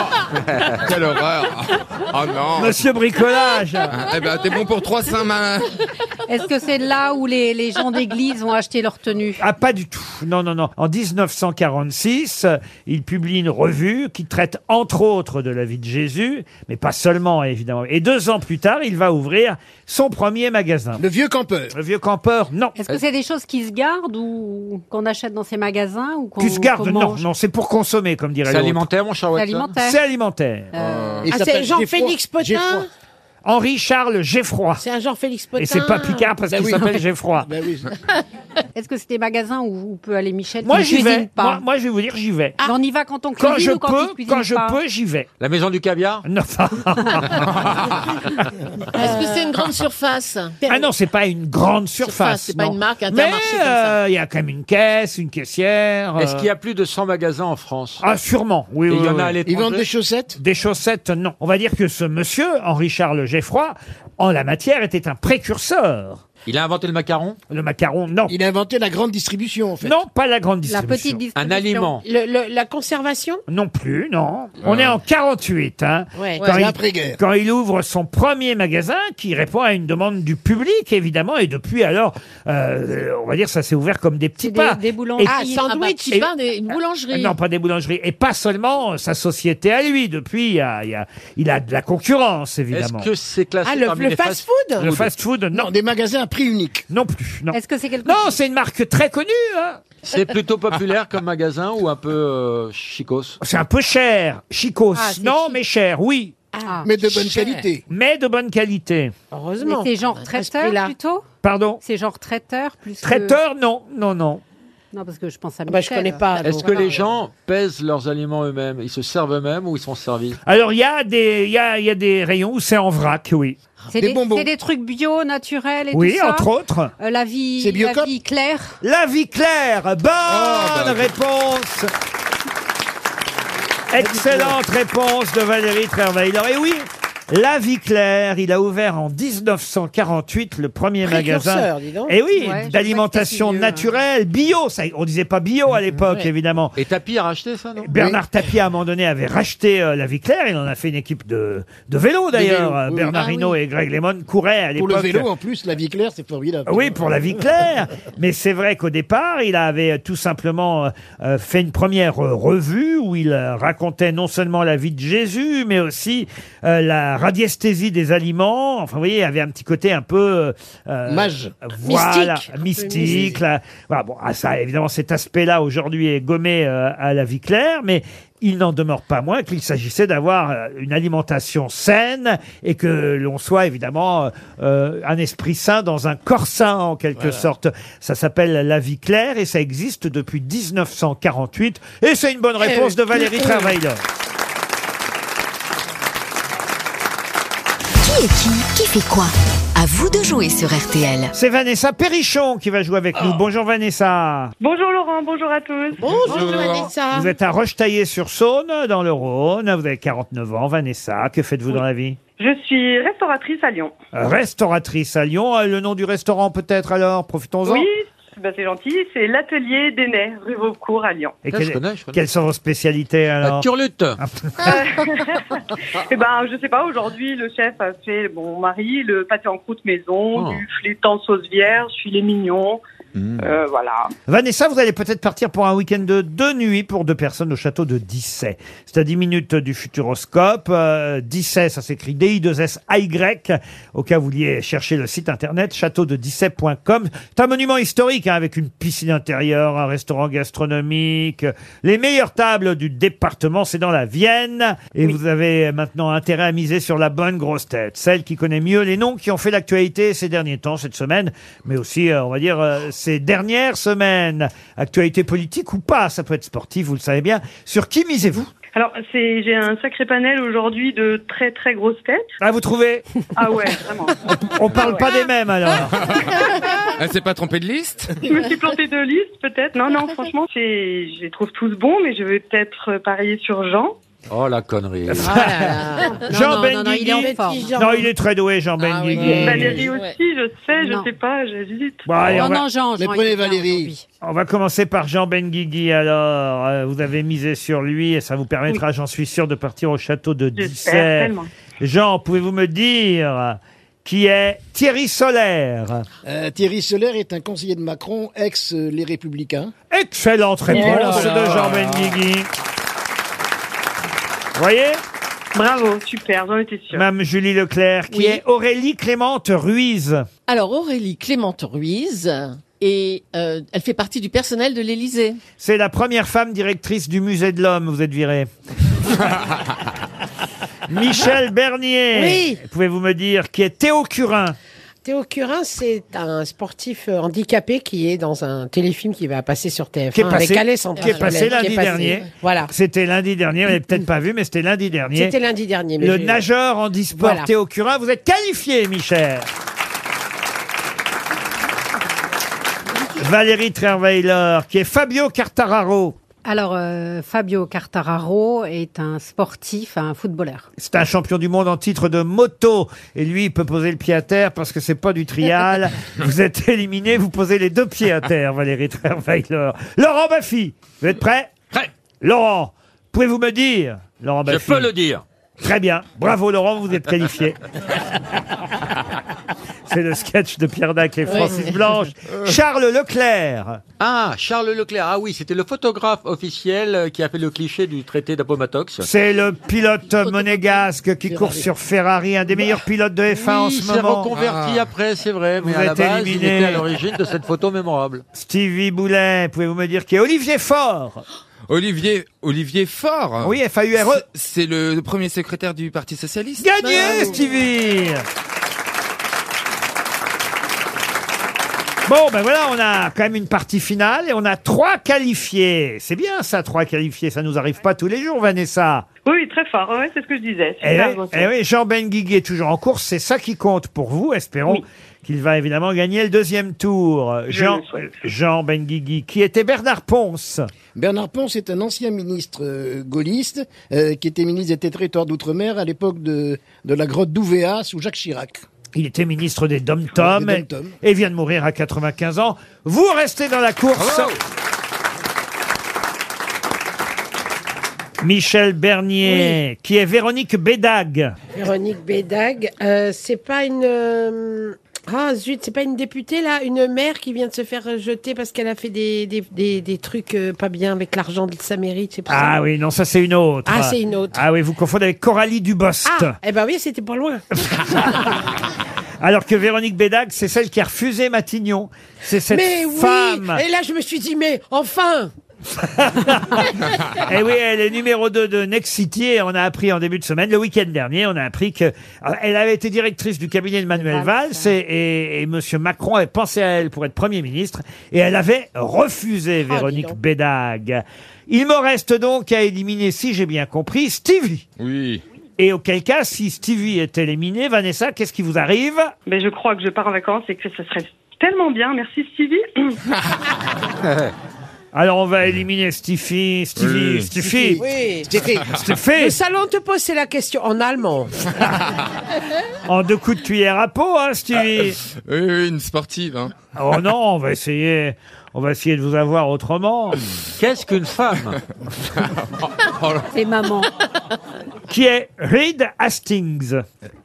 [SPEAKER 4] Quelle horreur Oh non
[SPEAKER 2] Monsieur Bricolage
[SPEAKER 4] Eh ben, t'es bon pour 300 mains
[SPEAKER 13] Est-ce que c'est là où les, les gens d'église ont acheté leur tenue
[SPEAKER 2] Ah, pas du tout. Non, non, non. En 1946, euh, il publie une revue qui traite entre autres de la vie de Jésus, mais pas seulement, évidemment. Et deux ans plus tard, il va ouvrir son premier magasin. Le
[SPEAKER 9] vieux campeur.
[SPEAKER 2] Le vieux campeur, non.
[SPEAKER 13] Est-ce que c'est des choses qui se gardent ou qu'on achète dans ces magasins ou qu'on
[SPEAKER 2] Qui se garde
[SPEAKER 13] qu'on
[SPEAKER 2] Euh, Non,
[SPEAKER 13] mange
[SPEAKER 2] non, c'est pour consommer, comme dirait
[SPEAKER 7] C'est
[SPEAKER 2] l'autre.
[SPEAKER 7] alimentaire, mon cher
[SPEAKER 13] C'est Watson alimentaire. Euh,
[SPEAKER 2] C'est alimentaire.
[SPEAKER 5] Et Ah, s'appelle c'est Jean-Félix Geffroy. Potin Geffroy.
[SPEAKER 2] Henri-Charles Geffroy.
[SPEAKER 5] C'est un Jean-Félix Potin.
[SPEAKER 2] Et c'est pas Picard parce
[SPEAKER 5] Ben
[SPEAKER 2] qu'il
[SPEAKER 5] oui.
[SPEAKER 2] s'appelle Geffroy.
[SPEAKER 13] Est-ce que c'est des magasins où, où peut aller Michel
[SPEAKER 2] (laughs) Moi,
[SPEAKER 13] qui
[SPEAKER 2] j'y
[SPEAKER 13] cuisine
[SPEAKER 2] vais.
[SPEAKER 13] Pas Ah.
[SPEAKER 2] Moi, moi, je vais vous dire, j'y vais.
[SPEAKER 13] On y va quand on cuisine
[SPEAKER 2] Quand je
[SPEAKER 13] ou quand on
[SPEAKER 2] peux,
[SPEAKER 13] cuisine
[SPEAKER 2] quand je
[SPEAKER 13] pas
[SPEAKER 2] peux, j'y vais.
[SPEAKER 7] La maison du caviar (laughs)
[SPEAKER 2] Non.
[SPEAKER 3] Est-ce que c'est une grande surface
[SPEAKER 2] (laughs) Ah non, c'est pas une grande surface.
[SPEAKER 3] c'est pas
[SPEAKER 2] non.
[SPEAKER 3] une marque
[SPEAKER 2] Mais
[SPEAKER 3] Intermarché comme ça.
[SPEAKER 2] euh, il y a quand même une caisse, une caissière.
[SPEAKER 7] Est-ce
[SPEAKER 2] euh,
[SPEAKER 7] qu'il y a plus de 100 magasins en France
[SPEAKER 2] Ah, sûrement, oui.
[SPEAKER 7] Et
[SPEAKER 2] oui,
[SPEAKER 7] il y en
[SPEAKER 2] oui,
[SPEAKER 7] a à
[SPEAKER 2] oui.
[SPEAKER 7] l'étranger Ils vendent des
[SPEAKER 9] chaussettes
[SPEAKER 2] Des chaussettes, non. On va dire que ce monsieur, Henri-Charles Geffroy, en la matière, était un précurseur.
[SPEAKER 7] Il a inventé le macaron
[SPEAKER 2] Le macaron, non.
[SPEAKER 9] Il a inventé la grande distribution, en fait.
[SPEAKER 2] Non, pas la grande distribution.
[SPEAKER 7] Un aliment. Ah.
[SPEAKER 5] Le- le- la conservation
[SPEAKER 2] Non plus, non. On est en 48, hein.
[SPEAKER 5] Ouais.
[SPEAKER 2] Quand
[SPEAKER 5] Ouais, c'est
[SPEAKER 2] il-
[SPEAKER 5] l'après-guerre.
[SPEAKER 2] Quand il ouvre son premier magasin, qui répond à une demande du public, évidemment, et depuis alors, euh, on va dire, ça s'est ouvert comme des petits
[SPEAKER 3] Des-
[SPEAKER 2] pas.
[SPEAKER 3] des boulangeries.
[SPEAKER 2] Et-
[SPEAKER 3] Ah, sandwich.
[SPEAKER 2] Et-
[SPEAKER 3] Pas des- une boulangerie.
[SPEAKER 2] Non, pas des boulangeries. Et pas seulement euh, sa société à lui. Depuis, il, y a, il, y a- il a de la concurrence, évidemment.
[SPEAKER 7] Est-ce que c'est classé
[SPEAKER 5] Ah, le-
[SPEAKER 7] parmi
[SPEAKER 5] le
[SPEAKER 7] les fast
[SPEAKER 5] fast-food
[SPEAKER 2] Le fast-food, non.
[SPEAKER 9] Des magasins à prix unique.
[SPEAKER 2] Non plus, non.
[SPEAKER 13] Est-ce que c'est quelque
[SPEAKER 2] Non, c'est une marque très connue, hein.
[SPEAKER 7] C'est plutôt populaire comme magasin ou un peu euh, chicos
[SPEAKER 2] C'est un peu cher. Chicos,
[SPEAKER 13] Ah, c'est
[SPEAKER 2] non, mais cher, oui.
[SPEAKER 13] Ah.
[SPEAKER 9] Mais de bonne qualité.
[SPEAKER 2] Mais de bonne qualité.
[SPEAKER 13] Mais
[SPEAKER 5] Heureusement.
[SPEAKER 13] c'est genre traiteur plutôt
[SPEAKER 2] Pardon
[SPEAKER 13] C'est genre traiteur plus que-
[SPEAKER 2] Traiteur, non, non, non.
[SPEAKER 13] Non, parce que je pense à
[SPEAKER 5] Ah
[SPEAKER 13] Michel.
[SPEAKER 5] bah, je connais pas,
[SPEAKER 13] Ah,
[SPEAKER 5] donc.
[SPEAKER 7] Est-ce que les gens pèsent leurs aliments eux-mêmes Ils se servent eux-mêmes ou ils sont servis
[SPEAKER 2] Alors, il y, a des- il y, a, il y a des rayons où c'est en vrac, oui.
[SPEAKER 13] C'est des, c'est des trucs bio, naturels et
[SPEAKER 2] Oui,
[SPEAKER 13] tout ça
[SPEAKER 2] entre autres.
[SPEAKER 13] Euh, la vie,
[SPEAKER 2] C'est
[SPEAKER 13] la
[SPEAKER 2] Biocop
[SPEAKER 13] vie claire.
[SPEAKER 2] La vie claire,
[SPEAKER 7] Oh,
[SPEAKER 2] bonne
[SPEAKER 13] bah.
[SPEAKER 2] réponse Excellente réponse de Valérie Trierweiler. Et oui la vie claire, il a ouvert en 1948 le premier
[SPEAKER 5] Précurseur,
[SPEAKER 2] magasin.
[SPEAKER 5] dis donc.
[SPEAKER 2] Et oui,
[SPEAKER 5] Ouais, je sais pas
[SPEAKER 2] d'alimentation
[SPEAKER 5] que t'es si vieux, hein.
[SPEAKER 2] naturelle, bio. Ça, on disait pas
[SPEAKER 5] Mm-hmm.
[SPEAKER 2] bio à l'époque,
[SPEAKER 7] Ouais.
[SPEAKER 2] évidemment.
[SPEAKER 7] Et Tapi a racheté ça, non
[SPEAKER 2] Bernard Tapie, à un moment donné, avait racheté euh, la vie claire. Il en a fait une équipe de, de vélo, d'ailleurs.
[SPEAKER 9] vélos,
[SPEAKER 2] Euh,
[SPEAKER 9] oui.
[SPEAKER 2] Bernard
[SPEAKER 9] Ah oui.
[SPEAKER 2] Hinault et Greg Lemon couraient à
[SPEAKER 9] Pour
[SPEAKER 2] l'époque.
[SPEAKER 9] le vélo, en plus, la vie claire, c'est formidable.
[SPEAKER 2] Oui, pour la vie claire. Mais c'est vrai qu'au départ, il avait tout simplement euh, euh, fait une première euh, revue où il euh, racontait non seulement la vie de Jésus, mais aussi euh, la radiesthésie des aliments. Enfin, vous voyez, il y avait un petit côté un peu... euh,
[SPEAKER 9] Mage.
[SPEAKER 2] Voilà,
[SPEAKER 9] Mystique. Un peu
[SPEAKER 2] mystique.
[SPEAKER 9] mystique.
[SPEAKER 2] la- voilà, bon, ah, ça, évidemment, cet aspect-là, aujourd'hui, est gommé euh, à la vie claire, mais... Il n'en demeure pas moins qu'il s'agissait d'avoir euh, une alimentation saine et que l'on soit évidemment euh, euh, un esprit sain dans un corps sain en quelque
[SPEAKER 9] Voilà.
[SPEAKER 2] sorte. Ça s'appelle la vie claire et ça existe depuis 1948 et c'est une bonne réponse
[SPEAKER 9] Eh,
[SPEAKER 2] de Valérie
[SPEAKER 9] eh.
[SPEAKER 2] Travailleur.
[SPEAKER 12] Qui est qui Qui fait quoi À vous de jouer sur RTL.
[SPEAKER 2] C'est Vanessa Perrichon qui va jouer avec
[SPEAKER 9] Oh.
[SPEAKER 2] nous. Bonjour Vanessa.
[SPEAKER 15] Bonjour Laurent, bonjour à tous. Bonjour, Vanessa.
[SPEAKER 2] Vous êtes à Rochetaillé-sur-Saône, dans le Rhône. Vous avez 49 ans, Vanessa. Que faites-vous dans la vie
[SPEAKER 15] Je suis restauratrice à Lyon.
[SPEAKER 2] Restauratrice à Lyon. Euh, Le nom du restaurant peut-être alors Profitons-en.
[SPEAKER 15] Oui, bah, c'est gentil, c'est l'atelier Nets, rue Vaucourt à Lyon.
[SPEAKER 2] Et quelle- quelles sont vos spécialités alors Ah,
[SPEAKER 7] turlute.
[SPEAKER 15] Euh, (laughs) Eh ben, je sais pas, aujourd'hui, le chef a fait, bon, mon mari, le pâté en croûte maison,
[SPEAKER 2] Oh.
[SPEAKER 15] du flétan sauce vierge, filet mignon, euh, voilà.
[SPEAKER 2] (laughs) Vanessa, vous allez peut-être partir pour un week-end de deux nuits pour deux personnes au château de Dissay. C'est à 10 minutes du Futuroscope. Euh, Dissay, ça s'écrit D-I-2-S-A-Y. Au cas où vous vouliez chercher le site internet châteaudedissay.com. C'est un monument historique hein, avec une piscine intérieure, un restaurant gastronomique. Les meilleures tables du département, c'est dans la Vienne. Et vous avez maintenant intérêt à miser sur la bonne grosse tête, celle qui connaît mieux les noms qui ont fait l'actualité ces derniers temps, cette semaine, mais aussi, euh, on va dire, euh, ces dernières semaines. Actualité politique ou pas, ça peut être sportif, vous le savez bien. Sur qui misez-vous
[SPEAKER 15] Alors, c'est, j'ai un sacré panel aujourd'hui de très très grosses têtes.
[SPEAKER 2] (laughs) Ah, vous trouvez
[SPEAKER 15] Ah ouais, vraiment.
[SPEAKER 2] On parle pas des
[SPEAKER 4] (laughs)
[SPEAKER 2] mêmes alors.
[SPEAKER 4] Elle s'est Ah, pas trompée de
[SPEAKER 2] (laughs)
[SPEAKER 4] liste
[SPEAKER 15] Je me suis plantée de liste, peut-être. Non, non, franchement, c'est, je les trouve tous bons, mais je vais peut-être euh, parier sur Jean.
[SPEAKER 7] Oh la connerie.
[SPEAKER 2] Ah, (laughs) Jean
[SPEAKER 15] Ah, Non, non, non, non, il est en
[SPEAKER 2] Benguigui.
[SPEAKER 15] forme. Ah
[SPEAKER 2] Non, il est très doué, Jean Benguigui.
[SPEAKER 15] Valérie aussi, je sais, je sais pas, j'hésite.
[SPEAKER 2] Bon, allez, on va-
[SPEAKER 9] Mais prenez Valérie.
[SPEAKER 2] On va commencer par Jean Benguigui alors. Euh, Vous avez misé sur lui et ça vous permettra, j'en suis sûr, de partir au château de
[SPEAKER 15] J'espère
[SPEAKER 2] Dissay.
[SPEAKER 15] tellement.
[SPEAKER 2] Jean, pouvez-vous me dire qui est Thierry Solaire
[SPEAKER 9] Euh, Thierry Solaire est un conseiller de Macron, ex euh, Les Républicains.
[SPEAKER 2] Excellente réponse
[SPEAKER 9] Oh là
[SPEAKER 2] de
[SPEAKER 9] là.
[SPEAKER 2] Jean Benguigui. Vous voyez
[SPEAKER 15] Bravo, super, j'en étais sûr.
[SPEAKER 2] Mme Julie Leclerc, qui
[SPEAKER 3] Oui.
[SPEAKER 2] est Aurélie Clémente Ruiz.
[SPEAKER 3] Alors Aurélie Clémente Ruiz, et euh, elle fait partie du personnel de l'Élysée.
[SPEAKER 2] C'est la première femme directrice du musée de l'homme, vous êtes
[SPEAKER 5] (laughs)
[SPEAKER 2] virée. Michel Bernier.
[SPEAKER 5] Oui.
[SPEAKER 2] Pouvez-vous me dire qui est Théo Curin
[SPEAKER 5] Théo Curin, c'est un sportif euh, handicapé qui est dans un téléfilm qui va passer sur TF1
[SPEAKER 2] qui est passé,
[SPEAKER 5] avec Alessandra
[SPEAKER 2] qui est passé
[SPEAKER 5] Soler,
[SPEAKER 2] lundi
[SPEAKER 5] qui est passé.
[SPEAKER 2] dernier.
[SPEAKER 5] Voilà.
[SPEAKER 2] C'était lundi dernier, vous l'avez peut-être pas vu, mais c'était lundi dernier.
[SPEAKER 5] C'était lundi dernier. mais
[SPEAKER 2] Le
[SPEAKER 5] j'ai-
[SPEAKER 2] nageur en disport
[SPEAKER 5] Voilà.
[SPEAKER 2] Théo Curin, vous êtes qualifié,
[SPEAKER 5] (laughs)
[SPEAKER 2] Michel. Valérie Trierweiler, qui est Fabio Cartararo.
[SPEAKER 13] Alors, euh, Fabio Cartararo est un sportif, un footballeur.
[SPEAKER 2] C'est un champion du monde en titre de moto. Et lui, il peut poser le pied à terre parce que c'est pas
[SPEAKER 7] (laughs)
[SPEAKER 2] du trial. vous êtes éliminé, vous posez les deux pieds à terre, Valérie Trierweiler. Laurent Baffy, vous êtes prêt Prêt. Laurent, pouvez-vous me dire Laurent
[SPEAKER 7] Je
[SPEAKER 2] Baffy.
[SPEAKER 7] peux le dire.
[SPEAKER 2] Très bien. Bravo Laurent, vous
[SPEAKER 7] (laughs)
[SPEAKER 2] êtes qualifié. C'est le sketch de Pierre Dac et Francis
[SPEAKER 7] Ouais.
[SPEAKER 2] Blanche. Charles Leclerc.
[SPEAKER 7] Ah, Charles Leclerc. Ah oui, c'était le photographe officiel euh, qui a fait le cliché du traité d'Appomattox.
[SPEAKER 2] C'est le pilote monégasque qui court sur Ferrari, un des meilleurs pilotes de F1 en
[SPEAKER 7] Oui,
[SPEAKER 2] ce
[SPEAKER 7] il s'est
[SPEAKER 2] moment.
[SPEAKER 7] reconverti
[SPEAKER 15] Ah.
[SPEAKER 7] après, c'est vrai, mais
[SPEAKER 2] Vous
[SPEAKER 7] à la
[SPEAKER 2] êtes
[SPEAKER 7] base, il
[SPEAKER 2] éliminé.
[SPEAKER 7] était à l'origine de cette photo mémorable.
[SPEAKER 2] Stevie Boulet, pouvez-vous me dire qui est Olivier Faure
[SPEAKER 4] Olivier, Olivier Faure.
[SPEAKER 2] Oui, F-A-U-R-E.
[SPEAKER 4] C'est le premier secrétaire du Parti Socialiste.
[SPEAKER 2] E. Gagné, Stevie Bon, ben voilà, on a quand même une partie finale et on a trois qualifiés. C'est bien ça, trois qualifiés. Ça nous arrive pas tous les jours, Vanessa.
[SPEAKER 15] Oui, très fort, ouais, c'est ce que je disais.
[SPEAKER 2] Eh
[SPEAKER 15] Super,
[SPEAKER 2] oui,
[SPEAKER 15] bon.
[SPEAKER 2] eh oui, Jean Benguigui est toujours en course, c'est ça qui compte pour vous. Espérons qu'il va évidemment gagner le deuxième tour.
[SPEAKER 9] Je
[SPEAKER 2] Jean,
[SPEAKER 9] le souhaite.
[SPEAKER 2] Jean Benguigui, qui était Bernard Ponce.
[SPEAKER 9] Bernard Ponce est un ancien ministre euh, gaulliste euh, qui était ministre des territoires d'outre-mer à l'époque de, de la grotte d'Ouvéa sous Jacques Chirac.
[SPEAKER 2] Il était ministre des Dom-Tom
[SPEAKER 9] Des
[SPEAKER 2] et,
[SPEAKER 9] Dom-Tom.
[SPEAKER 2] et Ah, vient de mourir à 95 ans. Vous restez dans la course.
[SPEAKER 9] Bravo.
[SPEAKER 2] Michel Bernier, qui est Véronique Bédag.
[SPEAKER 5] Véronique Bédag, euh, c'est pas une. euh, Ah zut, c'est pas une députée là, une mère qui vient de se faire jeter parce qu'elle a fait des, des, des, des trucs euh, pas bien avec l'argent de sa mairie, c'est pour
[SPEAKER 2] Ah
[SPEAKER 5] ça.
[SPEAKER 2] oui, non, ça c'est une autre.
[SPEAKER 5] Ah, c'est une autre.
[SPEAKER 2] Ah oui, vous confondez avec Coralie Dubost.
[SPEAKER 5] Ah, ben. eh ben oui, c'était pas loin.
[SPEAKER 2] (laughs) Alors que Véronique Bédag, c'est celle qui a refusé Matignon. C'est cette
[SPEAKER 5] mais
[SPEAKER 2] femme.
[SPEAKER 5] oui Et là, je me suis dit, mais enfin
[SPEAKER 2] Eh oui, elle est numéro 2 de Next City et on a appris en début de semaine, le week-end dernier, on a appris que alors, elle avait été directrice du cabinet de Manuel Valls et, et, et Monsieur Macron avait pensé à elle pour être Premier ministre et elle avait refusé Véronique Bédag. Il me reste donc à éliminer, si j'ai bien compris, Stevie.
[SPEAKER 4] Oui.
[SPEAKER 2] Et auquel cas, si Stevie est éliminé, Vanessa, qu'est-ce qui vous arrive
[SPEAKER 15] Mais Ben, je crois que je pars en vacances et que ce serait tellement bien. Merci Stevie.
[SPEAKER 2] (laughs) Alors on va éliminer Stevie, Stevie,
[SPEAKER 5] Oui.
[SPEAKER 2] Stevie.
[SPEAKER 5] Oui, Stéphie.
[SPEAKER 2] Stéphie. (laughs)
[SPEAKER 4] (laughs)
[SPEAKER 5] Le salon te posait la question en allemand.
[SPEAKER 2] En deux coups de cuillère à peau, hein, Stevie.
[SPEAKER 4] Ah, Oui, oui, une sportive. hein.
[SPEAKER 2] Oh non, on va essayer, on va essayer de vous avoir autrement. Qu'est-ce
[SPEAKER 4] (laughs)
[SPEAKER 2] qu'une femme
[SPEAKER 4] Oh,
[SPEAKER 13] Et maman.
[SPEAKER 3] (laughs)
[SPEAKER 2] Qui est Reed Hastings.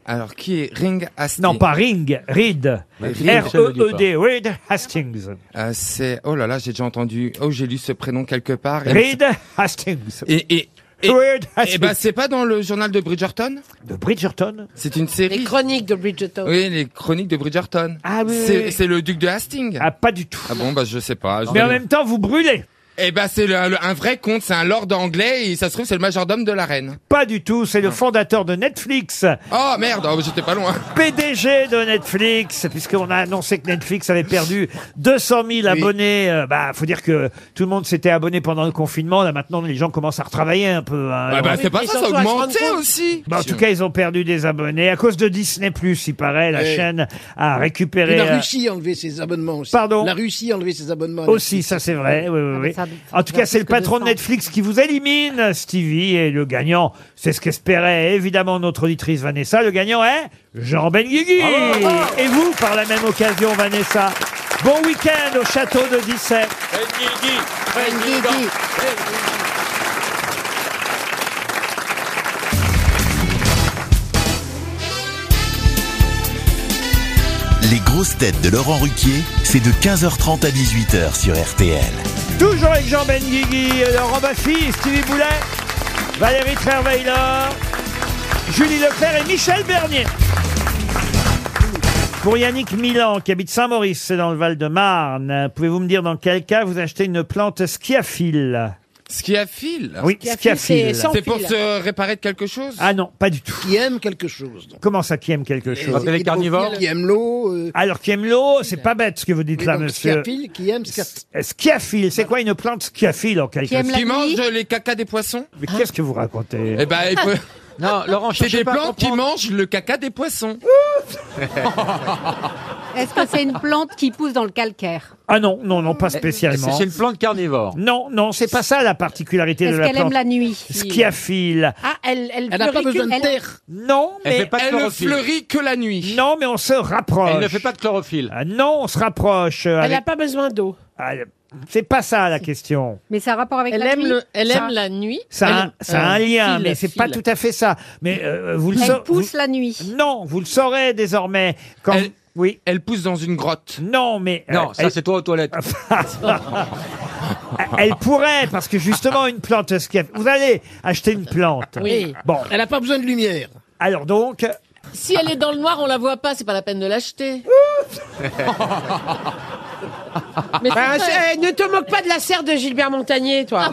[SPEAKER 4] Alors, qui est Ring Hastings
[SPEAKER 2] Non, pas Ring, Reed.
[SPEAKER 4] Mais Bah, Reed, ça veut dire
[SPEAKER 2] R-E-E-D, E Reed Hastings.
[SPEAKER 4] Euh, c'est oh là là, j'ai déjà entendu. Oh, j'ai lu ce prénom quelque part.
[SPEAKER 2] Reed Hastings.
[SPEAKER 4] Et et et,
[SPEAKER 2] Reed Hastings.
[SPEAKER 4] eh ben, c'est pas dans le journal de Bridgerton
[SPEAKER 2] De Bridgerton
[SPEAKER 4] C'est une série.
[SPEAKER 5] Les chroniques de Bridgerton.
[SPEAKER 4] Oui, les chroniques de Bridgerton.
[SPEAKER 5] Ah oui, oui,
[SPEAKER 4] C'est
[SPEAKER 5] oui.
[SPEAKER 4] c'est le duc de Hastings.
[SPEAKER 2] Ah pas du tout.
[SPEAKER 4] Ah bon bah je sais pas.
[SPEAKER 2] Mais en même temps, vous brûlez.
[SPEAKER 4] Eh ben c'est le- le- un vrai conte, c'est un lord anglais et ça se trouve c'est le majordome de la reine.
[SPEAKER 2] Pas du tout, c'est le fondateur de Netflix.
[SPEAKER 4] Oh merde, oh, j'étais pas loin.
[SPEAKER 2] PDG de Netflix, puisqu'on a annoncé que Netflix avait perdu 200 000 abonnés. Euh, bah, faut dire que tout le monde s'était abonné pendant le confinement. Là, maintenant, les gens commencent à retravailler un peu. hein.
[SPEAKER 4] Ah bah,
[SPEAKER 2] Alors,
[SPEAKER 4] c'est pas
[SPEAKER 2] oui,
[SPEAKER 4] ça,
[SPEAKER 2] mais
[SPEAKER 4] ça a
[SPEAKER 2] surtout à se rendre
[SPEAKER 4] augmenté
[SPEAKER 2] compte.
[SPEAKER 4] aussi.
[SPEAKER 2] Bah, en tout cas, ils ont perdu des abonnés à cause de Disney+. Il paraît, la
[SPEAKER 9] Eh.
[SPEAKER 2] chaîne a récupéré.
[SPEAKER 9] Et la
[SPEAKER 2] euh,
[SPEAKER 9] Russie a enlevé ses abonnements aussi.
[SPEAKER 2] Pardon
[SPEAKER 9] La Russie a enlevé ses abonnements. à
[SPEAKER 2] Aussi,
[SPEAKER 9] Netflix.
[SPEAKER 2] ça c'est vrai. oui, oui, oui.
[SPEAKER 9] Ah, ça-
[SPEAKER 2] en tout
[SPEAKER 9] ça
[SPEAKER 2] cas, c'est le
[SPEAKER 9] coûte que
[SPEAKER 2] patron de
[SPEAKER 9] 200.
[SPEAKER 2] Netflix qui vous élimine, Stevie, et le gagnant, c'est ce qu'espérait évidemment notre auditrice Vanessa. Le gagnant est Jean Benguigui. Et vous, par la même occasion, Vanessa. Bon week-end au château de Disset.
[SPEAKER 1] Les grosses têtes de Laurent Ruquier, c'est de 15h30 à 18h sur RTL.
[SPEAKER 2] Toujours avec Jean Benguigui, Laurent Baffy, Stevie Boulet, Valérie Trierweiler, Julie Leclerc et Michel Bernier. Pour Yannick Milan, qui habite Saint-Maurice, c'est dans le Val-de-Marne, pouvez-vous me dire dans quel cas vous achetez une plante schiaphile
[SPEAKER 4] Schiaphile.
[SPEAKER 2] Oui, Schiaphile, schiaphile. c'est sans
[SPEAKER 3] hein.
[SPEAKER 4] C'est pour
[SPEAKER 2] fil.
[SPEAKER 4] se réparer de quelque chose
[SPEAKER 2] Ah non, pas du tout.
[SPEAKER 9] Qui aime quelque chose. donc.
[SPEAKER 2] Comment ça, qui aime
[SPEAKER 4] Euh,
[SPEAKER 2] quelque chose
[SPEAKER 9] Les carnivores Qui aiment l'eau. euh,
[SPEAKER 2] Alors, qui aime l'eau, c'est pas bête ce que vous dites
[SPEAKER 9] et
[SPEAKER 2] là,
[SPEAKER 9] donc
[SPEAKER 2] monsieur. Euh,
[SPEAKER 9] schiaphile, qui aime schiaphile.
[SPEAKER 2] Schiaphile,
[SPEAKER 7] Bah,
[SPEAKER 2] c'est quoi une plante schiaphile en quelque
[SPEAKER 4] Qui
[SPEAKER 2] sorte
[SPEAKER 4] mange les cacas des poissons
[SPEAKER 2] Mais qu'est-ce que vous racontez
[SPEAKER 4] Eh ben, il
[SPEAKER 2] (laughs)
[SPEAKER 4] peut-
[SPEAKER 7] Non, Laurent,
[SPEAKER 4] c'est
[SPEAKER 7] cherchez
[SPEAKER 4] des
[SPEAKER 7] pas à
[SPEAKER 4] plantes qui mangent le caca des
[SPEAKER 2] (laughs)
[SPEAKER 4] poissons.
[SPEAKER 13] Est-ce que c'est une plante qui pousse dans le calcaire
[SPEAKER 2] Ah non, non, non, pas spécialement.
[SPEAKER 7] C'est une plante carnivore.
[SPEAKER 2] Non, non, c'est pas ça la particularité de
[SPEAKER 13] Est-ce
[SPEAKER 2] la
[SPEAKER 13] qu'elle aime
[SPEAKER 2] plante.
[SPEAKER 13] la nuit
[SPEAKER 2] Schiaphile.
[SPEAKER 5] Ah, elle, elle,
[SPEAKER 9] Elle n'a pas
[SPEAKER 5] fleurit
[SPEAKER 9] besoin
[SPEAKER 5] que-
[SPEAKER 9] de
[SPEAKER 5] elle-
[SPEAKER 9] terre.
[SPEAKER 2] Non,
[SPEAKER 7] Elle
[SPEAKER 2] mais
[SPEAKER 7] fait pas de
[SPEAKER 2] ne
[SPEAKER 7] chlorophylle.
[SPEAKER 4] que la nuit.
[SPEAKER 2] Non, mais on se rapproche.
[SPEAKER 7] Elle ne fait pas de chlorophylle.
[SPEAKER 2] Ah Non, on se rapproche. euh,
[SPEAKER 5] Elle n'a
[SPEAKER 2] avec-
[SPEAKER 5] pas besoin d'eau.
[SPEAKER 2] Ah, C'est pas ça la question.
[SPEAKER 13] Mais ça a rapport avec
[SPEAKER 3] Elle
[SPEAKER 13] la
[SPEAKER 3] aime,
[SPEAKER 13] nuit
[SPEAKER 3] le, elle
[SPEAKER 13] Ça-
[SPEAKER 3] aime la nuit.
[SPEAKER 2] Ça, a,
[SPEAKER 3] Elle-
[SPEAKER 2] ça a un
[SPEAKER 3] euh,
[SPEAKER 2] lien,
[SPEAKER 3] file,
[SPEAKER 2] mais c'est pas
[SPEAKER 3] file.
[SPEAKER 2] tout à fait ça. Mais euh, vous le
[SPEAKER 13] Elle
[SPEAKER 2] sa-
[SPEAKER 13] pousse
[SPEAKER 2] vous-
[SPEAKER 13] la nuit.
[SPEAKER 2] Non, vous le saurez désormais. Quand... Oui.
[SPEAKER 4] Elle pousse dans une grotte.
[SPEAKER 2] Non, mais. euh,
[SPEAKER 7] Non, ça
[SPEAKER 2] elle-
[SPEAKER 7] c'est toi aux toilettes.
[SPEAKER 2] (laughs) Elle pourrait, parce que justement, une plante schiaphile. Vous allez acheter une plante.
[SPEAKER 3] Oui.
[SPEAKER 2] Bon.
[SPEAKER 9] Elle n'a pas besoin de lumière.
[SPEAKER 2] Alors donc.
[SPEAKER 3] Si elle est dans le noir, on la voit pas, c'est pas la peine de l'acheter.
[SPEAKER 2] Ben,
[SPEAKER 3] Mais
[SPEAKER 5] Bah,
[SPEAKER 3] c'est vrai.
[SPEAKER 5] eh, ne te moque pas de la serre de Gilbert Montagnier, toi.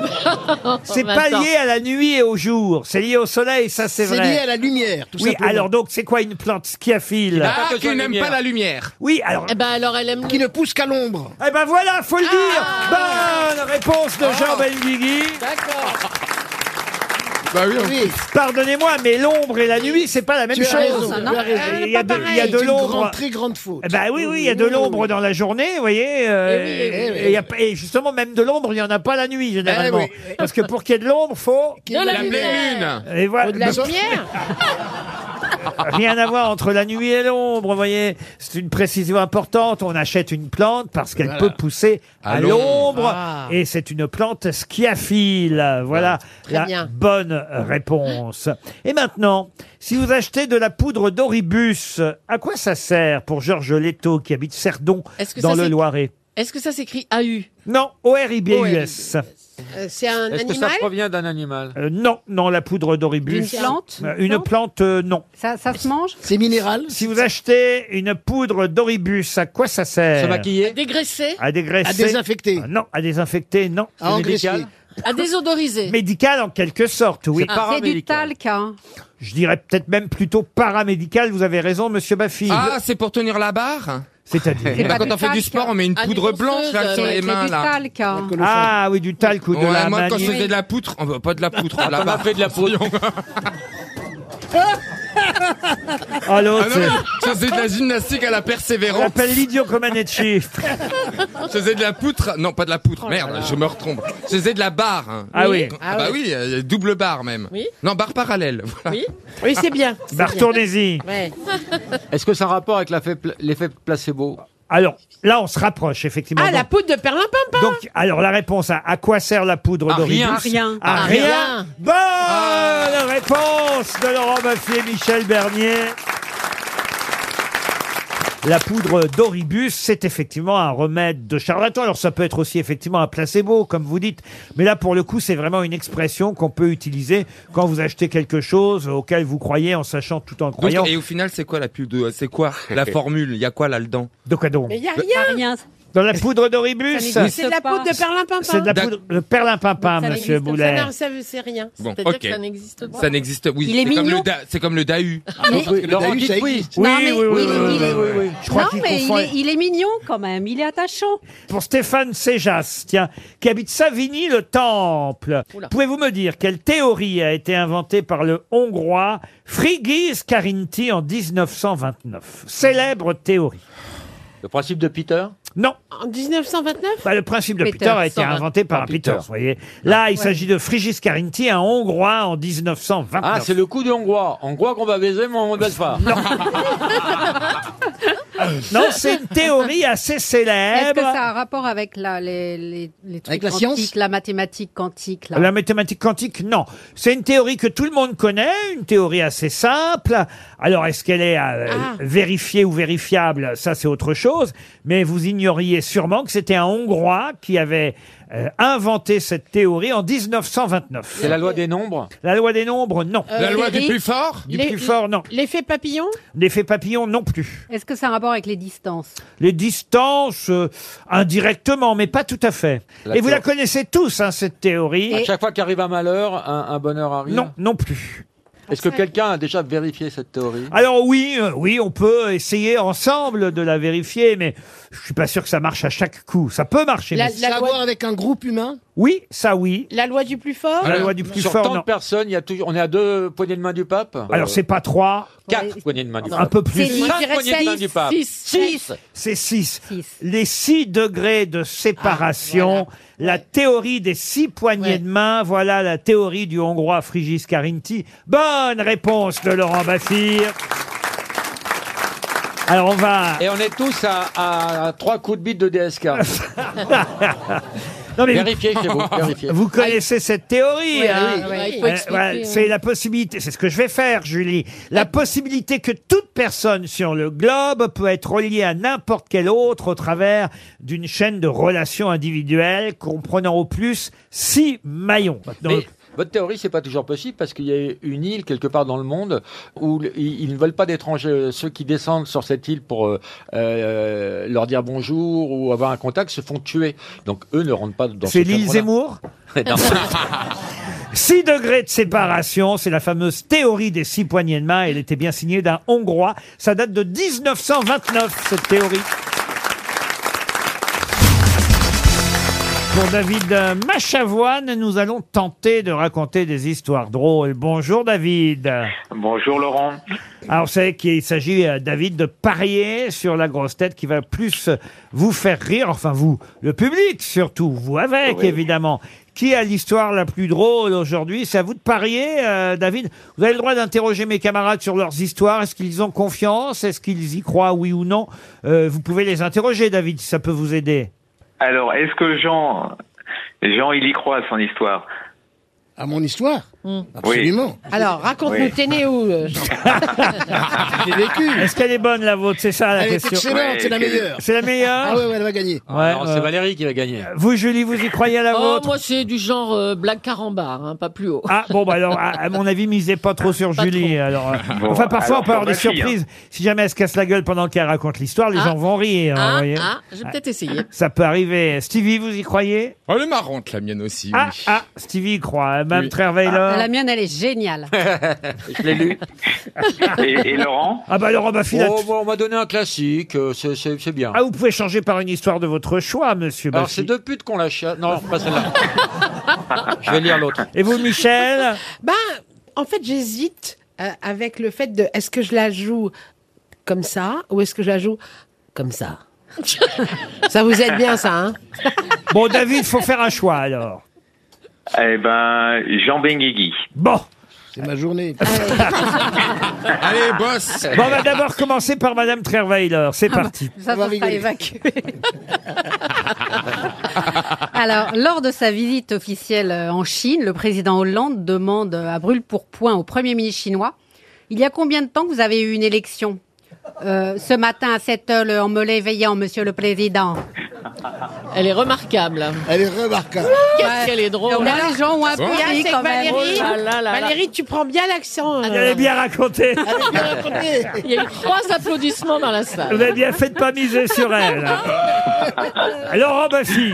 [SPEAKER 2] C'est
[SPEAKER 5] Bah,
[SPEAKER 2] pas
[SPEAKER 5] attends.
[SPEAKER 2] lié à la nuit et au jour. C'est lié au soleil, ça c'est
[SPEAKER 9] C'est
[SPEAKER 2] vrai.
[SPEAKER 9] lié à la lumière, tout
[SPEAKER 2] oui,
[SPEAKER 9] simplement.
[SPEAKER 2] alors donc, c'est quoi une plante schiaphile
[SPEAKER 4] Ah, qui n'aime pas la lumière.
[SPEAKER 2] Oui, alors.
[SPEAKER 3] Eh ben alors elle aime.
[SPEAKER 9] Qui ne pousse qu'à l'ombre.
[SPEAKER 2] Eh ben voilà, faut le
[SPEAKER 9] Ah.
[SPEAKER 2] dire Bonne réponse de Jean Benguigui.
[SPEAKER 4] Bah oui, on-
[SPEAKER 9] Oui.
[SPEAKER 2] Pardonnez-moi, mais l'ombre et la nuit, c'est pas la même
[SPEAKER 9] Ah, Tu as
[SPEAKER 2] chose.
[SPEAKER 9] raison,
[SPEAKER 2] Il
[SPEAKER 9] tu as raison.
[SPEAKER 2] y a de, il y a de
[SPEAKER 9] Ah, C'est une
[SPEAKER 2] l'ombre.
[SPEAKER 9] grande, très grande faute.
[SPEAKER 2] Eh Ben oui, oui, il y a de l'ombre dans la journée, vous voyez. euh,
[SPEAKER 9] Eh oui, eh oui,
[SPEAKER 2] et il y a pas- et justement, même de l'ombre, il n'y en a pas la nuit, généralement.
[SPEAKER 9] Eh oui.
[SPEAKER 2] Parce que pour qu'il y ait de l'ombre, faut.
[SPEAKER 9] Qui aime la
[SPEAKER 4] pleine lune.
[SPEAKER 2] Et voilà.
[SPEAKER 5] Faut de la
[SPEAKER 2] Bah,
[SPEAKER 5] lumière.
[SPEAKER 2] Rien à voir entre la nuit et l'ombre, vous voyez. C'est une précision importante. On achète une plante parce qu'elle
[SPEAKER 9] Voilà.
[SPEAKER 2] peut pousser à
[SPEAKER 4] À l'ombre.
[SPEAKER 2] l'ombre.
[SPEAKER 5] Ah.
[SPEAKER 2] Et c'est une plante schiaphile. Voilà la
[SPEAKER 5] bien.
[SPEAKER 2] bonne euh, réponse. Et maintenant, si vous achetez de la poudre d'oribus, à quoi ça sert pour Georges Leto qui habite Cerdon
[SPEAKER 3] Est-ce que
[SPEAKER 2] dans
[SPEAKER 3] ça
[SPEAKER 2] le
[SPEAKER 3] s'écrit-
[SPEAKER 2] Loiret
[SPEAKER 3] Est-ce que ça s'écrit AU
[SPEAKER 2] Non, O-R-I-B-U-S.
[SPEAKER 5] Euh, Oh, c'est un
[SPEAKER 7] Est-ce que ça
[SPEAKER 5] animal
[SPEAKER 7] provient d'un animal
[SPEAKER 2] Euh, non, non, la poudre d'oribus.
[SPEAKER 13] D'une plante
[SPEAKER 2] Euh, Une plante, euh, non.
[SPEAKER 13] ça, ça se mange
[SPEAKER 9] C'est minéral.
[SPEAKER 2] Si vous achetez une poudre d'oribus, à quoi ça sert
[SPEAKER 7] Se maquiller
[SPEAKER 3] Dégraissée
[SPEAKER 2] Euh. À dégraisser
[SPEAKER 9] À désinfecter.
[SPEAKER 2] Ah Non, à désinfecter, non.
[SPEAKER 9] À engraisser.
[SPEAKER 7] médical.
[SPEAKER 3] À désodoriser
[SPEAKER 2] Médical en quelque sorte, oui.
[SPEAKER 13] Ah,
[SPEAKER 7] C'est
[SPEAKER 13] C'est du
[SPEAKER 7] paramédical.
[SPEAKER 13] talc. hein.
[SPEAKER 2] Je dirais peut-être même plutôt paramédical, vous avez raison, monsieur Baffy.
[SPEAKER 4] Ah, c'est pour tenir la barre
[SPEAKER 13] C'est
[SPEAKER 2] C'est-à-dire
[SPEAKER 4] Bah,
[SPEAKER 13] pas
[SPEAKER 4] quand
[SPEAKER 13] du
[SPEAKER 4] on fait du
[SPEAKER 13] talc.
[SPEAKER 4] sport, on met une
[SPEAKER 3] Ah, des
[SPEAKER 4] poudre
[SPEAKER 3] danseuses,
[SPEAKER 4] blanche là, sur
[SPEAKER 3] euh,
[SPEAKER 4] les
[SPEAKER 13] C'est
[SPEAKER 4] mains
[SPEAKER 13] du
[SPEAKER 4] là.
[SPEAKER 13] talc. hein.
[SPEAKER 2] Ah oui, du talc ou de
[SPEAKER 4] Ouais,
[SPEAKER 2] la
[SPEAKER 4] moi, quand je
[SPEAKER 2] manie.
[SPEAKER 4] faisais de la poutre, on veut pas de la poutre,
[SPEAKER 7] On
[SPEAKER 4] là-bas.
[SPEAKER 7] a fait de la poudre.
[SPEAKER 2] Ah, l'autre,
[SPEAKER 4] non, je faisais de la gymnastique à la persévérance.
[SPEAKER 2] On appelle l'idiot comme un chiffre.
[SPEAKER 4] Je faisais de la poutre. Non, pas de la poutre. Merde, je me retrompe. Je faisais de la barre. hein.
[SPEAKER 2] Oh Ah oui.
[SPEAKER 4] Ah bah oui, euh, double barre même.
[SPEAKER 3] Oui.
[SPEAKER 4] Non, barre parallèle. voilà.
[SPEAKER 5] Oui, c'est bien. c'est
[SPEAKER 2] Bah,
[SPEAKER 5] bien.
[SPEAKER 2] retournez-y.
[SPEAKER 5] Ouais.
[SPEAKER 7] Est-ce que ça a un rapport avec la fait pla- l'effet placebo
[SPEAKER 2] Alors, là, on se rapproche, effectivement.
[SPEAKER 5] Ah, la
[SPEAKER 2] Donc-
[SPEAKER 5] poudre de Perlimpinpin
[SPEAKER 2] Donc, alors, la réponse à à quoi sert la poudre
[SPEAKER 5] À
[SPEAKER 2] d'origine
[SPEAKER 5] Ah, rien.
[SPEAKER 2] À
[SPEAKER 5] À rien. À
[SPEAKER 2] Ah, rien.
[SPEAKER 5] rien.
[SPEAKER 2] Bonne Ah, réponse de Laurent Baffy et Michel Bernier. La poudre d'oribus, c'est effectivement un remède de charlatan. Alors ça peut être aussi effectivement un placebo, comme vous dites. Mais là, pour le coup, c'est vraiment une expression qu'on peut utiliser quand vous achetez quelque chose auquel vous croyez en sachant tout en
[SPEAKER 4] Donc,
[SPEAKER 2] croyant.
[SPEAKER 4] et au final, c'est quoi la pub de- C'est quoi
[SPEAKER 2] (laughs)
[SPEAKER 4] la formule Il y a quoi là-dedans
[SPEAKER 2] De quoi donc
[SPEAKER 5] Mais il n'y a rien.
[SPEAKER 2] Dans la poudre d'oribus
[SPEAKER 5] Ça n'existe C'est de la poudre de Perlimpinpin.
[SPEAKER 2] C'est de la
[SPEAKER 4] D'ac-
[SPEAKER 2] poudre de perlimpinpin,
[SPEAKER 5] Ça
[SPEAKER 2] monsieur
[SPEAKER 5] n'existe-
[SPEAKER 2] Boulet.
[SPEAKER 5] Ça, non, ça veut- c'est rien.
[SPEAKER 4] Bon,
[SPEAKER 5] C'est-à-dire
[SPEAKER 4] ok.
[SPEAKER 5] que ça n'existe pas.
[SPEAKER 4] Ça n'existe, oui.
[SPEAKER 5] Il est
[SPEAKER 4] c'est comme
[SPEAKER 5] mignon.
[SPEAKER 4] le da- C'est comme le DAU.
[SPEAKER 13] Mais-
[SPEAKER 4] Parce que
[SPEAKER 13] Le
[SPEAKER 4] Laurent
[SPEAKER 13] DAU,
[SPEAKER 4] dit
[SPEAKER 13] ça
[SPEAKER 4] oui.
[SPEAKER 13] existe. Non, mais il- il-
[SPEAKER 2] Je crois
[SPEAKER 13] non,
[SPEAKER 2] qu'il
[SPEAKER 13] mais
[SPEAKER 2] confond- Eh
[SPEAKER 13] il est, il est mignon quand même, il est attachant.
[SPEAKER 2] Pour Stéphane Séjas, tiens, qui habite Savigny-le-Temple,
[SPEAKER 13] Oula.
[SPEAKER 2] pouvez-vous me dire quelle théorie a été inventée par le Hongrois Frigis Karinti en 1929 Célèbre théorie.
[SPEAKER 7] Le principe de Peter
[SPEAKER 2] Non.
[SPEAKER 5] En 1929
[SPEAKER 2] Bah, le principe de Peter,
[SPEAKER 5] Peter,
[SPEAKER 2] a été
[SPEAKER 5] 120.
[SPEAKER 2] inventé par
[SPEAKER 7] Par
[SPEAKER 2] un
[SPEAKER 7] Ah, Peter. Ah,
[SPEAKER 2] Peter, vous voyez. Là, il
[SPEAKER 7] Ouais.
[SPEAKER 2] s'agit de Frigis Carinti, un Hongrois en 1929.
[SPEAKER 7] Ah, c'est le coup de hongrois. Hongrois qu'on va baiser, mais on ne baise pas.
[SPEAKER 2] Non, c'est une théorie assez
[SPEAKER 13] Est-ce que
[SPEAKER 2] célèbre.
[SPEAKER 13] ça a un rapport avec la, les, les, les trucs
[SPEAKER 2] Avec la
[SPEAKER 13] quantiques,
[SPEAKER 2] science
[SPEAKER 13] la mathématique quantique là.
[SPEAKER 2] La mathématique quantique, non. C'est une théorie que tout le monde connaît, une théorie assez simple. Alors, est-ce qu'elle est euh,
[SPEAKER 13] Ah.
[SPEAKER 2] vérifiée ou vérifiable Ça, c'est autre chose. Mais vous ignoriez sûrement que c'était un Hongrois qui avait euh, inventé cette théorie en 1929.
[SPEAKER 7] C'est la loi des nombres
[SPEAKER 2] La loi des nombres, non.
[SPEAKER 13] Euh, La loi du Eric, plus fort
[SPEAKER 2] Du
[SPEAKER 13] les-
[SPEAKER 2] plus fort, non.
[SPEAKER 13] L'effet papillon
[SPEAKER 2] L'effet papillon, non plus.
[SPEAKER 13] Est-ce que ça a un rapport avec les distances
[SPEAKER 2] Les distances, euh, indirectement, mais pas tout à fait.
[SPEAKER 7] La
[SPEAKER 2] Et vous
[SPEAKER 7] théorie-
[SPEAKER 2] la connaissez tous, hein, cette
[SPEAKER 7] (laughs)
[SPEAKER 2] théorie.
[SPEAKER 7] À chaque fois qu'arrive un malheur, un, un bonheur arrive
[SPEAKER 2] Non, non plus.
[SPEAKER 7] Est-ce que quelqu'un a déjà vérifié cette théorie Ah,
[SPEAKER 2] Alors oui, euh, oui, on peut essayer ensemble de la vérifier, mais je suis pas sûr que ça marche à chaque coup. Ça peut marcher.
[SPEAKER 9] La,
[SPEAKER 2] mais-
[SPEAKER 9] la loi avec un groupe humain
[SPEAKER 2] Oui, ça oui.
[SPEAKER 5] La loi du plus fort
[SPEAKER 2] Ah, La loi du plus
[SPEAKER 7] Sur
[SPEAKER 2] fort,
[SPEAKER 7] tant
[SPEAKER 2] non.
[SPEAKER 7] de personnes, il y a toujours, on est à deux poignées de main du pape
[SPEAKER 2] Alors c'est pas trois.
[SPEAKER 7] Quatre poignées de main du pape.
[SPEAKER 2] Un peu plus.
[SPEAKER 7] Cinq poignées de main du pape.
[SPEAKER 2] Six. C'est six. Ah, Les six degrés de séparation, la théorie des six poignées de main, voilà la théorie du Hongrois Frigis Carinti. Bonne réponse de Laurent Baffir. Alors on va...
[SPEAKER 7] Et on est tous à, à trois coups de bite de
[SPEAKER 2] (laughs)
[SPEAKER 7] DSK.
[SPEAKER 2] Non, mais vous-
[SPEAKER 7] vérifiez chez
[SPEAKER 2] (laughs)
[SPEAKER 7] vous. Vérifiez.
[SPEAKER 2] Vous connaissez cette théorie,
[SPEAKER 7] Oui,
[SPEAKER 2] hein
[SPEAKER 7] oui, oui, il
[SPEAKER 2] Euh,
[SPEAKER 7] faut expliquer,
[SPEAKER 2] voilà,
[SPEAKER 7] oui.
[SPEAKER 2] C'est la possibilité, c'est ce que je vais faire, Julie. La possibilité que toute personne sur le globe peut être reliée à n'importe quelle autre au travers d'une chaîne de relations individuelles comprenant au plus six maillons. Maintenant,
[SPEAKER 7] Mais votre théorie, c'est pas toujours possible parce qu'il y a une île quelque part dans le monde où l- ils ils ne veulent pas d'étrangers. Ceux qui descendent sur cette île pour euh, euh, leur dire bonjour ou avoir un contact se font tuer. Donc eux ne rentrent pas dans.
[SPEAKER 2] C'est
[SPEAKER 7] ce
[SPEAKER 2] l'île
[SPEAKER 7] cadre-là.
[SPEAKER 2] Zemmour
[SPEAKER 7] (laughs) Non.
[SPEAKER 2] 6 degrés de séparation, c'est la fameuse théorie des six poignées de main. Elle était bien signée d'un Hongrois. Ça date de 1929, cette théorie. Pour David Machavoine, nous allons tenter de raconter des histoires drôles. Bonjour David.
[SPEAKER 16] Bonjour Laurent.
[SPEAKER 2] Alors, vous savez qu'il s'agit, euh, David, de parier sur la grosse tête qui va plus euh, vous faire rire, enfin vous, le public surtout, vous avec,
[SPEAKER 16] Oui.
[SPEAKER 2] évidemment. Qui a l'histoire la plus drôle aujourd'hui C'est à vous de parier, euh, David. Vous avez le droit d'interroger mes camarades sur leurs histoires. Est-ce qu'ils ont confiance Est-ce qu'ils y croient, oui ou non Euh, Vous pouvez les interroger, David, si ça peut vous aider.
[SPEAKER 16] Alors, est-ce que Jean, Jean, il y croit à son histoire
[SPEAKER 9] À mon histoire
[SPEAKER 16] Absolument.
[SPEAKER 5] Alors, raconte-nous,
[SPEAKER 16] Oui.
[SPEAKER 5] t'es né où euh, Jean
[SPEAKER 2] Est-ce qu'elle est bonne, la vôtre C'est ça la
[SPEAKER 9] Elle est
[SPEAKER 2] question.
[SPEAKER 9] excellente, c'est la meilleure.
[SPEAKER 2] C'est la meilleure
[SPEAKER 9] Ah ouais, ouais, elle va gagner.
[SPEAKER 7] Alors, c'est Valérie qui va gagner.
[SPEAKER 2] euh, Vous, Julie, vous y croyez à la
[SPEAKER 3] (laughs) Oh,
[SPEAKER 2] vôtre
[SPEAKER 3] moi, c'est du genre euh, blague carambar, hein, pas plus haut.
[SPEAKER 2] Ah bon bah
[SPEAKER 3] (laughs)
[SPEAKER 2] alors à, à mon avis misez pas trop sur Julie alors euh,
[SPEAKER 16] Bon,
[SPEAKER 2] enfin parfois
[SPEAKER 16] alors,
[SPEAKER 2] on peut avoir
[SPEAKER 16] pour
[SPEAKER 2] des
[SPEAKER 16] ma fille,
[SPEAKER 2] surprises si jamais elle se casse la gueule pendant qu'elle raconte l'histoire les
[SPEAKER 3] Ah.
[SPEAKER 2] gens vont rire hein, vous
[SPEAKER 3] Ah,
[SPEAKER 2] voyez.
[SPEAKER 3] ah, je vais peut-être essayer.
[SPEAKER 2] ça peut arriver Stevie vous y croyez
[SPEAKER 4] Oh, elle est marrante, la mienne aussi.
[SPEAKER 2] ah
[SPEAKER 4] oui.
[SPEAKER 2] ah Stevie y croit hein, Mme
[SPEAKER 4] Oui.
[SPEAKER 2] Trerveiller.
[SPEAKER 13] Ah,
[SPEAKER 2] (laughs)
[SPEAKER 13] La mienne, elle est géniale. (laughs)
[SPEAKER 7] Je l'ai lu.
[SPEAKER 16] Et, et Laurent
[SPEAKER 2] ah bah Laurent Baffy là-
[SPEAKER 7] Oh, bon, on m'a donné un classique. euh, c'est- C'est c'est bien.
[SPEAKER 2] ah vous pouvez changer par une histoire de votre choix monsieur
[SPEAKER 7] Alors
[SPEAKER 2] Baffy.
[SPEAKER 7] c'est deux putes qu'on lâche. hein. Non, pas
[SPEAKER 2] (laughs)
[SPEAKER 7] celle-là. Je vais lire l'autre.
[SPEAKER 2] et vous Michel
[SPEAKER 5] Ben, en Bah, fait, j'hésite euh, avec le fait de est-ce que je la joue comme ça ou est-ce que je la joue comme (laughs) ça Ça vous aide bien, ça, hein
[SPEAKER 2] Bon, David, faut faire un choix alors.
[SPEAKER 16] Eh ben, Jean Benguigui.
[SPEAKER 2] Bon.
[SPEAKER 9] C'est ma journée.
[SPEAKER 4] Allez, boss
[SPEAKER 2] Bon, on va d'abord commencer par Madame Trerweiler. C'est parti.
[SPEAKER 13] Ça, ça sera évacué. Alors, lors de sa visite officielle euh, en Chine, le président Hollande demande euh, à brûle pour point au premier ministre chinois Il y a combien de temps que vous avez eu une élection Euh, Ce matin à 7 heures, le- en me l'éveillant, monsieur le président.
[SPEAKER 3] Elle est remarquable.
[SPEAKER 9] Elle est remarquable.
[SPEAKER 3] Qu'est-ce qu'elle est drôle.
[SPEAKER 13] Donc là, les gens ont un
[SPEAKER 5] Ce qu'il y a,
[SPEAKER 13] peu ri
[SPEAKER 5] c'est
[SPEAKER 13] quand
[SPEAKER 5] que
[SPEAKER 13] même.
[SPEAKER 5] Valérie,
[SPEAKER 13] Oh là là là.
[SPEAKER 5] Valérie, tu prends bien l'accent. euh.
[SPEAKER 2] Vous avez bien raconté.
[SPEAKER 3] Il y a eu trois applaudissements dans la salle.
[SPEAKER 2] Vous avez bien fait de pas miser sur elle. Laurent Baffy.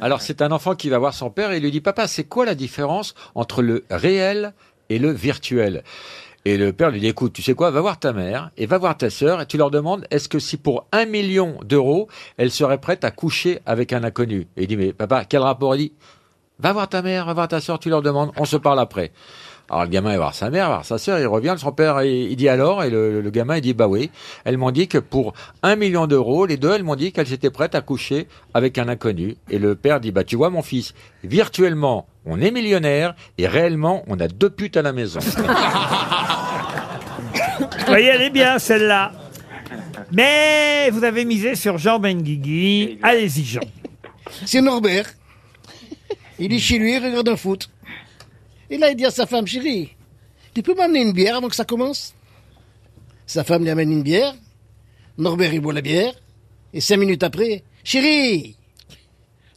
[SPEAKER 7] Alors, c'est un enfant qui va voir son père et il lui dit Papa, c'est quoi la différence entre le réel et le virtuel et le père lui dit, écoute, tu sais quoi, va voir ta mère et va voir ta sœur et tu leur demandes, est-ce que si pour un million d'euros, elle serait prête à coucher avec un inconnu Et il dit, mais papa, quel rapport Il dit, va voir ta mère, va voir ta sœur, tu leur demandes, on se parle après. Alors le gamin va voir sa mère, va voir sa sœur, il revient, son père, il, il dit alors, et le, le gamin, il dit, bah oui, elles m'ont dit que pour un million d'euros, les deux, elles m'ont dit qu'elles étaient prêtes à coucher avec un inconnu. Et le père dit, bah tu vois mon fils, virtuellement, on est millionnaire, et réellement, on a deux putes à la maison.
[SPEAKER 1] (laughs)
[SPEAKER 2] Vous voyez, elle est bien celle-là. Mais vous avez misé sur Jean Benguigui. Allez-y, Jean.
[SPEAKER 9] C'est Norbert. Il est chez lui, il regarde un foot. Et là, il dit à sa femme, chérie, tu peux m'amener une bière avant que ça commence Sa femme lui amène une bière. Norbert, il boit la bière. Et cinq minutes après, chérie,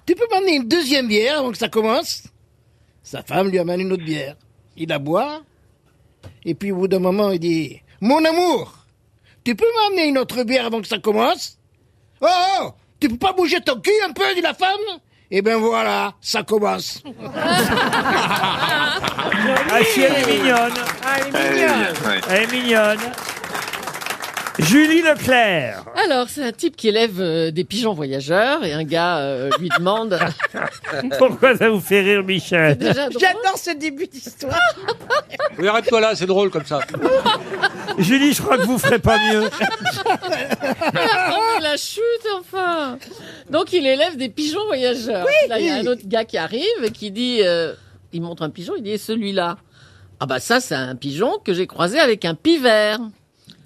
[SPEAKER 9] tu peux m'amener une deuxième bière avant que ça commence Sa femme lui amène une autre bière. Il la boit. Et puis, au bout d'un moment, il dit, mon amour, tu peux m'amener une autre bière avant que ça commence Oh, oh, tu peux pas bouger ton cul un peu, dit la femme Eh ben voilà, ça commence.
[SPEAKER 2] Ah si, elle est mignonne.
[SPEAKER 16] Elle est mignonne, ouais.
[SPEAKER 2] Elle est mignonne. Julie Leclerc.
[SPEAKER 3] Alors, c'est un type qui élève euh, des pigeons voyageurs et un gars euh, lui demande.
[SPEAKER 2] (laughs) Pourquoi ça vous fait rire, Michel
[SPEAKER 5] J'adore ce début d'histoire.
[SPEAKER 7] Oui, arrête-toi là, c'est drôle comme ça.
[SPEAKER 2] Julie, je crois que vous ferez pas mieux.
[SPEAKER 3] Ah, la chute, enfin Donc, il élève des pigeons voyageurs.
[SPEAKER 5] Oui.
[SPEAKER 3] Là, il y a un autre gars qui arrive et qui dit... euh, il montre un pigeon, il dit, et celui-là Ah bah ça, c'est un pigeon que j'ai croisé avec un pivert.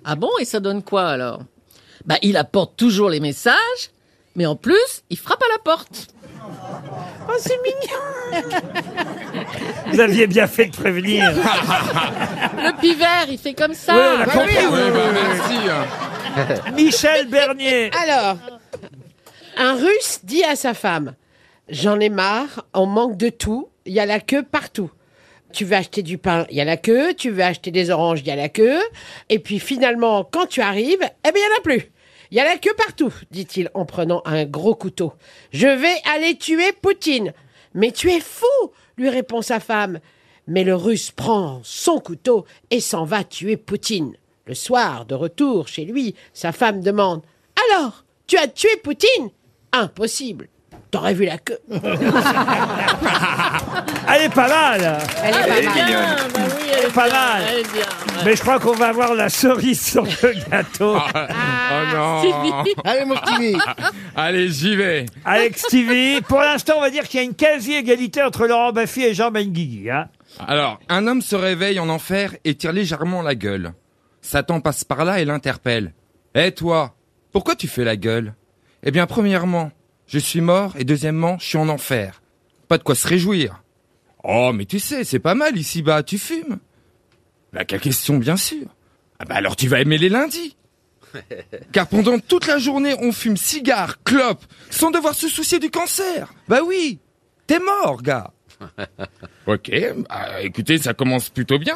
[SPEAKER 3] Ah bon, et ça donne quoi, alors Bah, il apporte toujours les messages, mais en plus, il frappe à la porte.
[SPEAKER 5] Oh, c'est mignon.
[SPEAKER 2] Vous aviez bien fait de prévenir.
[SPEAKER 3] Le pivert, il fait comme ça.
[SPEAKER 2] Oui, on a compris, oui,
[SPEAKER 3] oui,
[SPEAKER 2] oui,
[SPEAKER 3] oui.
[SPEAKER 2] Michel Bernier.
[SPEAKER 5] Alors, un Russe dit à sa femme J'en ai marre, on manque de tout, il y a la queue partout. Tu veux acheter du pain, il y a la queue. Tu veux acheter des oranges, il y a la queue. Et puis finalement, quand tu arrives, eh bien, il n'y en a plus. Il y a la queue partout, dit-il en prenant un gros couteau. Je vais aller tuer Poutine. Mais tu es fou, lui répond sa femme. Mais le russe prend son couteau et s'en va tuer Poutine. Le soir, de retour chez lui, sa femme demande Alors, tu as tué Poutine Impossible. T'aurais vu
[SPEAKER 9] (laughs)
[SPEAKER 5] la queue.
[SPEAKER 2] Elle est pas mal.
[SPEAKER 5] Elle est
[SPEAKER 2] Elle est
[SPEAKER 5] pas mal.
[SPEAKER 2] mignonne.
[SPEAKER 3] bah oui, elle est
[SPEAKER 2] Pas
[SPEAKER 3] bien,
[SPEAKER 2] mal.
[SPEAKER 3] elle est bien.
[SPEAKER 2] Mais je crois qu'on va avoir la cerise sur le gâteau.
[SPEAKER 4] oh
[SPEAKER 5] Ah,
[SPEAKER 4] non
[SPEAKER 9] Allez, mon petit Vic.
[SPEAKER 4] Ah, Allez, j'y vais
[SPEAKER 2] Avec Stevie. Pour l'instant, on va dire qu'il y a une quasi-égalité entre Laurent Baffy et Jean Benguigui. Hein.
[SPEAKER 4] Alors, un homme se réveille en enfer et tire légèrement la gueule. Satan passe par là et l'interpelle. Eh toi, pourquoi tu fais la gueule Eh bien, premièrement, je suis mort et deuxièmement, je suis en enfer. Pas de quoi se réjouir. Oh, mais tu sais, c'est pas mal ici-bas, tu fumes. Bah, quelle question, bien sûr. Ah bah alors tu vas aimer les lundis. Car pendant toute la journée, on fume cigare, clope, sans devoir se soucier du cancer. Bah oui, t'es mort, gars. (laughs) Ok, bah, écoutez, ça commence plutôt bien.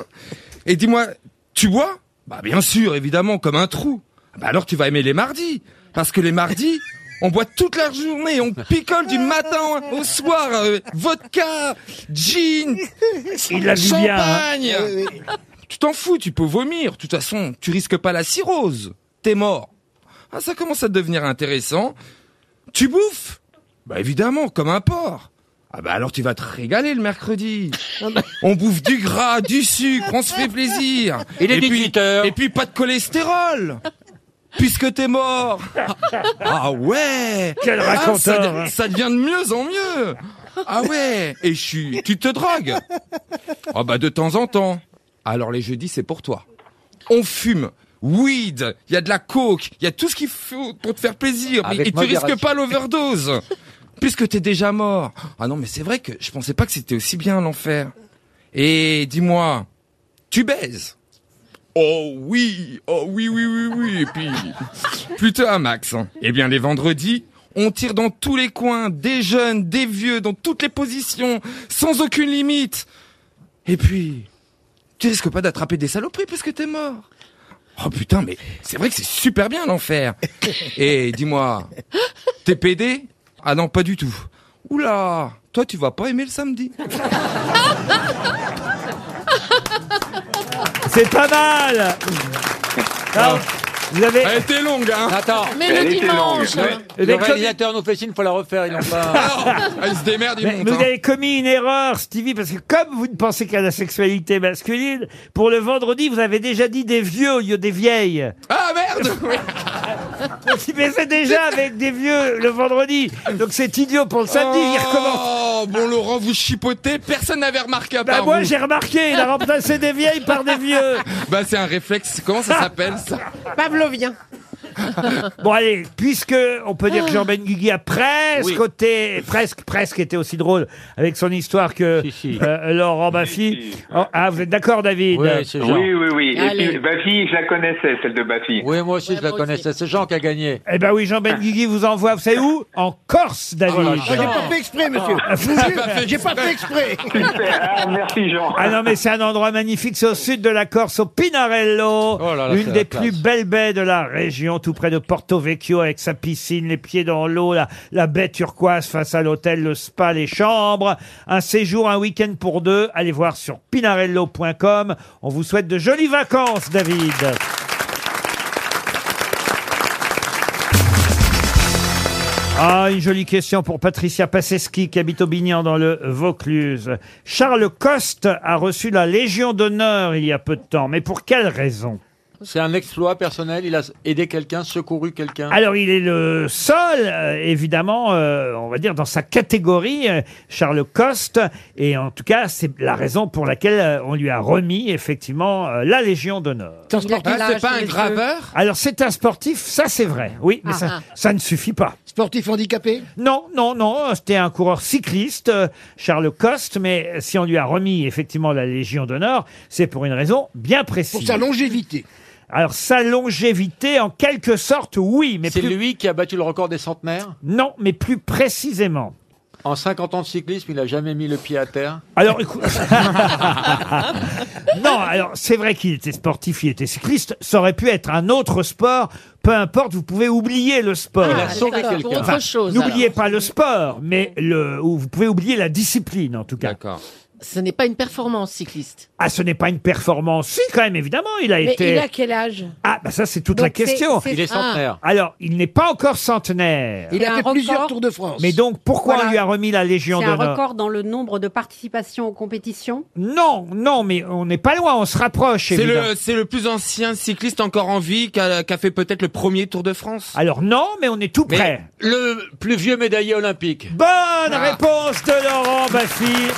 [SPEAKER 4] Et dis-moi, tu bois Bah bien sûr, évidemment, comme un trou. Bah alors tu vas aimer les mardis, parce que les mardis, on boit toute la journée, on picole du matin au soir, euh, vodka, gin,
[SPEAKER 2] Il la vit bien, hein.
[SPEAKER 4] champagne. Eh Tu t'en fous, tu peux vomir. De toute façon, tu risques pas la cirrhose. T'es mort. Ah, ça commence à devenir intéressant. Tu bouffes Bah évidemment, comme un porc. Ah bah alors tu vas te régaler le mercredi.
[SPEAKER 2] Ah, bah.
[SPEAKER 4] on bouffe du gras, du sucre, on se fait plaisir.
[SPEAKER 7] Il est
[SPEAKER 4] puis, et puis pas de cholestérol. Puisque t'es
[SPEAKER 2] (laughs)
[SPEAKER 4] mort. Ah ouais.
[SPEAKER 2] Quel
[SPEAKER 4] Ah, ça,
[SPEAKER 2] raconteur,
[SPEAKER 4] de-
[SPEAKER 2] hein.
[SPEAKER 4] ça devient de mieux en mieux. Ah ouais. Et je suis. Tu te drogues. Ah bah de temps en temps. Alors les jeudis c'est pour toi. On fume. Weed, il y a de la coke, il y a tout ce qu'il faut pour te faire plaisir. Mais-
[SPEAKER 7] Avec
[SPEAKER 4] et tu
[SPEAKER 7] modération.
[SPEAKER 4] risques pas
[SPEAKER 7] (laughs)
[SPEAKER 4] l'overdose. Puisque t'es déjà mort. Ah non, mais c'est vrai que je pensais pas que c'était aussi bien l'enfer. Et dis-moi, tu baises Oh oui, oh oui, oui, oui, oui. Et puis, (laughs) plutôt à Max. Eh bien, les vendredis, on tire dans tous les coins, des jeunes, des vieux, dans toutes les positions, sans aucune limite. Et puis, tu risques pas d'attraper des saloperies puisque t'es mort. Oh putain, mais c'est vrai que c'est super bien l'enfer. Et dis-moi, t'es PD Ah non, pas du tout. Oula, toi tu vas pas aimer le samedi.
[SPEAKER 2] C'est pas mal Ah, Vous avez...
[SPEAKER 4] Elle était longue, hein
[SPEAKER 7] Attends.
[SPEAKER 2] Mais le Elle était dimanche. longue.
[SPEAKER 7] Le,
[SPEAKER 2] Mais
[SPEAKER 7] réalisateur nous fait signe, faut la refaire, ils l'ont
[SPEAKER 2] (laughs)
[SPEAKER 7] pas... Ah,
[SPEAKER 4] Elle se démerde,
[SPEAKER 2] Ah, Mais,
[SPEAKER 7] hein.
[SPEAKER 2] mais vous avez commis une erreur, Stevie, parce que comme vous ne pensez qu'à la sexualité masculine, pour le vendredi, vous avez déjà dit des vieux au lieu des vieilles.
[SPEAKER 4] Ah
[SPEAKER 2] (laughs)
[SPEAKER 4] merde
[SPEAKER 2] Il baisait déjà avec des vieux le vendredi, donc c'est idiot pour le samedi, il recommence.
[SPEAKER 4] Oh, bon Laurent, vous chipotez, personne n'avait remarqué à part
[SPEAKER 2] Bah moi
[SPEAKER 4] vous.
[SPEAKER 2] j'ai remarqué, il a remplacé des vieilles par des vieux.
[SPEAKER 4] Bah c'est un réflexe, comment ça s'appelle ça
[SPEAKER 5] Pavlovien.
[SPEAKER 2] (laughs) Bon allez, puisque on peut dire que Jean Benguigui a presque
[SPEAKER 7] Oui.
[SPEAKER 2] ôté- presque, presque été aussi drôle avec son histoire que euh, Laurent Baffy. Oh, ah, vous êtes d'accord David
[SPEAKER 16] Oui, oui, oui. Et
[SPEAKER 2] Allez.
[SPEAKER 16] puis, Bafi, je la connaissais, celle de Bafi.
[SPEAKER 7] Oui, moi aussi, je la connaissais. C'est Jean qui a gagné.
[SPEAKER 2] Eh ben oui, Jean Benguigui vous envoie, vous savez où En
[SPEAKER 16] Ah,
[SPEAKER 2] Corse, David.
[SPEAKER 9] j'ai pas fait exprès, monsieur.
[SPEAKER 2] Ah,
[SPEAKER 9] Je vous jure, j'ai pas fait exprès.
[SPEAKER 2] (laughs)
[SPEAKER 16] merci, Jean.
[SPEAKER 2] Ah non, mais c'est un endroit magnifique, c'est au sud de la Corse, au Pinarello,
[SPEAKER 7] Oh là là, c'est
[SPEAKER 2] une
[SPEAKER 7] la
[SPEAKER 2] des
[SPEAKER 7] classe.
[SPEAKER 2] plus belles baies de la région, tout près de Porto Vecchio, avec sa piscine, les pieds dans l'eau, la, la baie turquoise face à l'hôtel, le spa, les chambres. Un séjour, un week-end pour deux, allez voir sur pinarello.com. On vous souhaite de jolies vacances, David. Ah, une jolie question pour Patricia Passeski qui habite Aubignan dans le Vaucluse. Charles Coste a reçu la Légion d'honneur il y a peu de temps, mais pour quelle raison
[SPEAKER 7] C'est un exploit personnel. Il a aidé quelqu'un, secouru quelqu'un.
[SPEAKER 2] Alors il est le seul, euh, évidemment, euh, on va dire dans sa catégorie, euh, Charles Coste, et en tout cas c'est la raison pour laquelle euh, on lui a remis effectivement euh, la Légion d'honneur.
[SPEAKER 9] Hein,
[SPEAKER 4] Ah,
[SPEAKER 2] hein,
[SPEAKER 4] c'est pas un graveur
[SPEAKER 2] Alors c'est un sportif, ça c'est vrai, oui, mais
[SPEAKER 4] Ah,
[SPEAKER 2] ça,
[SPEAKER 4] ah.
[SPEAKER 2] ça ne suffit pas.
[SPEAKER 9] Sportif handicapé
[SPEAKER 2] Non, non, non, c'était un coureur cycliste, euh, Charles Coste, mais si on lui a remis effectivement la Légion d'honneur, c'est pour une raison bien précise.
[SPEAKER 9] Pour sa longévité.
[SPEAKER 2] Alors sa longévité, en quelque sorte, oui, mais
[SPEAKER 7] C'est
[SPEAKER 2] plus...
[SPEAKER 7] lui qui a battu le record des centenaires
[SPEAKER 2] Non, mais plus précisément.
[SPEAKER 7] En 50 ans de cyclisme, il a jamais mis le pied à terre.
[SPEAKER 2] Alors, écou- (laughs) non, alors c'est vrai qu'il était sportif, il était cycliste. Ça aurait pu être un autre sport. Peu importe, vous pouvez oublier le sport.
[SPEAKER 7] Il a Ah, sauvé d'accord, quelqu'un. pour autre chose,
[SPEAKER 2] N'oubliez pas le sport, mais le, ou vous pouvez oublier la discipline en tout cas.
[SPEAKER 3] (laughs) Ce n'est pas une performance cycliste.
[SPEAKER 2] Ah, ce n'est pas une performance, si quand même évidemment, il a
[SPEAKER 5] Mais
[SPEAKER 2] été.
[SPEAKER 5] il a quel âge
[SPEAKER 2] Ah, bah ça c'est toute
[SPEAKER 5] Donc
[SPEAKER 2] la
[SPEAKER 5] c'est-
[SPEAKER 2] question.
[SPEAKER 5] c'est- Il est centenaire.
[SPEAKER 2] Alors, il n'est pas encore centenaire.
[SPEAKER 9] Il a fait plusieurs Tours de France.
[SPEAKER 2] Mais donc, pourquoi
[SPEAKER 13] Voilà.
[SPEAKER 2] on lui a remis la
[SPEAKER 13] C'est
[SPEAKER 2] Légion
[SPEAKER 13] un
[SPEAKER 2] d'honneur
[SPEAKER 13] record dans le nombre de participations aux compétitions.
[SPEAKER 2] Non, non, mais on n'est pas loin, on se rapproche.
[SPEAKER 4] C'est
[SPEAKER 2] évidemment.
[SPEAKER 4] le, c'est le plus ancien cycliste encore en vie qui a, qui a fait peut-être le premier Tour de France.
[SPEAKER 2] Alors non, mais on est tout près.
[SPEAKER 7] Le plus vieux médaillé olympique.
[SPEAKER 2] Bonne réponse de Laurent Baffy.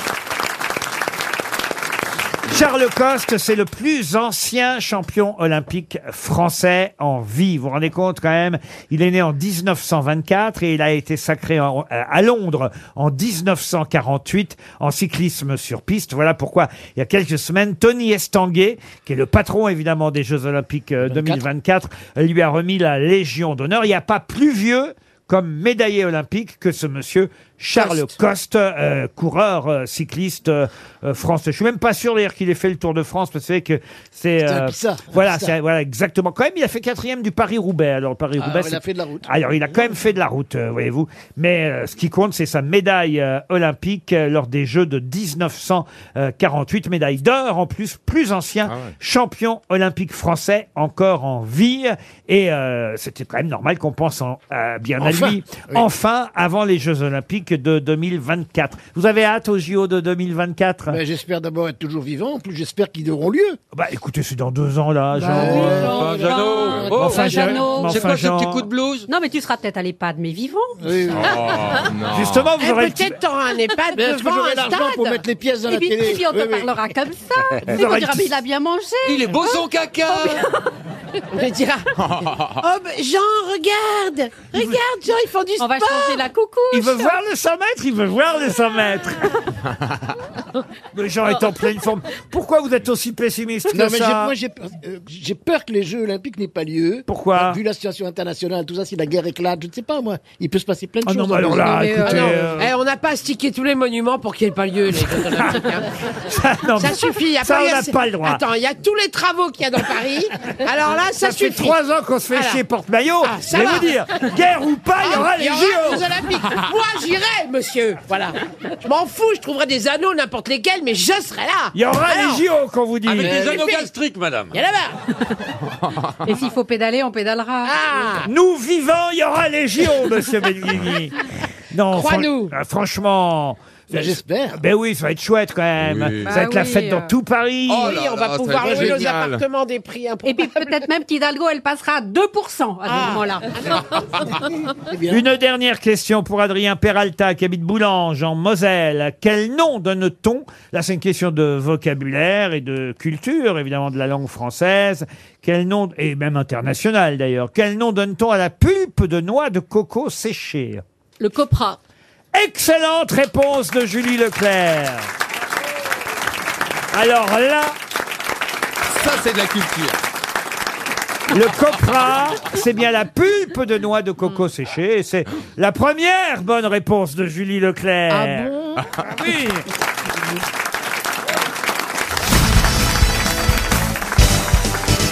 [SPEAKER 2] Charles Coste, c'est le plus ancien champion olympique français en vie. Vous vous rendez compte quand même Il est né en 1924 et il a été sacré en- à Londres en 1948 en cyclisme sur piste. Voilà pourquoi, il y a quelques semaines, Tony Estanguet, qui est le patron évidemment des Jeux Olympiques euh, 2024, lui a remis la Légion d'honneur. Il n'y a pas plus vieux comme médaillé olympique que ce monsieur Charles Coste, euh, coureur euh, cycliste euh, euh, français. Je suis même pas sûr d'ailleurs qu'il ait fait le Tour de France parce que c'est que c'est euh,
[SPEAKER 9] C'est un pissard, un
[SPEAKER 2] voilà,
[SPEAKER 9] pissard.
[SPEAKER 2] c'est- voilà exactement. Quand même, il a fait quatrième du Paris Roubaix. Alors le Paris Roubaix,
[SPEAKER 9] Ah, il a fait de la route.
[SPEAKER 2] Alors il a quand même fait de la route, euh, voyez-vous. Mais euh, ce qui compte, c'est sa médaille euh, olympique euh, lors des Jeux de 1948, médaille d'or en plus, plus ancien champion olympique français encore en vie. Et euh, c'était quand même normal qu'on pense en, à bien
[SPEAKER 7] En
[SPEAKER 2] à lui, enfin, avant les Jeux Olympiques de 2024. Vous avez hâte aux JO de 2024
[SPEAKER 9] Ben, j'espère d'abord être toujours vivant, en plus j'espère qu'ils auront lieu.
[SPEAKER 2] Bah écoutez, c'est dans deux ans là, Jean. euh,
[SPEAKER 9] oui,
[SPEAKER 2] Enfin, Jeannot.
[SPEAKER 13] Euh,
[SPEAKER 2] Oh, enfin, Jeannot. Mais enfin, Jean.
[SPEAKER 13] blouse Non, mais tu seras peut-être à l'EHPAD, mais vivant. Oh,
[SPEAKER 2] (laughs) Justement, vous
[SPEAKER 13] Eh,
[SPEAKER 2] aurez le
[SPEAKER 13] peut-être
[SPEAKER 2] petit-
[SPEAKER 13] t'auras un EHPAD
[SPEAKER 9] Mais est-ce que
[SPEAKER 13] devant
[SPEAKER 9] j'aurai
[SPEAKER 13] un
[SPEAKER 9] l'argent
[SPEAKER 13] stade.
[SPEAKER 9] pour mettre les pièces dans
[SPEAKER 13] Et
[SPEAKER 9] la
[SPEAKER 13] puis-
[SPEAKER 9] télé
[SPEAKER 13] Et puis on te
[SPEAKER 9] Oui, oui.
[SPEAKER 13] parlera comme
[SPEAKER 9] (laughs)
[SPEAKER 13] ça.
[SPEAKER 9] Vous
[SPEAKER 13] Puis on
[SPEAKER 9] aurez
[SPEAKER 13] dira,
[SPEAKER 9] tous-
[SPEAKER 13] mais il a bien mangé.
[SPEAKER 9] Il est beau,
[SPEAKER 13] Hein
[SPEAKER 9] son caca.
[SPEAKER 5] On te dira. Oh, ben, Jean, regarde Regarde, Jean, ils font du sport
[SPEAKER 13] va changer la coucou
[SPEAKER 2] Il veut voir le 100 mètres, il veut voir le 100 mètres. Le Jean est en pleine forme. Pourquoi vous êtes aussi pessimiste que
[SPEAKER 9] Non, mais j'ai-
[SPEAKER 2] ça
[SPEAKER 9] moi j'ai peur- euh, j'ai peur que les Jeux Olympiques n'aient pas lieu.
[SPEAKER 2] Pourquoi
[SPEAKER 9] Vu la situation internationale, tout ça, si la guerre éclate, je ne sais pas moi. Il peut se passer plein de
[SPEAKER 2] Ah non,
[SPEAKER 9] choses.
[SPEAKER 2] mais
[SPEAKER 9] en
[SPEAKER 2] alors
[SPEAKER 9] plus.
[SPEAKER 2] là, écoutez,
[SPEAKER 5] Ah non.
[SPEAKER 2] euh,
[SPEAKER 5] Eh, on n'a pas stické tous les monuments pour qu'il n'y ait pas lieu,
[SPEAKER 2] (laughs)
[SPEAKER 5] les Jeux Olympiques, hein.
[SPEAKER 2] ça, non,
[SPEAKER 5] ça
[SPEAKER 2] mais-
[SPEAKER 5] suffit. y a
[SPEAKER 2] ça,
[SPEAKER 5] pas- y
[SPEAKER 2] on
[SPEAKER 5] a-
[SPEAKER 2] n'a pas le droit.
[SPEAKER 5] Attends, il y a tous les travaux qu'il y a dans Paris. Alors là, ça,
[SPEAKER 2] fait
[SPEAKER 5] suffit.
[SPEAKER 2] trois ans qu'on se fait
[SPEAKER 5] Voilà.
[SPEAKER 2] chier porte-maillot.
[SPEAKER 5] Ah,
[SPEAKER 2] je
[SPEAKER 5] ça
[SPEAKER 2] vais
[SPEAKER 5] va.
[SPEAKER 2] vous dire, guerre ou pas, il y aura
[SPEAKER 5] Ah,
[SPEAKER 2] les
[SPEAKER 5] y
[SPEAKER 2] JO.
[SPEAKER 5] Jeux Olympiques. Moi, j'irai, monsieur. Voilà. Je m'en fous, je trouverai des anneaux, n'importe lesquels, mais je serai là.
[SPEAKER 2] Il y aura
[SPEAKER 5] Alors,
[SPEAKER 2] les JO, qu'on vous dit.
[SPEAKER 5] Avec des anneaux
[SPEAKER 7] gastriques, madame.
[SPEAKER 5] Il y en a marre.
[SPEAKER 13] Et s'il faut pédaler, on pédalera.
[SPEAKER 2] Ah.
[SPEAKER 13] Ah
[SPEAKER 2] Nous vivants, il y aura les JO, monsieur Benguigui. Non, fran-
[SPEAKER 13] Crois-nous.
[SPEAKER 2] ah, franchement.
[SPEAKER 9] Ben, j'espère.
[SPEAKER 2] Ben oui, ça va être chouette quand même.
[SPEAKER 9] Oui.
[SPEAKER 2] Ça
[SPEAKER 9] Ah,
[SPEAKER 2] va
[SPEAKER 13] Bah
[SPEAKER 2] être la
[SPEAKER 13] oui,
[SPEAKER 2] fête
[SPEAKER 13] euh.
[SPEAKER 2] dans tout Paris.
[SPEAKER 5] oui, on va pouvoir louer nos appartements des prix
[SPEAKER 13] Et
[SPEAKER 5] improbables.
[SPEAKER 13] puis peut-être même qu'Hidalgo, elle passera à 2% à ce (laughs) moment-là.
[SPEAKER 2] Une dernière question pour Adrien Peralta qui habite Boulange en Moselle. Quel nom donne-t-on Là, c'est une question de vocabulaire et de culture, évidemment, de la langue française. Quel nom, et même international d'ailleurs, quel nom donne-t-on à la pulpe de noix de coco séchée
[SPEAKER 3] Le copra.
[SPEAKER 2] Excellente réponse de Julie Leclerc. Alors là,
[SPEAKER 4] Ça, c'est de la culture.
[SPEAKER 2] le copra, c'est bien la pulpe de noix de coco séchée. Et C'est la première bonne réponse de Julie Leclerc. oui.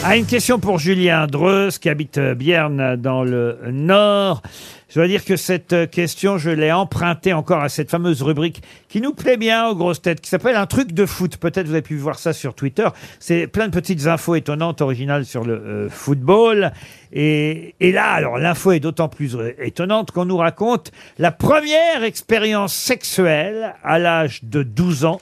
[SPEAKER 2] Ah, une question pour Julien Dreus, qui habite euh, Bierne, dans le Nord. Je dois dire que cette euh, question, je l'ai empruntée encore à cette fameuse rubrique qui nous plaît bien aux grosses têtes, qui s'appelle Un truc de foot. Peut-être vous avez pu voir ça sur Twitter. C'est plein de petites infos étonnantes, originales sur le euh, football. Et, et là, alors, l'info est d'autant plus euh, étonnante qu'on nous raconte la première expérience sexuelle à l'âge de 12 ans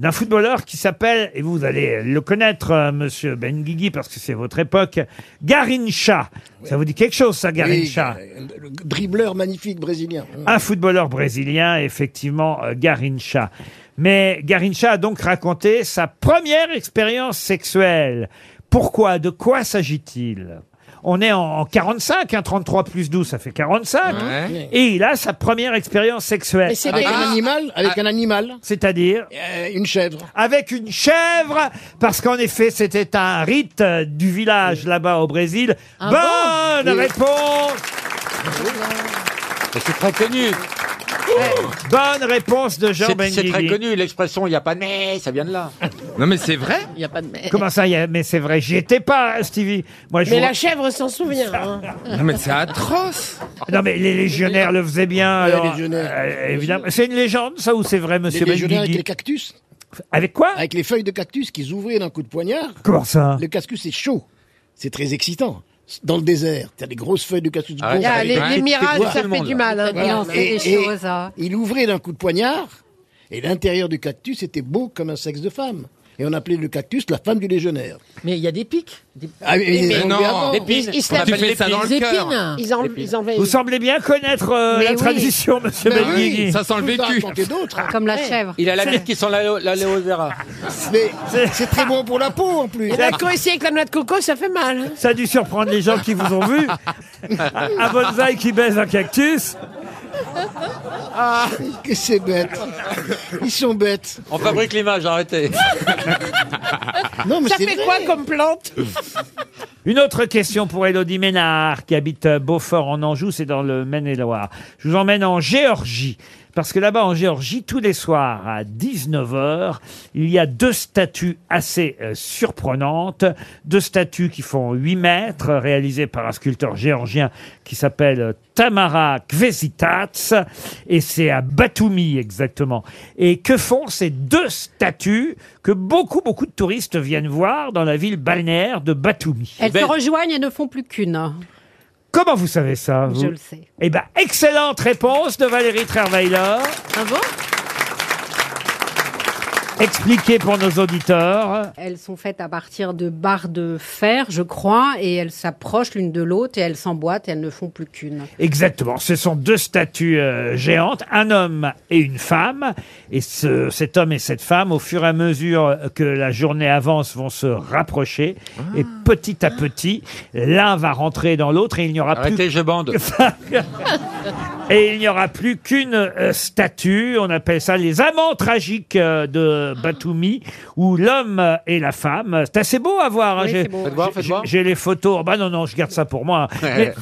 [SPEAKER 2] d'un footballeur qui s'appelle, et vous allez le connaître, euh, monsieur Benguigui, parce que c'est votre époque, Garincha. Ça vous dit quelque chose, ça, Garincha
[SPEAKER 9] Oui, euh, le dribbleur magnifique brésilien.
[SPEAKER 2] un footballeur brésilien, effectivement, euh, Garincha. Mais Garincha a donc raconté sa première expérience sexuelle. Pourquoi De quoi s'agit-il on est en en 45, hein, 33 plus 12, ça fait 45.
[SPEAKER 9] Ouais.
[SPEAKER 2] Et il a sa première expérience sexuelle. Ah.
[SPEAKER 9] Mais c'est avec un animal, avec un animal,
[SPEAKER 2] C'est-à-dire
[SPEAKER 9] Euh, une chèvre.
[SPEAKER 2] avec une chèvre, parce qu'en effet, c'était un rite euh, du village là-bas au Brésil.
[SPEAKER 7] Ah
[SPEAKER 2] Bonne
[SPEAKER 7] bon Oui.
[SPEAKER 2] réponse
[SPEAKER 7] C'est très connu.
[SPEAKER 2] Eh, Bonne réponse de Jean
[SPEAKER 7] C'est- C'est très
[SPEAKER 2] Benguigui.
[SPEAKER 7] connu, l'expression il n'y a pas de mais, ça vient de
[SPEAKER 9] (laughs)
[SPEAKER 7] là.
[SPEAKER 4] Non, mais c'est vrai.
[SPEAKER 3] Il n'y a pas de mer.
[SPEAKER 2] Comment ça, il y a- mais c'est vrai, j'y étais pas, hein, Stevie. Moi, je
[SPEAKER 5] Mais
[SPEAKER 2] vous-
[SPEAKER 5] la chèvre s'en souvient. hein.
[SPEAKER 4] Non, mais c'est atroce.
[SPEAKER 2] Non, mais les légionnaires le faisaient bien.
[SPEAKER 9] Les
[SPEAKER 2] alors,
[SPEAKER 9] légionnaires.
[SPEAKER 2] euh, évidemment. C'est une légende, ça, ou c'est vrai, monsieur
[SPEAKER 9] les légionnaires avec
[SPEAKER 2] Benguigui
[SPEAKER 9] les cactus.
[SPEAKER 2] Avec quoi
[SPEAKER 9] Avec les feuilles de cactus qu'ils ouvraient d'un coup de poignard.
[SPEAKER 2] Comment ça
[SPEAKER 9] Le cactus c'est chaud. C'est très excitant. Dans le désert, t'as des grosses feuilles de cactus.
[SPEAKER 5] Ah ouais,
[SPEAKER 9] gonflées.
[SPEAKER 5] Ah, les- les mirages,
[SPEAKER 9] Voilà.
[SPEAKER 5] ça fait du mal, hein.
[SPEAKER 9] Voilà.
[SPEAKER 5] Et on fait
[SPEAKER 9] Et-
[SPEAKER 5] des
[SPEAKER 9] et
[SPEAKER 5] choses, hein.
[SPEAKER 9] Il ouvrait d'un coup de poignard et l'intérieur du cactus était beau comme un sexe de femme. Et on appelait le cactus la femme du légionnaire.
[SPEAKER 3] Mais il y a des pics. Des...
[SPEAKER 9] Ah, mais-
[SPEAKER 3] des-
[SPEAKER 9] mais
[SPEAKER 3] des-
[SPEAKER 9] non,
[SPEAKER 3] des-
[SPEAKER 9] épines.
[SPEAKER 3] Ils, ils se
[SPEAKER 9] On
[SPEAKER 3] la-
[SPEAKER 9] appelle
[SPEAKER 3] des
[SPEAKER 9] ça dans le
[SPEAKER 3] épines.
[SPEAKER 9] cœur.
[SPEAKER 5] Ils, en, ils envahissent.
[SPEAKER 2] Vous semblez bien connaître euh,
[SPEAKER 5] Mais
[SPEAKER 2] la
[SPEAKER 5] oui.
[SPEAKER 2] tradition, monsieur
[SPEAKER 9] Ben oui,
[SPEAKER 2] Benguigui.
[SPEAKER 4] ça sent le
[SPEAKER 9] Je peux
[SPEAKER 4] vécu.
[SPEAKER 9] pas raconter d'autres. hein.
[SPEAKER 13] Comme la chèvre.
[SPEAKER 7] Il a la bite qui sent la, la Léozera.
[SPEAKER 9] Mais c'est très bon pour la peau en plus.
[SPEAKER 5] Il y en a qui ont essayé avec la noix de coco, ça
[SPEAKER 13] (laughs)
[SPEAKER 5] fait mal. hein.
[SPEAKER 2] Ça a dû surprendre les gens qui vous ont
[SPEAKER 5] (laughs)
[SPEAKER 2] vu. un bonsaï qui baise un cactus.
[SPEAKER 9] Ah, que c'est bête. Ils
[SPEAKER 7] (laughs)
[SPEAKER 9] sont bêtes.
[SPEAKER 7] On fabrique l'image, arrêtez.
[SPEAKER 9] (laughs) Non, mais
[SPEAKER 5] ça
[SPEAKER 9] c'est
[SPEAKER 5] fait
[SPEAKER 9] vrai.
[SPEAKER 5] quoi comme plante
[SPEAKER 2] Une autre question pour Elodie Ménard, qui habite euh, Beaufort en Anjou, c'est dans le Maine-et-Loire. Je vous emmène en Géorgie, parce que là-bas, en Géorgie, tous les soirs à 19h, il y a deux statues assez euh, surprenantes. Deux statues qui font 8 mètres, euh, réalisées par un sculpteur géorgien qui s'appelle euh, Tamara Kvesitats, et c'est à Batumi exactement. Et que font ces deux statues que beaucoup, beaucoup de touristes viennent voir dans la ville balnéaire de Batumi
[SPEAKER 13] Elles se rejoignent et ne font plus qu'une.
[SPEAKER 2] Ben, Comment vous savez ça
[SPEAKER 13] Je
[SPEAKER 2] vous
[SPEAKER 13] le sais.
[SPEAKER 2] Eh ben, excellente réponse de Valérie Trierweiler.
[SPEAKER 13] Ah
[SPEAKER 2] Expliquez pour nos auditeurs.
[SPEAKER 13] Elles sont faites à partir de barres de fer, je crois, et elles s'approchent l'une de l'autre et elles s'emboîtent et elles ne font plus qu'une.
[SPEAKER 2] Exactement. Ce sont deux statues euh, géantes, un homme et une femme. Et ce- cet homme et cette femme, au fur et à mesure que la journée avance, vont se rapprocher. Et petit à petit, l'un va rentrer dans l'autre et il n'y aura plus.
[SPEAKER 7] Arrêtez, je bande.
[SPEAKER 2] (laughs) Et il n'y aura plus qu'une euh, statue, on appelle ça les amants tragiques euh, de Batumi, où l'homme et la femme, c'est assez beau à voir. hein,
[SPEAKER 7] Oui,
[SPEAKER 2] j'ai-
[SPEAKER 7] c'est beau. Faites voir, faites
[SPEAKER 2] j'ai-
[SPEAKER 7] voir.
[SPEAKER 2] J'ai les photos, bah non, non, je garde ça pour moi. hein.
[SPEAKER 7] Eh, (laughs)
[SPEAKER 2] Mais-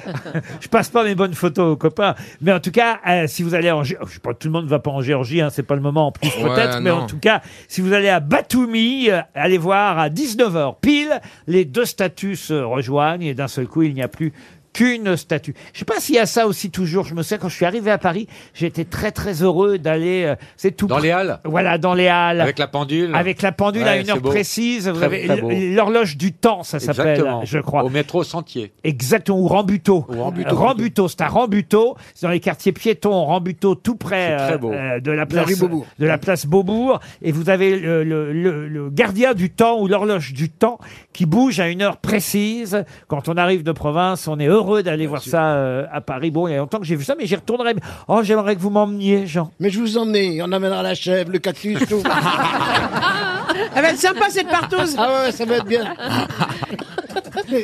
[SPEAKER 2] (laughs) je passe pas mes bonnes photos aux copains. Mais en tout cas, euh, si vous allez en Géorgie, je sais pas, tout le monde ne va pas en Géorgie, hein, c'est pas le moment en plus
[SPEAKER 10] Ouais,
[SPEAKER 2] peut-être, mais
[SPEAKER 10] non.
[SPEAKER 2] en tout cas, si vous allez à Batumi, euh, allez voir à 19h pile, les deux statues se rejoignent et d'un seul coup, il n'y a plus qu'une statue. Je sais pas s'il y a ça aussi toujours. Je me souviens quand je suis arrivé à Paris, j'étais très très heureux d'aller, euh, c'est tout
[SPEAKER 7] Dans les Halles
[SPEAKER 2] Voilà, dans les Halles.
[SPEAKER 7] Avec la pendule.
[SPEAKER 2] Avec la pendule à
[SPEAKER 7] Ouais,
[SPEAKER 2] une
[SPEAKER 7] c'est
[SPEAKER 2] heure
[SPEAKER 7] beau.
[SPEAKER 2] précise. Vous
[SPEAKER 7] Très,
[SPEAKER 2] avez
[SPEAKER 7] très beau.
[SPEAKER 2] l- l'horloge du temps, ça s'appelle,
[SPEAKER 7] Exactement.
[SPEAKER 2] je crois.
[SPEAKER 7] Au métro Sentier.
[SPEAKER 2] Exactement, ou Rambuteau. Euh,
[SPEAKER 7] Rambuteau.
[SPEAKER 2] Rambuteau, c'est à Rambuteau, c'est dans les quartiers piétons, Rambuteau, tout près
[SPEAKER 7] C'est très
[SPEAKER 2] euh,
[SPEAKER 7] beau.
[SPEAKER 2] euh, de la
[SPEAKER 7] La rue
[SPEAKER 2] place
[SPEAKER 7] Beaubourg.
[SPEAKER 2] de la place Beaubourg. Et vous avez le, le- le- le gardien du temps ou l'horloge du temps qui bouge à une heure précise. Quand on arrive de province, on est heureux d'aller voir ça euh, à Paris. Bon, il y a longtemps que j'ai vu ça, mais j'y retournerai. Oh, j'aimerais que vous m'emmeniez, Jean.
[SPEAKER 9] Mais je vous emmène, on amènera la chèvre, le cactus,
[SPEAKER 2] (laughs)
[SPEAKER 9] tout.
[SPEAKER 5] Ah ben, Elle va être sympa cette partouze.
[SPEAKER 9] Ah ouais, ça va être bien.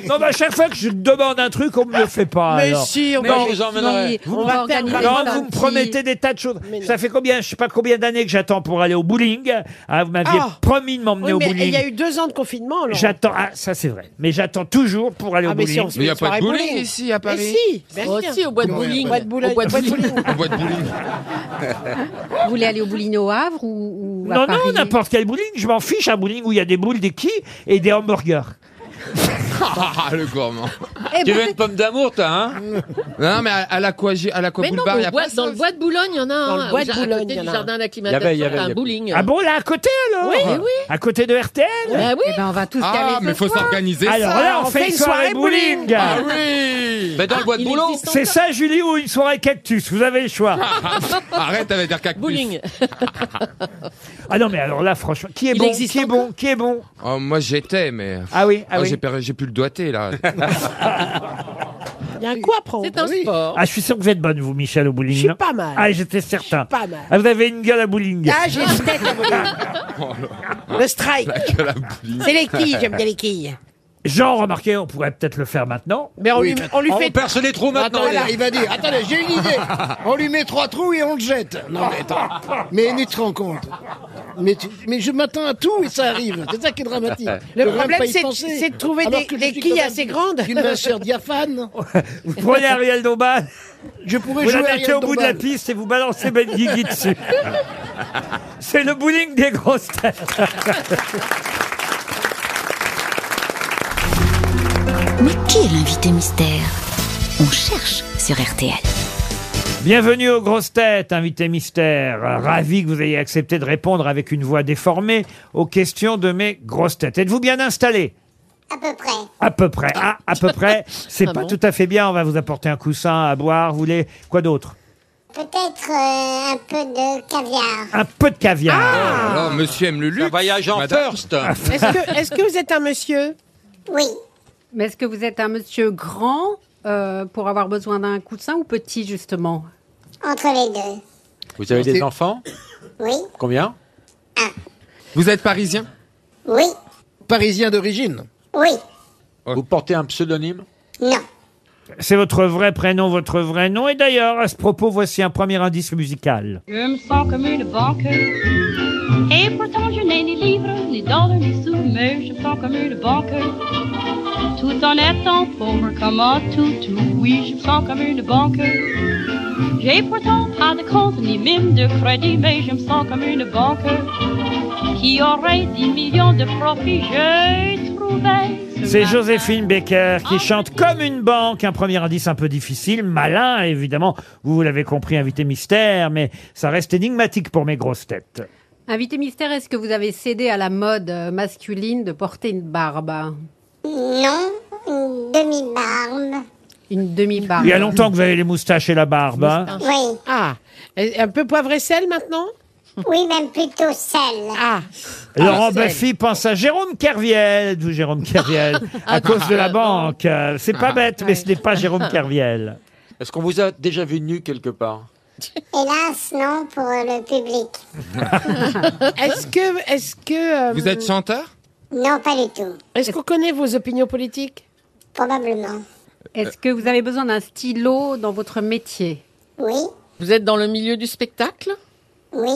[SPEAKER 2] Non, mais à chaque fois que je demande un truc, on me le fait pas.
[SPEAKER 5] Mais
[SPEAKER 2] alors.
[SPEAKER 5] si, on va- Mais si, on va
[SPEAKER 2] faire-
[SPEAKER 5] organiser
[SPEAKER 2] Non,
[SPEAKER 5] un
[SPEAKER 2] vous me
[SPEAKER 5] petit-
[SPEAKER 2] promettez des tas de choses. Ça fait combien, je sais pas combien d'années que j'attends pour aller au bowling. Ah, vous m'aviez
[SPEAKER 5] Ah.
[SPEAKER 2] promis de m'emmener
[SPEAKER 5] Oui,
[SPEAKER 2] au
[SPEAKER 5] mais il
[SPEAKER 2] bowling.
[SPEAKER 5] y a eu deux ans de confinement. alors.
[SPEAKER 2] J'attends, ah, ça c'est vrai. Mais j'attends toujours pour aller
[SPEAKER 5] Ah,
[SPEAKER 2] au
[SPEAKER 5] mais
[SPEAKER 2] bowling.
[SPEAKER 5] si, on se fait Mais y a une pas de soirée bowling bowling. ici, à Paris. Mais si, bien
[SPEAKER 13] Moi
[SPEAKER 5] sûr.
[SPEAKER 13] aussi, au bois de
[SPEAKER 5] Comment
[SPEAKER 13] bowling.
[SPEAKER 5] il y a pas de bowling
[SPEAKER 13] Au bois de
[SPEAKER 5] Au bois de (laughs)
[SPEAKER 13] bowling.
[SPEAKER 5] bowling.
[SPEAKER 10] Boîte bowling.
[SPEAKER 13] (laughs) Vous voulez aller au bowling au Havre ou, ou à
[SPEAKER 2] Non,
[SPEAKER 13] Paris
[SPEAKER 2] non, n'importe quel bowling. Je m'en fiche, un bowling où il y a des boules, des quilles et des hamburgers.
[SPEAKER 4] Ah, le gourmand.
[SPEAKER 13] Eh
[SPEAKER 7] Tu
[SPEAKER 13] ben,
[SPEAKER 7] veux une pomme d'amour, toi, hein
[SPEAKER 4] Non, mais à, à l'aqua, à l'aqua
[SPEAKER 3] Mm. Mais non,
[SPEAKER 4] boulevard,
[SPEAKER 3] mais
[SPEAKER 4] il y a
[SPEAKER 3] bois-
[SPEAKER 4] pas
[SPEAKER 3] dans le bois de Boulogne, il y en a
[SPEAKER 4] Dans
[SPEAKER 3] un.
[SPEAKER 4] le
[SPEAKER 3] hein,
[SPEAKER 4] bois
[SPEAKER 3] au
[SPEAKER 4] de
[SPEAKER 3] ja- à
[SPEAKER 4] Boulogne,
[SPEAKER 3] côté
[SPEAKER 4] il y
[SPEAKER 3] du
[SPEAKER 4] en a un. Il
[SPEAKER 3] jardin
[SPEAKER 4] y avait- il y
[SPEAKER 3] d'acclimatation,
[SPEAKER 4] avait-
[SPEAKER 3] t'as
[SPEAKER 4] il y
[SPEAKER 3] un
[SPEAKER 4] avait-
[SPEAKER 3] bowling.
[SPEAKER 2] Ah bon, là, à côté alors
[SPEAKER 3] Oui, oui.
[SPEAKER 2] À côté de RTL
[SPEAKER 3] Bah oui. Ah,
[SPEAKER 13] Eh ben, on va tous y
[SPEAKER 4] Ah,
[SPEAKER 13] aller.
[SPEAKER 4] mais
[SPEAKER 13] ce
[SPEAKER 4] faut
[SPEAKER 13] soir.
[SPEAKER 4] s'organiser.
[SPEAKER 2] Alors
[SPEAKER 4] ça.
[SPEAKER 2] là, on, fait une soirée bowling.
[SPEAKER 4] Ah oui
[SPEAKER 5] Ah,
[SPEAKER 7] Mais dans le bois de boulot
[SPEAKER 2] C'est ça, Julie, ou une soirée cactus Vous avez
[SPEAKER 7] (laughs)
[SPEAKER 2] le choix.
[SPEAKER 4] Arrête avec dire cactus.
[SPEAKER 3] Bowling.
[SPEAKER 2] (laughs) Ah non, mais alors là, franchement, qui est
[SPEAKER 3] Il
[SPEAKER 2] bon
[SPEAKER 3] existe
[SPEAKER 2] Qui est bon Qui est bon
[SPEAKER 4] Oh, moi j'étais, mais.
[SPEAKER 2] Ah oui, ah oui.
[SPEAKER 4] J'ai perdu- j'ai plus le doigté
[SPEAKER 2] (laughs)
[SPEAKER 4] là.
[SPEAKER 5] Il y a un coup à prendre.
[SPEAKER 3] C'est un sport.
[SPEAKER 2] Ah, je suis sûr que vous êtes bonne, vous, Michel, au bowling.
[SPEAKER 5] Je suis
[SPEAKER 2] non
[SPEAKER 5] pas mal.
[SPEAKER 2] Ah, j'étais certain.
[SPEAKER 5] pas mal.
[SPEAKER 2] Ah, vous avez une gueule à bowling.
[SPEAKER 5] Ah,
[SPEAKER 2] (laughs)
[SPEAKER 5] j'ai une tête à bowling.
[SPEAKER 7] Oh,
[SPEAKER 5] Le strike.
[SPEAKER 4] La gueule à bowling.
[SPEAKER 5] C'est les quilles, j'aime bien les quilles.
[SPEAKER 2] (laughs) Jean, remarquez, on pourrait peut-être le faire maintenant.
[SPEAKER 5] Mais on lui, on lui
[SPEAKER 7] On
[SPEAKER 5] fait.
[SPEAKER 7] perce les trous maintenant.
[SPEAKER 9] Attendez,
[SPEAKER 7] les gars.
[SPEAKER 9] il va dire, attendez, j'ai une
[SPEAKER 7] (laughs)
[SPEAKER 9] idée. On lui met trois trous et on le jette. Non mais attends. Mais mais tu te rends compte. Mais, tu- mais je m'attends à tout et ça arrive. C'est ça qui
[SPEAKER 2] (laughs)
[SPEAKER 9] est dramatique. Je
[SPEAKER 5] Le
[SPEAKER 9] veux même
[SPEAKER 5] problème,
[SPEAKER 9] pas y
[SPEAKER 5] c'est-
[SPEAKER 9] penser.
[SPEAKER 5] c'est de trouver
[SPEAKER 9] Alors
[SPEAKER 5] des-
[SPEAKER 9] que je
[SPEAKER 5] des
[SPEAKER 9] suis
[SPEAKER 5] quilles
[SPEAKER 9] quand même
[SPEAKER 5] assez grandes.
[SPEAKER 9] D'une minceur
[SPEAKER 5] (laughs)
[SPEAKER 9] diaphane.
[SPEAKER 2] Vous prenez Ariel Dombal,
[SPEAKER 9] Je pourrais
[SPEAKER 2] vous
[SPEAKER 9] jouer à
[SPEAKER 2] l'arrêtez
[SPEAKER 9] Ariel
[SPEAKER 2] au bout de la
[SPEAKER 9] Dombal.
[SPEAKER 2] piste et vous balancez Ben
[SPEAKER 9] (laughs)
[SPEAKER 2] Guigui dessus. C'est le bowling des grosses têtes.
[SPEAKER 12] Mais qui est l'invité mystère On cherche sur RTL.
[SPEAKER 2] Bienvenue aux grosses têtes, invité mystère. Ravi que vous ayez accepté de répondre avec une voix déformée aux questions de mes grosses têtes. Êtes-vous bien installé à peu près. Ah, à peu près. C'est
[SPEAKER 17] Ah
[SPEAKER 2] pas
[SPEAKER 17] bon
[SPEAKER 2] tout à fait bien. On va vous apporter un coussin à boire. Vous voulez quoi d'autre
[SPEAKER 17] Peut-être euh, un peu de caviar.
[SPEAKER 2] Un peu de caviar.
[SPEAKER 4] Alors, monsieur aime le luxe. Ah, voyage en first.
[SPEAKER 5] Est-ce que, est-ce que vous êtes un monsieur
[SPEAKER 17] Oui.
[SPEAKER 13] Mais est-ce que vous êtes un monsieur grand euh, pour avoir besoin d'un coussin ou petit, justement
[SPEAKER 17] Entre les deux.
[SPEAKER 7] Vous avez des enfants
[SPEAKER 17] Oui.
[SPEAKER 7] Combien
[SPEAKER 4] Vous êtes parisien
[SPEAKER 17] Oui.
[SPEAKER 9] Parisien d'origine.
[SPEAKER 17] Oui.
[SPEAKER 7] Ah Vous portez un pseudonyme
[SPEAKER 17] Non.
[SPEAKER 2] C'est votre vrai prénom, votre vrai nom. Et d'ailleurs, à ce propos, voici un premier indice musical.
[SPEAKER 18] Je me sens comme une banque. Et pourtant je n'ai ni livres, ni dollars, ni sous, mais je me sens comme une banque. Tout en étant pauvre comme un toutou, oui, je me sens comme une banque. J'ai pourtant pas de compte, ni même de crédit, mais je me sens comme une banque. Qui aurait 10 millions de profits, je trouvais.
[SPEAKER 2] C'est Joséphine Baker qui chante comme une banque. Un premier indice un peu difficile, malin, évidemment. Vous, vous l'avez compris, invité mystère, mais ça reste énigmatique pour mes grosses têtes.
[SPEAKER 13] Invité mystère, est-ce que vous avez cédé à la mode euh, masculine de porter une barbe
[SPEAKER 17] Non. Une demi-barbe.
[SPEAKER 13] Une
[SPEAKER 17] Ah.
[SPEAKER 13] demi-barbe.
[SPEAKER 2] Il y a longtemps que vous avez les moustaches et la barbe. hein.
[SPEAKER 5] Oui. Ah, et un peu poivre et sel maintenant Oui, même plutôt sel. Ah,
[SPEAKER 2] Laurent
[SPEAKER 5] Sel.
[SPEAKER 2] Baffy pense à Jérôme Kerviel, d'où Jérôme Kerviel, à cause de la banque. Euh, C'est
[SPEAKER 9] Ah.
[SPEAKER 7] Ah.
[SPEAKER 2] pas bête, mais ce n'est pas
[SPEAKER 5] (laughs)
[SPEAKER 2] Jérôme Kerviel.
[SPEAKER 7] Est-ce qu'on vous a déjà vu nu quelque part
[SPEAKER 17] Hélas, non, pour le public.
[SPEAKER 5] est-ce que... Est-ce que euh,
[SPEAKER 4] Vous êtes chanteur
[SPEAKER 17] Non, pas du tout.
[SPEAKER 5] Est-ce qu'on connaît vos opinions politiques
[SPEAKER 17] Probablement.
[SPEAKER 13] Est-ce que vous avez besoin d'un stylo dans votre métier
[SPEAKER 17] Oui,
[SPEAKER 3] Vous êtes dans le milieu du spectacle
[SPEAKER 17] oui,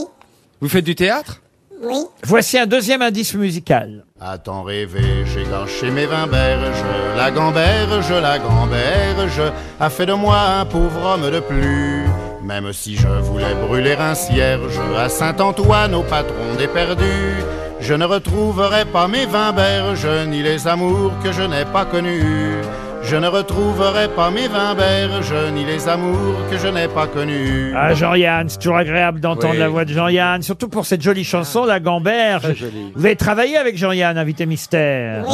[SPEAKER 4] Vous faites du théâtre
[SPEAKER 17] oui.
[SPEAKER 2] Voici un deuxième indice musical.
[SPEAKER 19] À temps rêvé, j'ai gâché mes vingt berges, la gamberge, la gamberge a fait de moi un pauvre homme de plus. Même si je voulais brûler un cierge à Saint-Antoine au patron des perdus, je ne retrouverai pas mes vingt berges, ni les amours que je n'ai pas connus. Je ne retrouverai pas mes vingt berges, ni les amours que je n'ai pas connus.
[SPEAKER 2] Ah, Jean-Yann, c'est toujours agréable d'entendre
[SPEAKER 19] Oui.
[SPEAKER 2] la voix de Jean-Yann, surtout pour cette jolie chanson, La Gamberge. Vous avez travaillé avec Jean-Yann, invité mystère.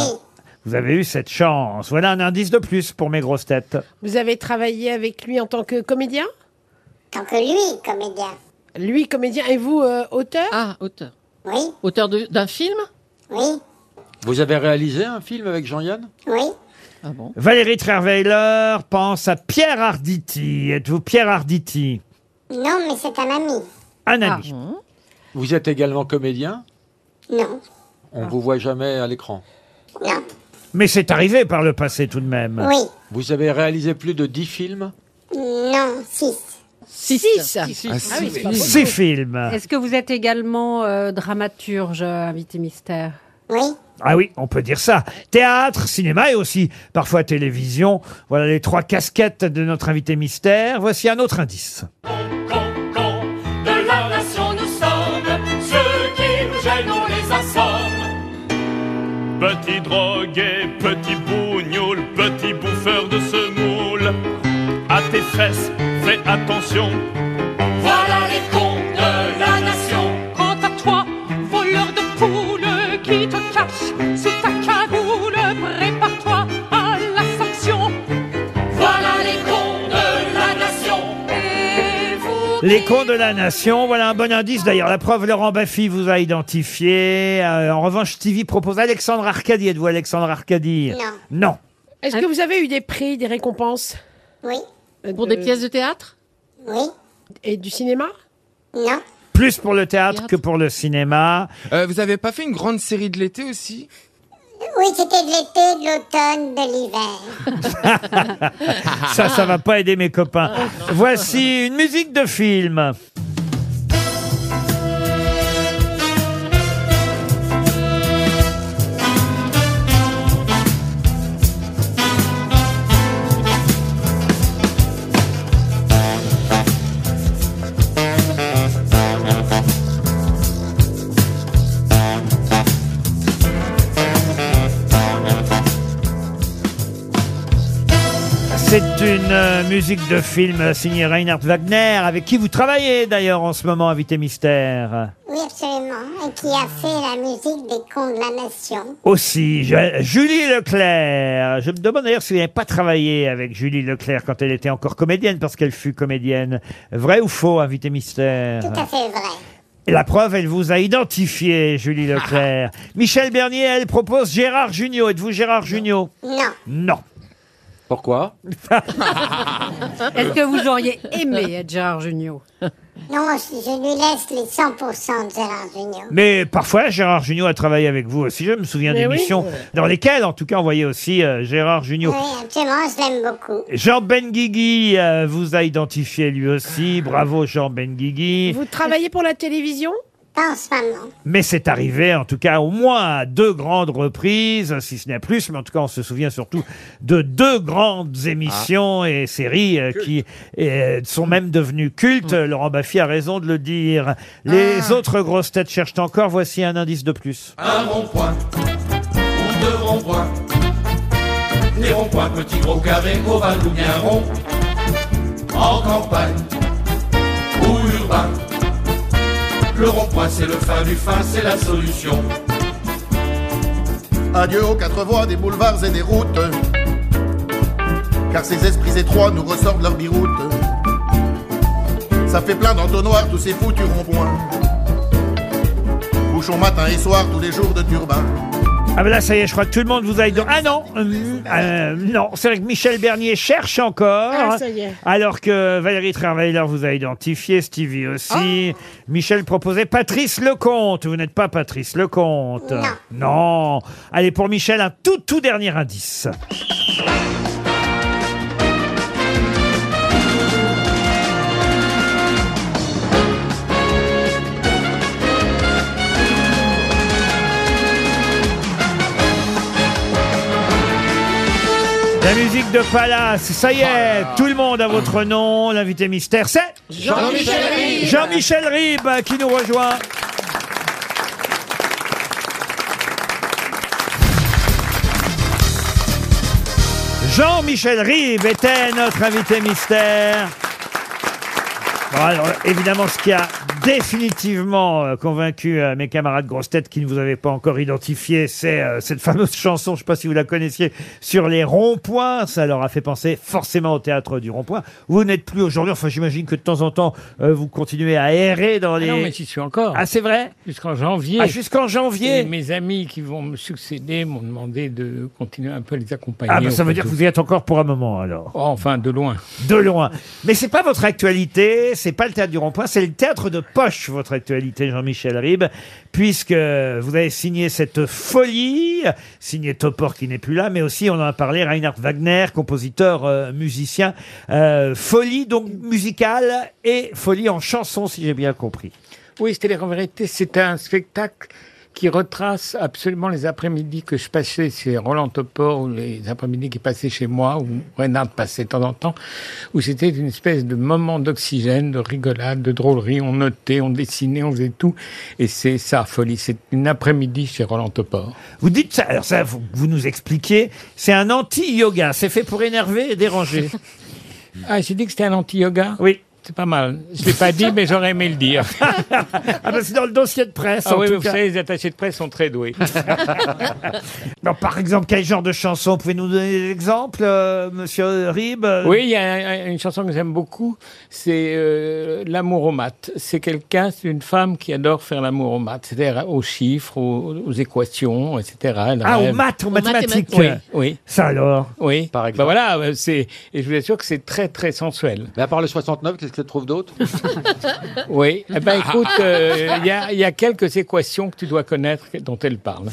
[SPEAKER 2] Vous avez eu cette chance. Voilà un indice de plus pour mes grosses têtes.
[SPEAKER 5] Vous avez travaillé avec lui en tant que comédien
[SPEAKER 17] Tant que lui, comédien.
[SPEAKER 5] Lui, comédien, et vous, euh, auteur
[SPEAKER 3] Ah, auteur.
[SPEAKER 17] Oui.
[SPEAKER 3] Auteur de- d'un film
[SPEAKER 17] Oui,
[SPEAKER 7] Vous avez réalisé un film avec Jean-Yann
[SPEAKER 17] oui.
[SPEAKER 2] Valérie Trierweiler pense à Pierre Arditi. Êtes-vous Pierre Arditi
[SPEAKER 17] Non, mais c'est un ami.
[SPEAKER 2] Un ami.
[SPEAKER 7] Vous êtes également comédien
[SPEAKER 17] Non.
[SPEAKER 5] Ah.
[SPEAKER 7] On vous voit jamais à l'écran
[SPEAKER 2] Mais c'est arrivé par le passé tout de même.
[SPEAKER 17] Oui.
[SPEAKER 7] Vous avez réalisé plus de 10 films
[SPEAKER 17] Non, six.
[SPEAKER 3] Six.
[SPEAKER 13] Six.
[SPEAKER 7] Ah, six.
[SPEAKER 13] Ah oui, c'est pas
[SPEAKER 2] Six
[SPEAKER 13] beaucoup.
[SPEAKER 2] films.
[SPEAKER 13] Est-ce que vous êtes également euh, dramaturge, euh, invité mystère
[SPEAKER 17] Oui.
[SPEAKER 2] Ah oui, on peut dire ça. Théâtre, cinéma et aussi parfois télévision. Voilà les trois casquettes de notre invité mystère. Voici un autre indice.
[SPEAKER 20] De la nation nous sommes, ceux qui nous gênent, on les assomme. Petit drogué, petit bougnoul, petit bouffeur de semoule. À tes fesses, fais attention.
[SPEAKER 18] Voilà les cons de la nation. Quant à toi, voleur de poule qui te cache sous ta cagoule, prépare-toi à la sanction.
[SPEAKER 4] (laughs)
[SPEAKER 18] Voilà les cons de la nation. Et vous
[SPEAKER 2] Les cons de la nation, voilà un bon indice d'ailleurs. La preuve, Laurent Baffy vous a identifié. Euh, en revanche, Stevie propose Alexandre Arcadie. Êtes-vous Alexandre Arcadie Non. Non.
[SPEAKER 5] Est-ce que vous avez eu des prix, des récompenses Euh,
[SPEAKER 17] Oui.
[SPEAKER 3] Pour des pièces de théâtre
[SPEAKER 17] Oui.
[SPEAKER 5] Et du cinéma
[SPEAKER 17] Non.
[SPEAKER 2] Plus pour le théâtre que pour le cinéma.
[SPEAKER 4] Euh, Vous avez pas fait une grande série de l'été aussi
[SPEAKER 17] Oui, c'était de l'été, de l'automne, de l'hiver.
[SPEAKER 2] (laughs) ça, ça va pas aider mes copains. Voici une musique de film. C'est une euh, musique de film signée Reinhard Wagner, avec qui vous travaillez d'ailleurs en ce moment, invité mystère.
[SPEAKER 17] Oui, absolument. Et qui a fait la musique des cons de la nation.
[SPEAKER 2] Aussi, je- Julie Leclerc. Je me demande d'ailleurs si vous n'avez pas travaillé avec Julie Leclerc quand elle était encore comédienne, parce qu'elle fut comédienne. Vrai ou faux, invité mystère
[SPEAKER 17] Tout à fait vrai.
[SPEAKER 2] Et La preuve, elle vous a identifié, Julie Leclerc.
[SPEAKER 17] Ah,
[SPEAKER 2] Michel Bernier, elle propose Gérard Junior. Êtes-vous Gérard Junior
[SPEAKER 17] Non.
[SPEAKER 2] Non.
[SPEAKER 7] Pourquoi
[SPEAKER 13] (laughs) Est-ce que vous auriez
[SPEAKER 17] (laughs)
[SPEAKER 13] aimé être Gérard Junior
[SPEAKER 17] Non, je, je lui laisse les 100% de Gérard Junior.
[SPEAKER 2] Mais parfois, Gérard Junior a travaillé avec vous aussi. Je me souviens
[SPEAKER 17] Mais oui.
[SPEAKER 2] d'émissions dans lesquelles, en tout cas, on voyait aussi euh, Gérard Junior.
[SPEAKER 17] Oui, absolument, je l'aime beaucoup.
[SPEAKER 2] Jean Benguigui euh, vous a identifié lui aussi. Bravo, Jean Benguigui.
[SPEAKER 5] Vous travaillez pour la télévision
[SPEAKER 17] Pas en ce moment.
[SPEAKER 2] Mais c'est arrivé, en tout cas, au moins à deux grandes reprises, si ce n'est plus, mais en tout cas, on se souvient surtout de deux grandes émissions et séries euh, qui euh, sont même devenues cultes. Laurent Baffy a raison de le dire. Les autres grosses têtes cherchent encore. Voici un indice de plus.
[SPEAKER 20] Un rond-point ou deux ronds-points. Les ronds-points, petits gros carrés, ovales ou bien ronds. En campagne ou urbain. Le rond-point, c'est le fin du fin, c'est la solution.
[SPEAKER 19] Adieu aux quatre voies des boulevards et des routes. car ces esprits étroits nous ressortent leur biroute. Ça fait plein d'entonnoirs tous ces foutus ronds-points. Bouchons matin et soir tous les jours de Turbin.
[SPEAKER 2] Ah ben là, ça y est, je crois que tout le monde vous aille dans... Ah non hum, euh, Non, c'est vrai que Michel Bernier cherche encore.
[SPEAKER 5] Ah, ça y est.
[SPEAKER 2] Alors que Valérie Travailleur vous a identifié, Stevie
[SPEAKER 5] Oh.
[SPEAKER 2] aussi. Michel proposait Patrice Lecomte. Vous n'êtes pas Patrice Lecomte. Non. Allez, pour Michel, un tout, tout dernier indice. La musique de Palace, ça y est, tout le monde a votre nom. L'invité mystère, c'est
[SPEAKER 20] Jean-Michel Ribes.
[SPEAKER 2] Jean-Michel Ribes qui nous rejoint. Jean-Michel Rive était notre invité mystère. Bon, alors, évidemment, ce qui a définitivement euh, convaincu euh, mes camarades grosses têtes qui ne vous avaient pas encore identifié, c'est euh, cette fameuse (laughs) chanson, je ne sais pas si vous la connaissiez, sur les ronds-points. Ça leur a fait penser forcément au théâtre du rond-point. Vous n'êtes plus aujourd'hui, enfin j'imagine que de temps en temps, euh, vous continuez à errer dans les...
[SPEAKER 21] Ah non, mais j'y suis encore.
[SPEAKER 2] Ah, c'est vrai
[SPEAKER 21] Jusqu'en janvier.
[SPEAKER 2] Ah, jusqu'en janvier.
[SPEAKER 21] Et mes amis qui vont me succéder m'ont demandé de continuer un peu à les accompagner.
[SPEAKER 2] Ah, ben, ça
[SPEAKER 21] au
[SPEAKER 2] veut dire que
[SPEAKER 21] plateau.
[SPEAKER 2] vous y êtes encore pour un moment alors.
[SPEAKER 21] Oh, enfin, de loin.
[SPEAKER 2] De loin. Mais c'est pas votre actualité, c'est pas le théâtre du rond-point, c'est le théâtre de poche, votre actualité, Jean-Michel Ribes, puisque vous avez signé cette folie, signé Topor qui n'est plus là, mais aussi on en a parlé, Reinhard Wagner, compositeur, euh, musicien, euh, folie donc musicale et folie en chanson, si j'ai bien compris.
[SPEAKER 21] Oui, c'est-à-dire en vérité, c'est un spectacle qui retrace absolument les après-midi que je passais chez Roland Topor ou les après-midi qui passaient chez moi ou Renard passait de temps en temps, où c'était une espèce de moment d'oxygène, de rigolade, de drôlerie. On notait, on dessinait, on faisait tout. Et c'est ça, folie. C'est une après-midi chez Roland Topor.
[SPEAKER 2] Vous dites ça, alors ça, vous, vous nous expliquiez, c'est un anti-yoga, c'est fait pour énerver et déranger.
[SPEAKER 21] Ah, j'ai dit que c'était un anti-yoga
[SPEAKER 2] Oui.
[SPEAKER 21] C'est pas mal. Je l'ai pas dit, mais j'aurais aimé le
[SPEAKER 2] (laughs)
[SPEAKER 21] dire.
[SPEAKER 2] Ah ben c'est dans le dossier de presse.
[SPEAKER 21] Ah
[SPEAKER 2] en
[SPEAKER 21] oui,
[SPEAKER 2] tout
[SPEAKER 21] mais vous
[SPEAKER 2] cas.
[SPEAKER 21] savez, les attachés de presse sont très doués. (laughs)
[SPEAKER 2] Non, par exemple, quel genre de chanson Pouvez-nous donner des exemples, euh, monsieur Ribes
[SPEAKER 21] Oui, il y a un- un- une chanson que j'aime beaucoup, c'est euh, L'amour aux maths. C'est quelqu'un, c'est une femme qui adore faire l'amour aux maths, c'est-à-dire aux chiffres, aux, aux équations, etc. Elle
[SPEAKER 2] Ah, aux
[SPEAKER 21] rêve.
[SPEAKER 2] maths, aux mathématiques.
[SPEAKER 21] Oui, oui.
[SPEAKER 2] Ça alors
[SPEAKER 21] Oui. Par exemple. voilà, euh, c'est, et je vous assure que c'est très, très sensuel.
[SPEAKER 7] Mais à part le 69, qu'est-ce que tu trouves d'autre
[SPEAKER 21] Oui. Eh
[SPEAKER 3] Ah.
[SPEAKER 21] ben, écoute, euh, il y, a, il y a quelques équations que tu dois connaître dont elle parle.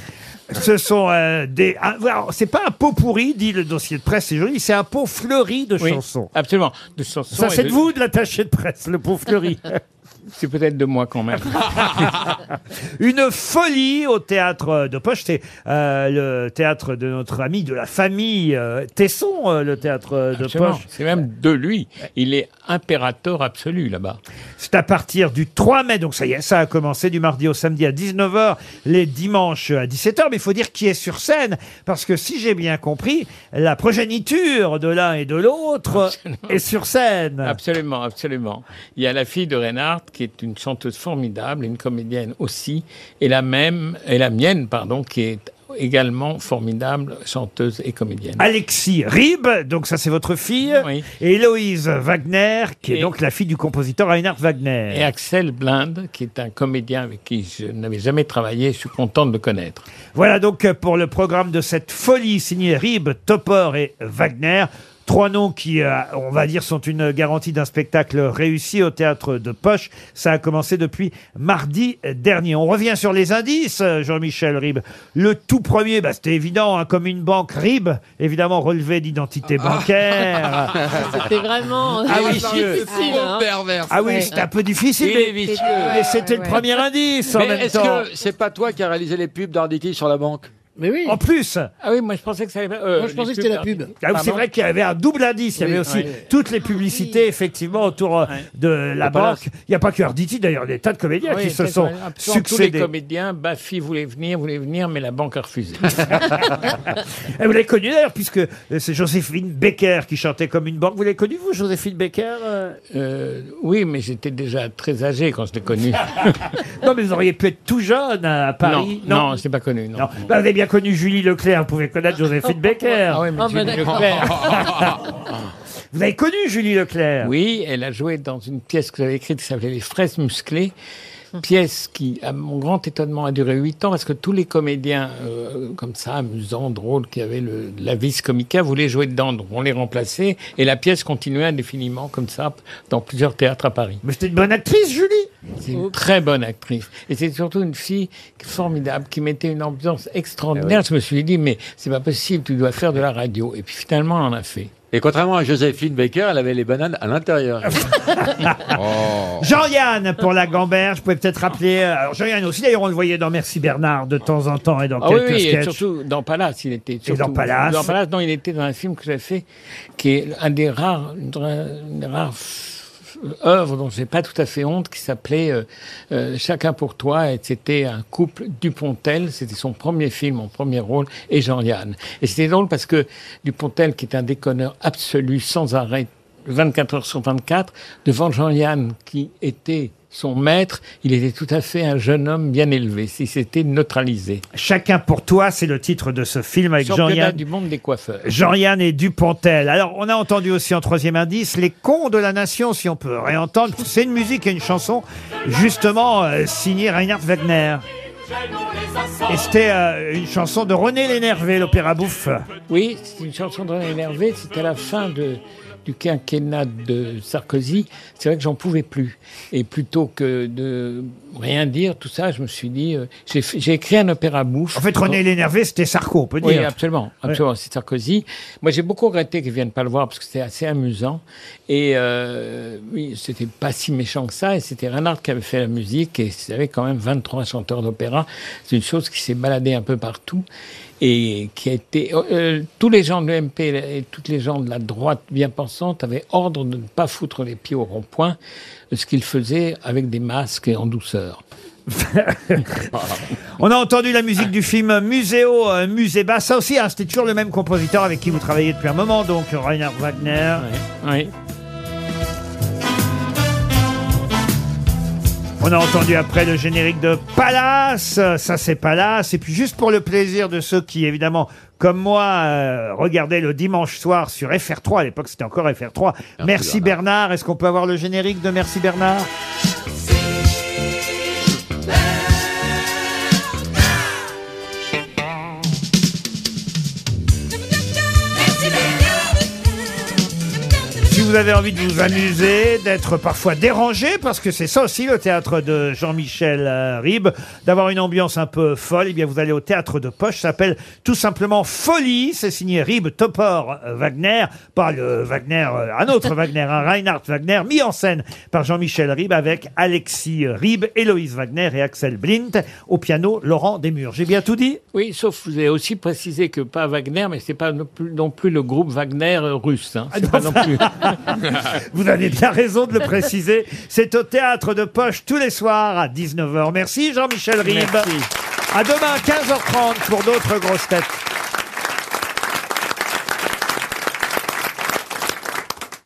[SPEAKER 2] Ce sont euh, des. ah, alors, c'est pas un pot pourri, dit le dossier de presse, c'est joli, c'est un pot fleuri de
[SPEAKER 21] Oui,
[SPEAKER 2] chansons.
[SPEAKER 21] Absolument. De chansons
[SPEAKER 2] Ça,
[SPEAKER 21] et
[SPEAKER 2] c'est
[SPEAKER 21] de-
[SPEAKER 2] de vous, de l'attaché de presse, le pot fleuri.
[SPEAKER 21] (laughs) C'est peut-être de moi quand même.
[SPEAKER 2] (laughs) Une folie au théâtre de Poche. C'est euh, le théâtre de notre ami, de la famille euh, Tesson, euh, le théâtre euh, de
[SPEAKER 21] Absolument.
[SPEAKER 2] Poche.
[SPEAKER 21] C'est même (laughs) de lui. Il est impérateur absolu là-bas.
[SPEAKER 2] C'est à partir du 3 mai, donc ça y est, ça a commencé du mardi au samedi à 19h, les dimanches à 17h, mais il faut dire qui est sur scène, parce que si j'ai bien compris, la progéniture de l'un et de l'autre est sur scène.
[SPEAKER 21] Absolument, absolument. Il y a la fille de Reinhardt qui est une chanteuse formidable, une comédienne aussi, et la même, et la mienne, pardon, qui est également formidable chanteuse et comédienne.
[SPEAKER 2] Alexis Ribes, donc ça c'est votre fille, et Héloïse Wagner, qui est
[SPEAKER 21] Et-
[SPEAKER 2] donc la fille du compositeur Reinhard Wagner.
[SPEAKER 21] Et Axel Blind, qui est un comédien avec qui je n'avais jamais travaillé, je suis content de le connaître.
[SPEAKER 2] Voilà donc pour le programme de cette folie signée Rib, Topor et Wagner. Trois noms qui, euh, on va dire, sont une garantie d'un spectacle réussi au théâtre de Poche. Ça a commencé depuis mardi dernier. On revient sur les indices, euh, Jean-Michel Rib. Le tout premier, bah, c'était évident, hein, comme une banque Rib, évidemment relevé d'identité bancaire.
[SPEAKER 3] (laughs) C'était vraiment
[SPEAKER 2] Ah oui,
[SPEAKER 3] difficile.
[SPEAKER 2] monsieur.
[SPEAKER 3] hein.
[SPEAKER 2] Ah oui, c'était un peu difficile,
[SPEAKER 7] Il est
[SPEAKER 2] mais,
[SPEAKER 7] vicieux.
[SPEAKER 2] mais c'était le premier indice en
[SPEAKER 7] Mais
[SPEAKER 2] même
[SPEAKER 7] est-ce
[SPEAKER 2] temps.
[SPEAKER 7] que c'est pas toi qui as réalisé les pubs d'Arditi sur la banque
[SPEAKER 2] Mais oui. En plus.
[SPEAKER 21] Ah oui, moi je pensais que ça euh, allait.
[SPEAKER 7] Moi, je pensais que c'était la pub.
[SPEAKER 2] Ah oui, c'est vrai qu'il y avait un double indice. Il y
[SPEAKER 7] Oui,
[SPEAKER 2] avait aussi
[SPEAKER 7] ouais.
[SPEAKER 2] toutes les publicités, effectivement, autour euh, de la
[SPEAKER 21] Et voilà.
[SPEAKER 2] banque. Il n'y a pas que Arditi, d'ailleurs, il y a des tas de comédiens
[SPEAKER 21] Oui,
[SPEAKER 2] qui se
[SPEAKER 21] peut-être,
[SPEAKER 2] sont
[SPEAKER 21] ouais, absolument, Tous les
[SPEAKER 2] succédés.
[SPEAKER 21] comédiens, Baffy voulait venir, voulait venir, mais la banque a
[SPEAKER 2] (laughs)
[SPEAKER 21] refusé. (laughs)
[SPEAKER 2] Et Eh, vous l'avez connu, d'ailleurs, puisque euh, c'est Joséphine Becker qui chantait comme une banque. Vous l'avez connu, vous, Joséphine Becker euh
[SPEAKER 21] Euh, oui, mais j'étais déjà très âgé quand je
[SPEAKER 2] (laughs)
[SPEAKER 21] l'ai connu.
[SPEAKER 2] Non, mais vous auriez pu être tout jeune à Paris.
[SPEAKER 21] Non, non, je l'ai pas connu. Non.
[SPEAKER 2] Bah, vous avez bien connu Julie Leclerc, vous
[SPEAKER 21] (laughs)
[SPEAKER 2] pouvez connaître Joséphine Baker.
[SPEAKER 21] Ah oui, mais
[SPEAKER 2] Ah,
[SPEAKER 21] Julie
[SPEAKER 2] ben
[SPEAKER 21] (laughs)
[SPEAKER 2] d'accord.
[SPEAKER 21] Leclerc.
[SPEAKER 2] (laughs) vous avez connu Julie Leclerc
[SPEAKER 21] Oui, elle a joué dans une pièce que j'avais écrite qui s'appelait Les fraises musclées. Pièce qui, à mon grand étonnement, a duré huit ans parce que tous les comédiens, euh, comme ça, amusants, drôles, qui avaient le, la vis comica, voulaient jouer dedans. Donc on les remplaçait et la pièce continuait indéfiniment comme ça dans plusieurs théâtres à Paris.
[SPEAKER 2] Mais c'était une bonne actrice, Julie
[SPEAKER 21] C'est une très bonne actrice. Et c'est surtout une fille formidable qui mettait une ambiance extraordinaire. Je me suis dit, mais c'est pas possible, tu dois faire de la radio. Et puis finalement, on en a fait.
[SPEAKER 7] Et contrairement à Joséphine Baker, elle avait les bananes à
[SPEAKER 2] (laughs)
[SPEAKER 7] l'intérieur. Oh.
[SPEAKER 2] Jean-Yann pour la Gamberge, je pouvais peut-être rappeler. euh, Alors Jean-Yann aussi, d'ailleurs, on le voyait dans Merci Bernard de temps en temps et dans
[SPEAKER 21] Ah oui,
[SPEAKER 2] quelques
[SPEAKER 21] oui, et
[SPEAKER 2] sketchs.
[SPEAKER 21] surtout dans Palace, il était.
[SPEAKER 2] dans
[SPEAKER 21] Surtout,
[SPEAKER 2] Palace.
[SPEAKER 21] Dans Palace, non, il était dans un film que j'ai fait, qui est un des rares, une dra- une des rares f- œuvres dont j'ai pas tout à fait honte, qui s'appelait euh, euh, Chacun pour toi, et c'était un couple Dupontel, c'était son premier film, mon premier rôle, et Jean-Yann. Et c'était drôle parce que Dupontel, qui est un déconneur absolu, sans arrêt, 24 heures sur 24, devant Jean-Yann, qui était son maître, il était tout à fait un jeune homme bien élevé, s'il s'était neutralisé.
[SPEAKER 2] Chacun pour toi, c'est le titre de ce film avec
[SPEAKER 21] Championnat
[SPEAKER 2] Jean-Yann.
[SPEAKER 21] du monde des coiffeurs.
[SPEAKER 2] Jean-Yann et Dupontel. Alors, on a entendu aussi en troisième indice les cons de la nation, si on peut réentendre. C'est une musique et une chanson, justement, euh, signée Reinhard Wagner. Et c'était euh, une chanson de René Lénervé, l'opéra bouffe.
[SPEAKER 21] Oui, c'est une chanson de René Hervé, c'était à la fin de, du quinquennat de Sarkozy. C'est vrai que j'en pouvais plus. Et plutôt que de rien dire, tout ça, je me suis dit, euh, j'ai fait- j'ai écrit un opéra bouffe.
[SPEAKER 2] En fait, René Lénervé, c'était Sarko, on peut dire.
[SPEAKER 21] Oui, absolument, absolument. C'est Sarkozy. Moi, j'ai beaucoup regretté qu'ils viennent pas le voir parce que c'était assez amusant. Et euh, oui, c'était pas si méchant que ça. Et c'était Reinhardt qui avait fait la musique. Et il y avait quand même 23 chanteurs d'opéra. C'est une chose qui s'est baladée un peu partout et qui a été. euh, tous les gens de l'EMP et toutes les gens de la droite bien pensante avaient ordre de ne pas foutre les pieds au rond-point, ce qu'ils faisaient avec des masques et en douceur.
[SPEAKER 2] (laughs) On a entendu la musique du film Muséo, euh, Musée Bas. Ça aussi, hein, c'était toujours le même compositeur avec qui vous travaillez depuis un moment, donc Reinhard Wagner.
[SPEAKER 21] Oui.
[SPEAKER 2] On a entendu après le générique de Palace, ça c'est Palace, et puis juste pour le plaisir de ceux qui, évidemment, comme moi, euh, regardaient le dimanche soir sur FR3, à l'époque c'était encore FR3, Merci Bernard, est-ce qu'on peut avoir le générique de Merci Bernard Si vous avez envie de vous amuser, d'être parfois dérangé, parce que c'est ça aussi le théâtre de Jean-Michel euh, Ribes, d'avoir une ambiance un peu folle, eh bien vous allez au théâtre de poche, ça s'appelle tout simplement Folie, c'est signé Ribes, Topor, euh, Wagner, pas le Wagner, euh, un autre Wagner, un Reinhard Wagner, mis en scène par Jean-Michel Ribes avec Alexis Ribes, Héloïse Wagner et Axel Blint, au piano Laurent Desmurs. J'ai bien tout dit
[SPEAKER 21] Oui, sauf que vous avez aussi précisé que pas Wagner, mais c'est pas non plus, non plus le groupe Wagner euh, russe. hein. C'est pas non plus.
[SPEAKER 2] Ah (laughs) Vous avez bien raison de le préciser. C'est au théâtre de poche tous les soirs à 19h. Merci Jean-Michel Ribes.
[SPEAKER 21] Merci.
[SPEAKER 2] À demain 15h30 pour d'autres grosses têtes.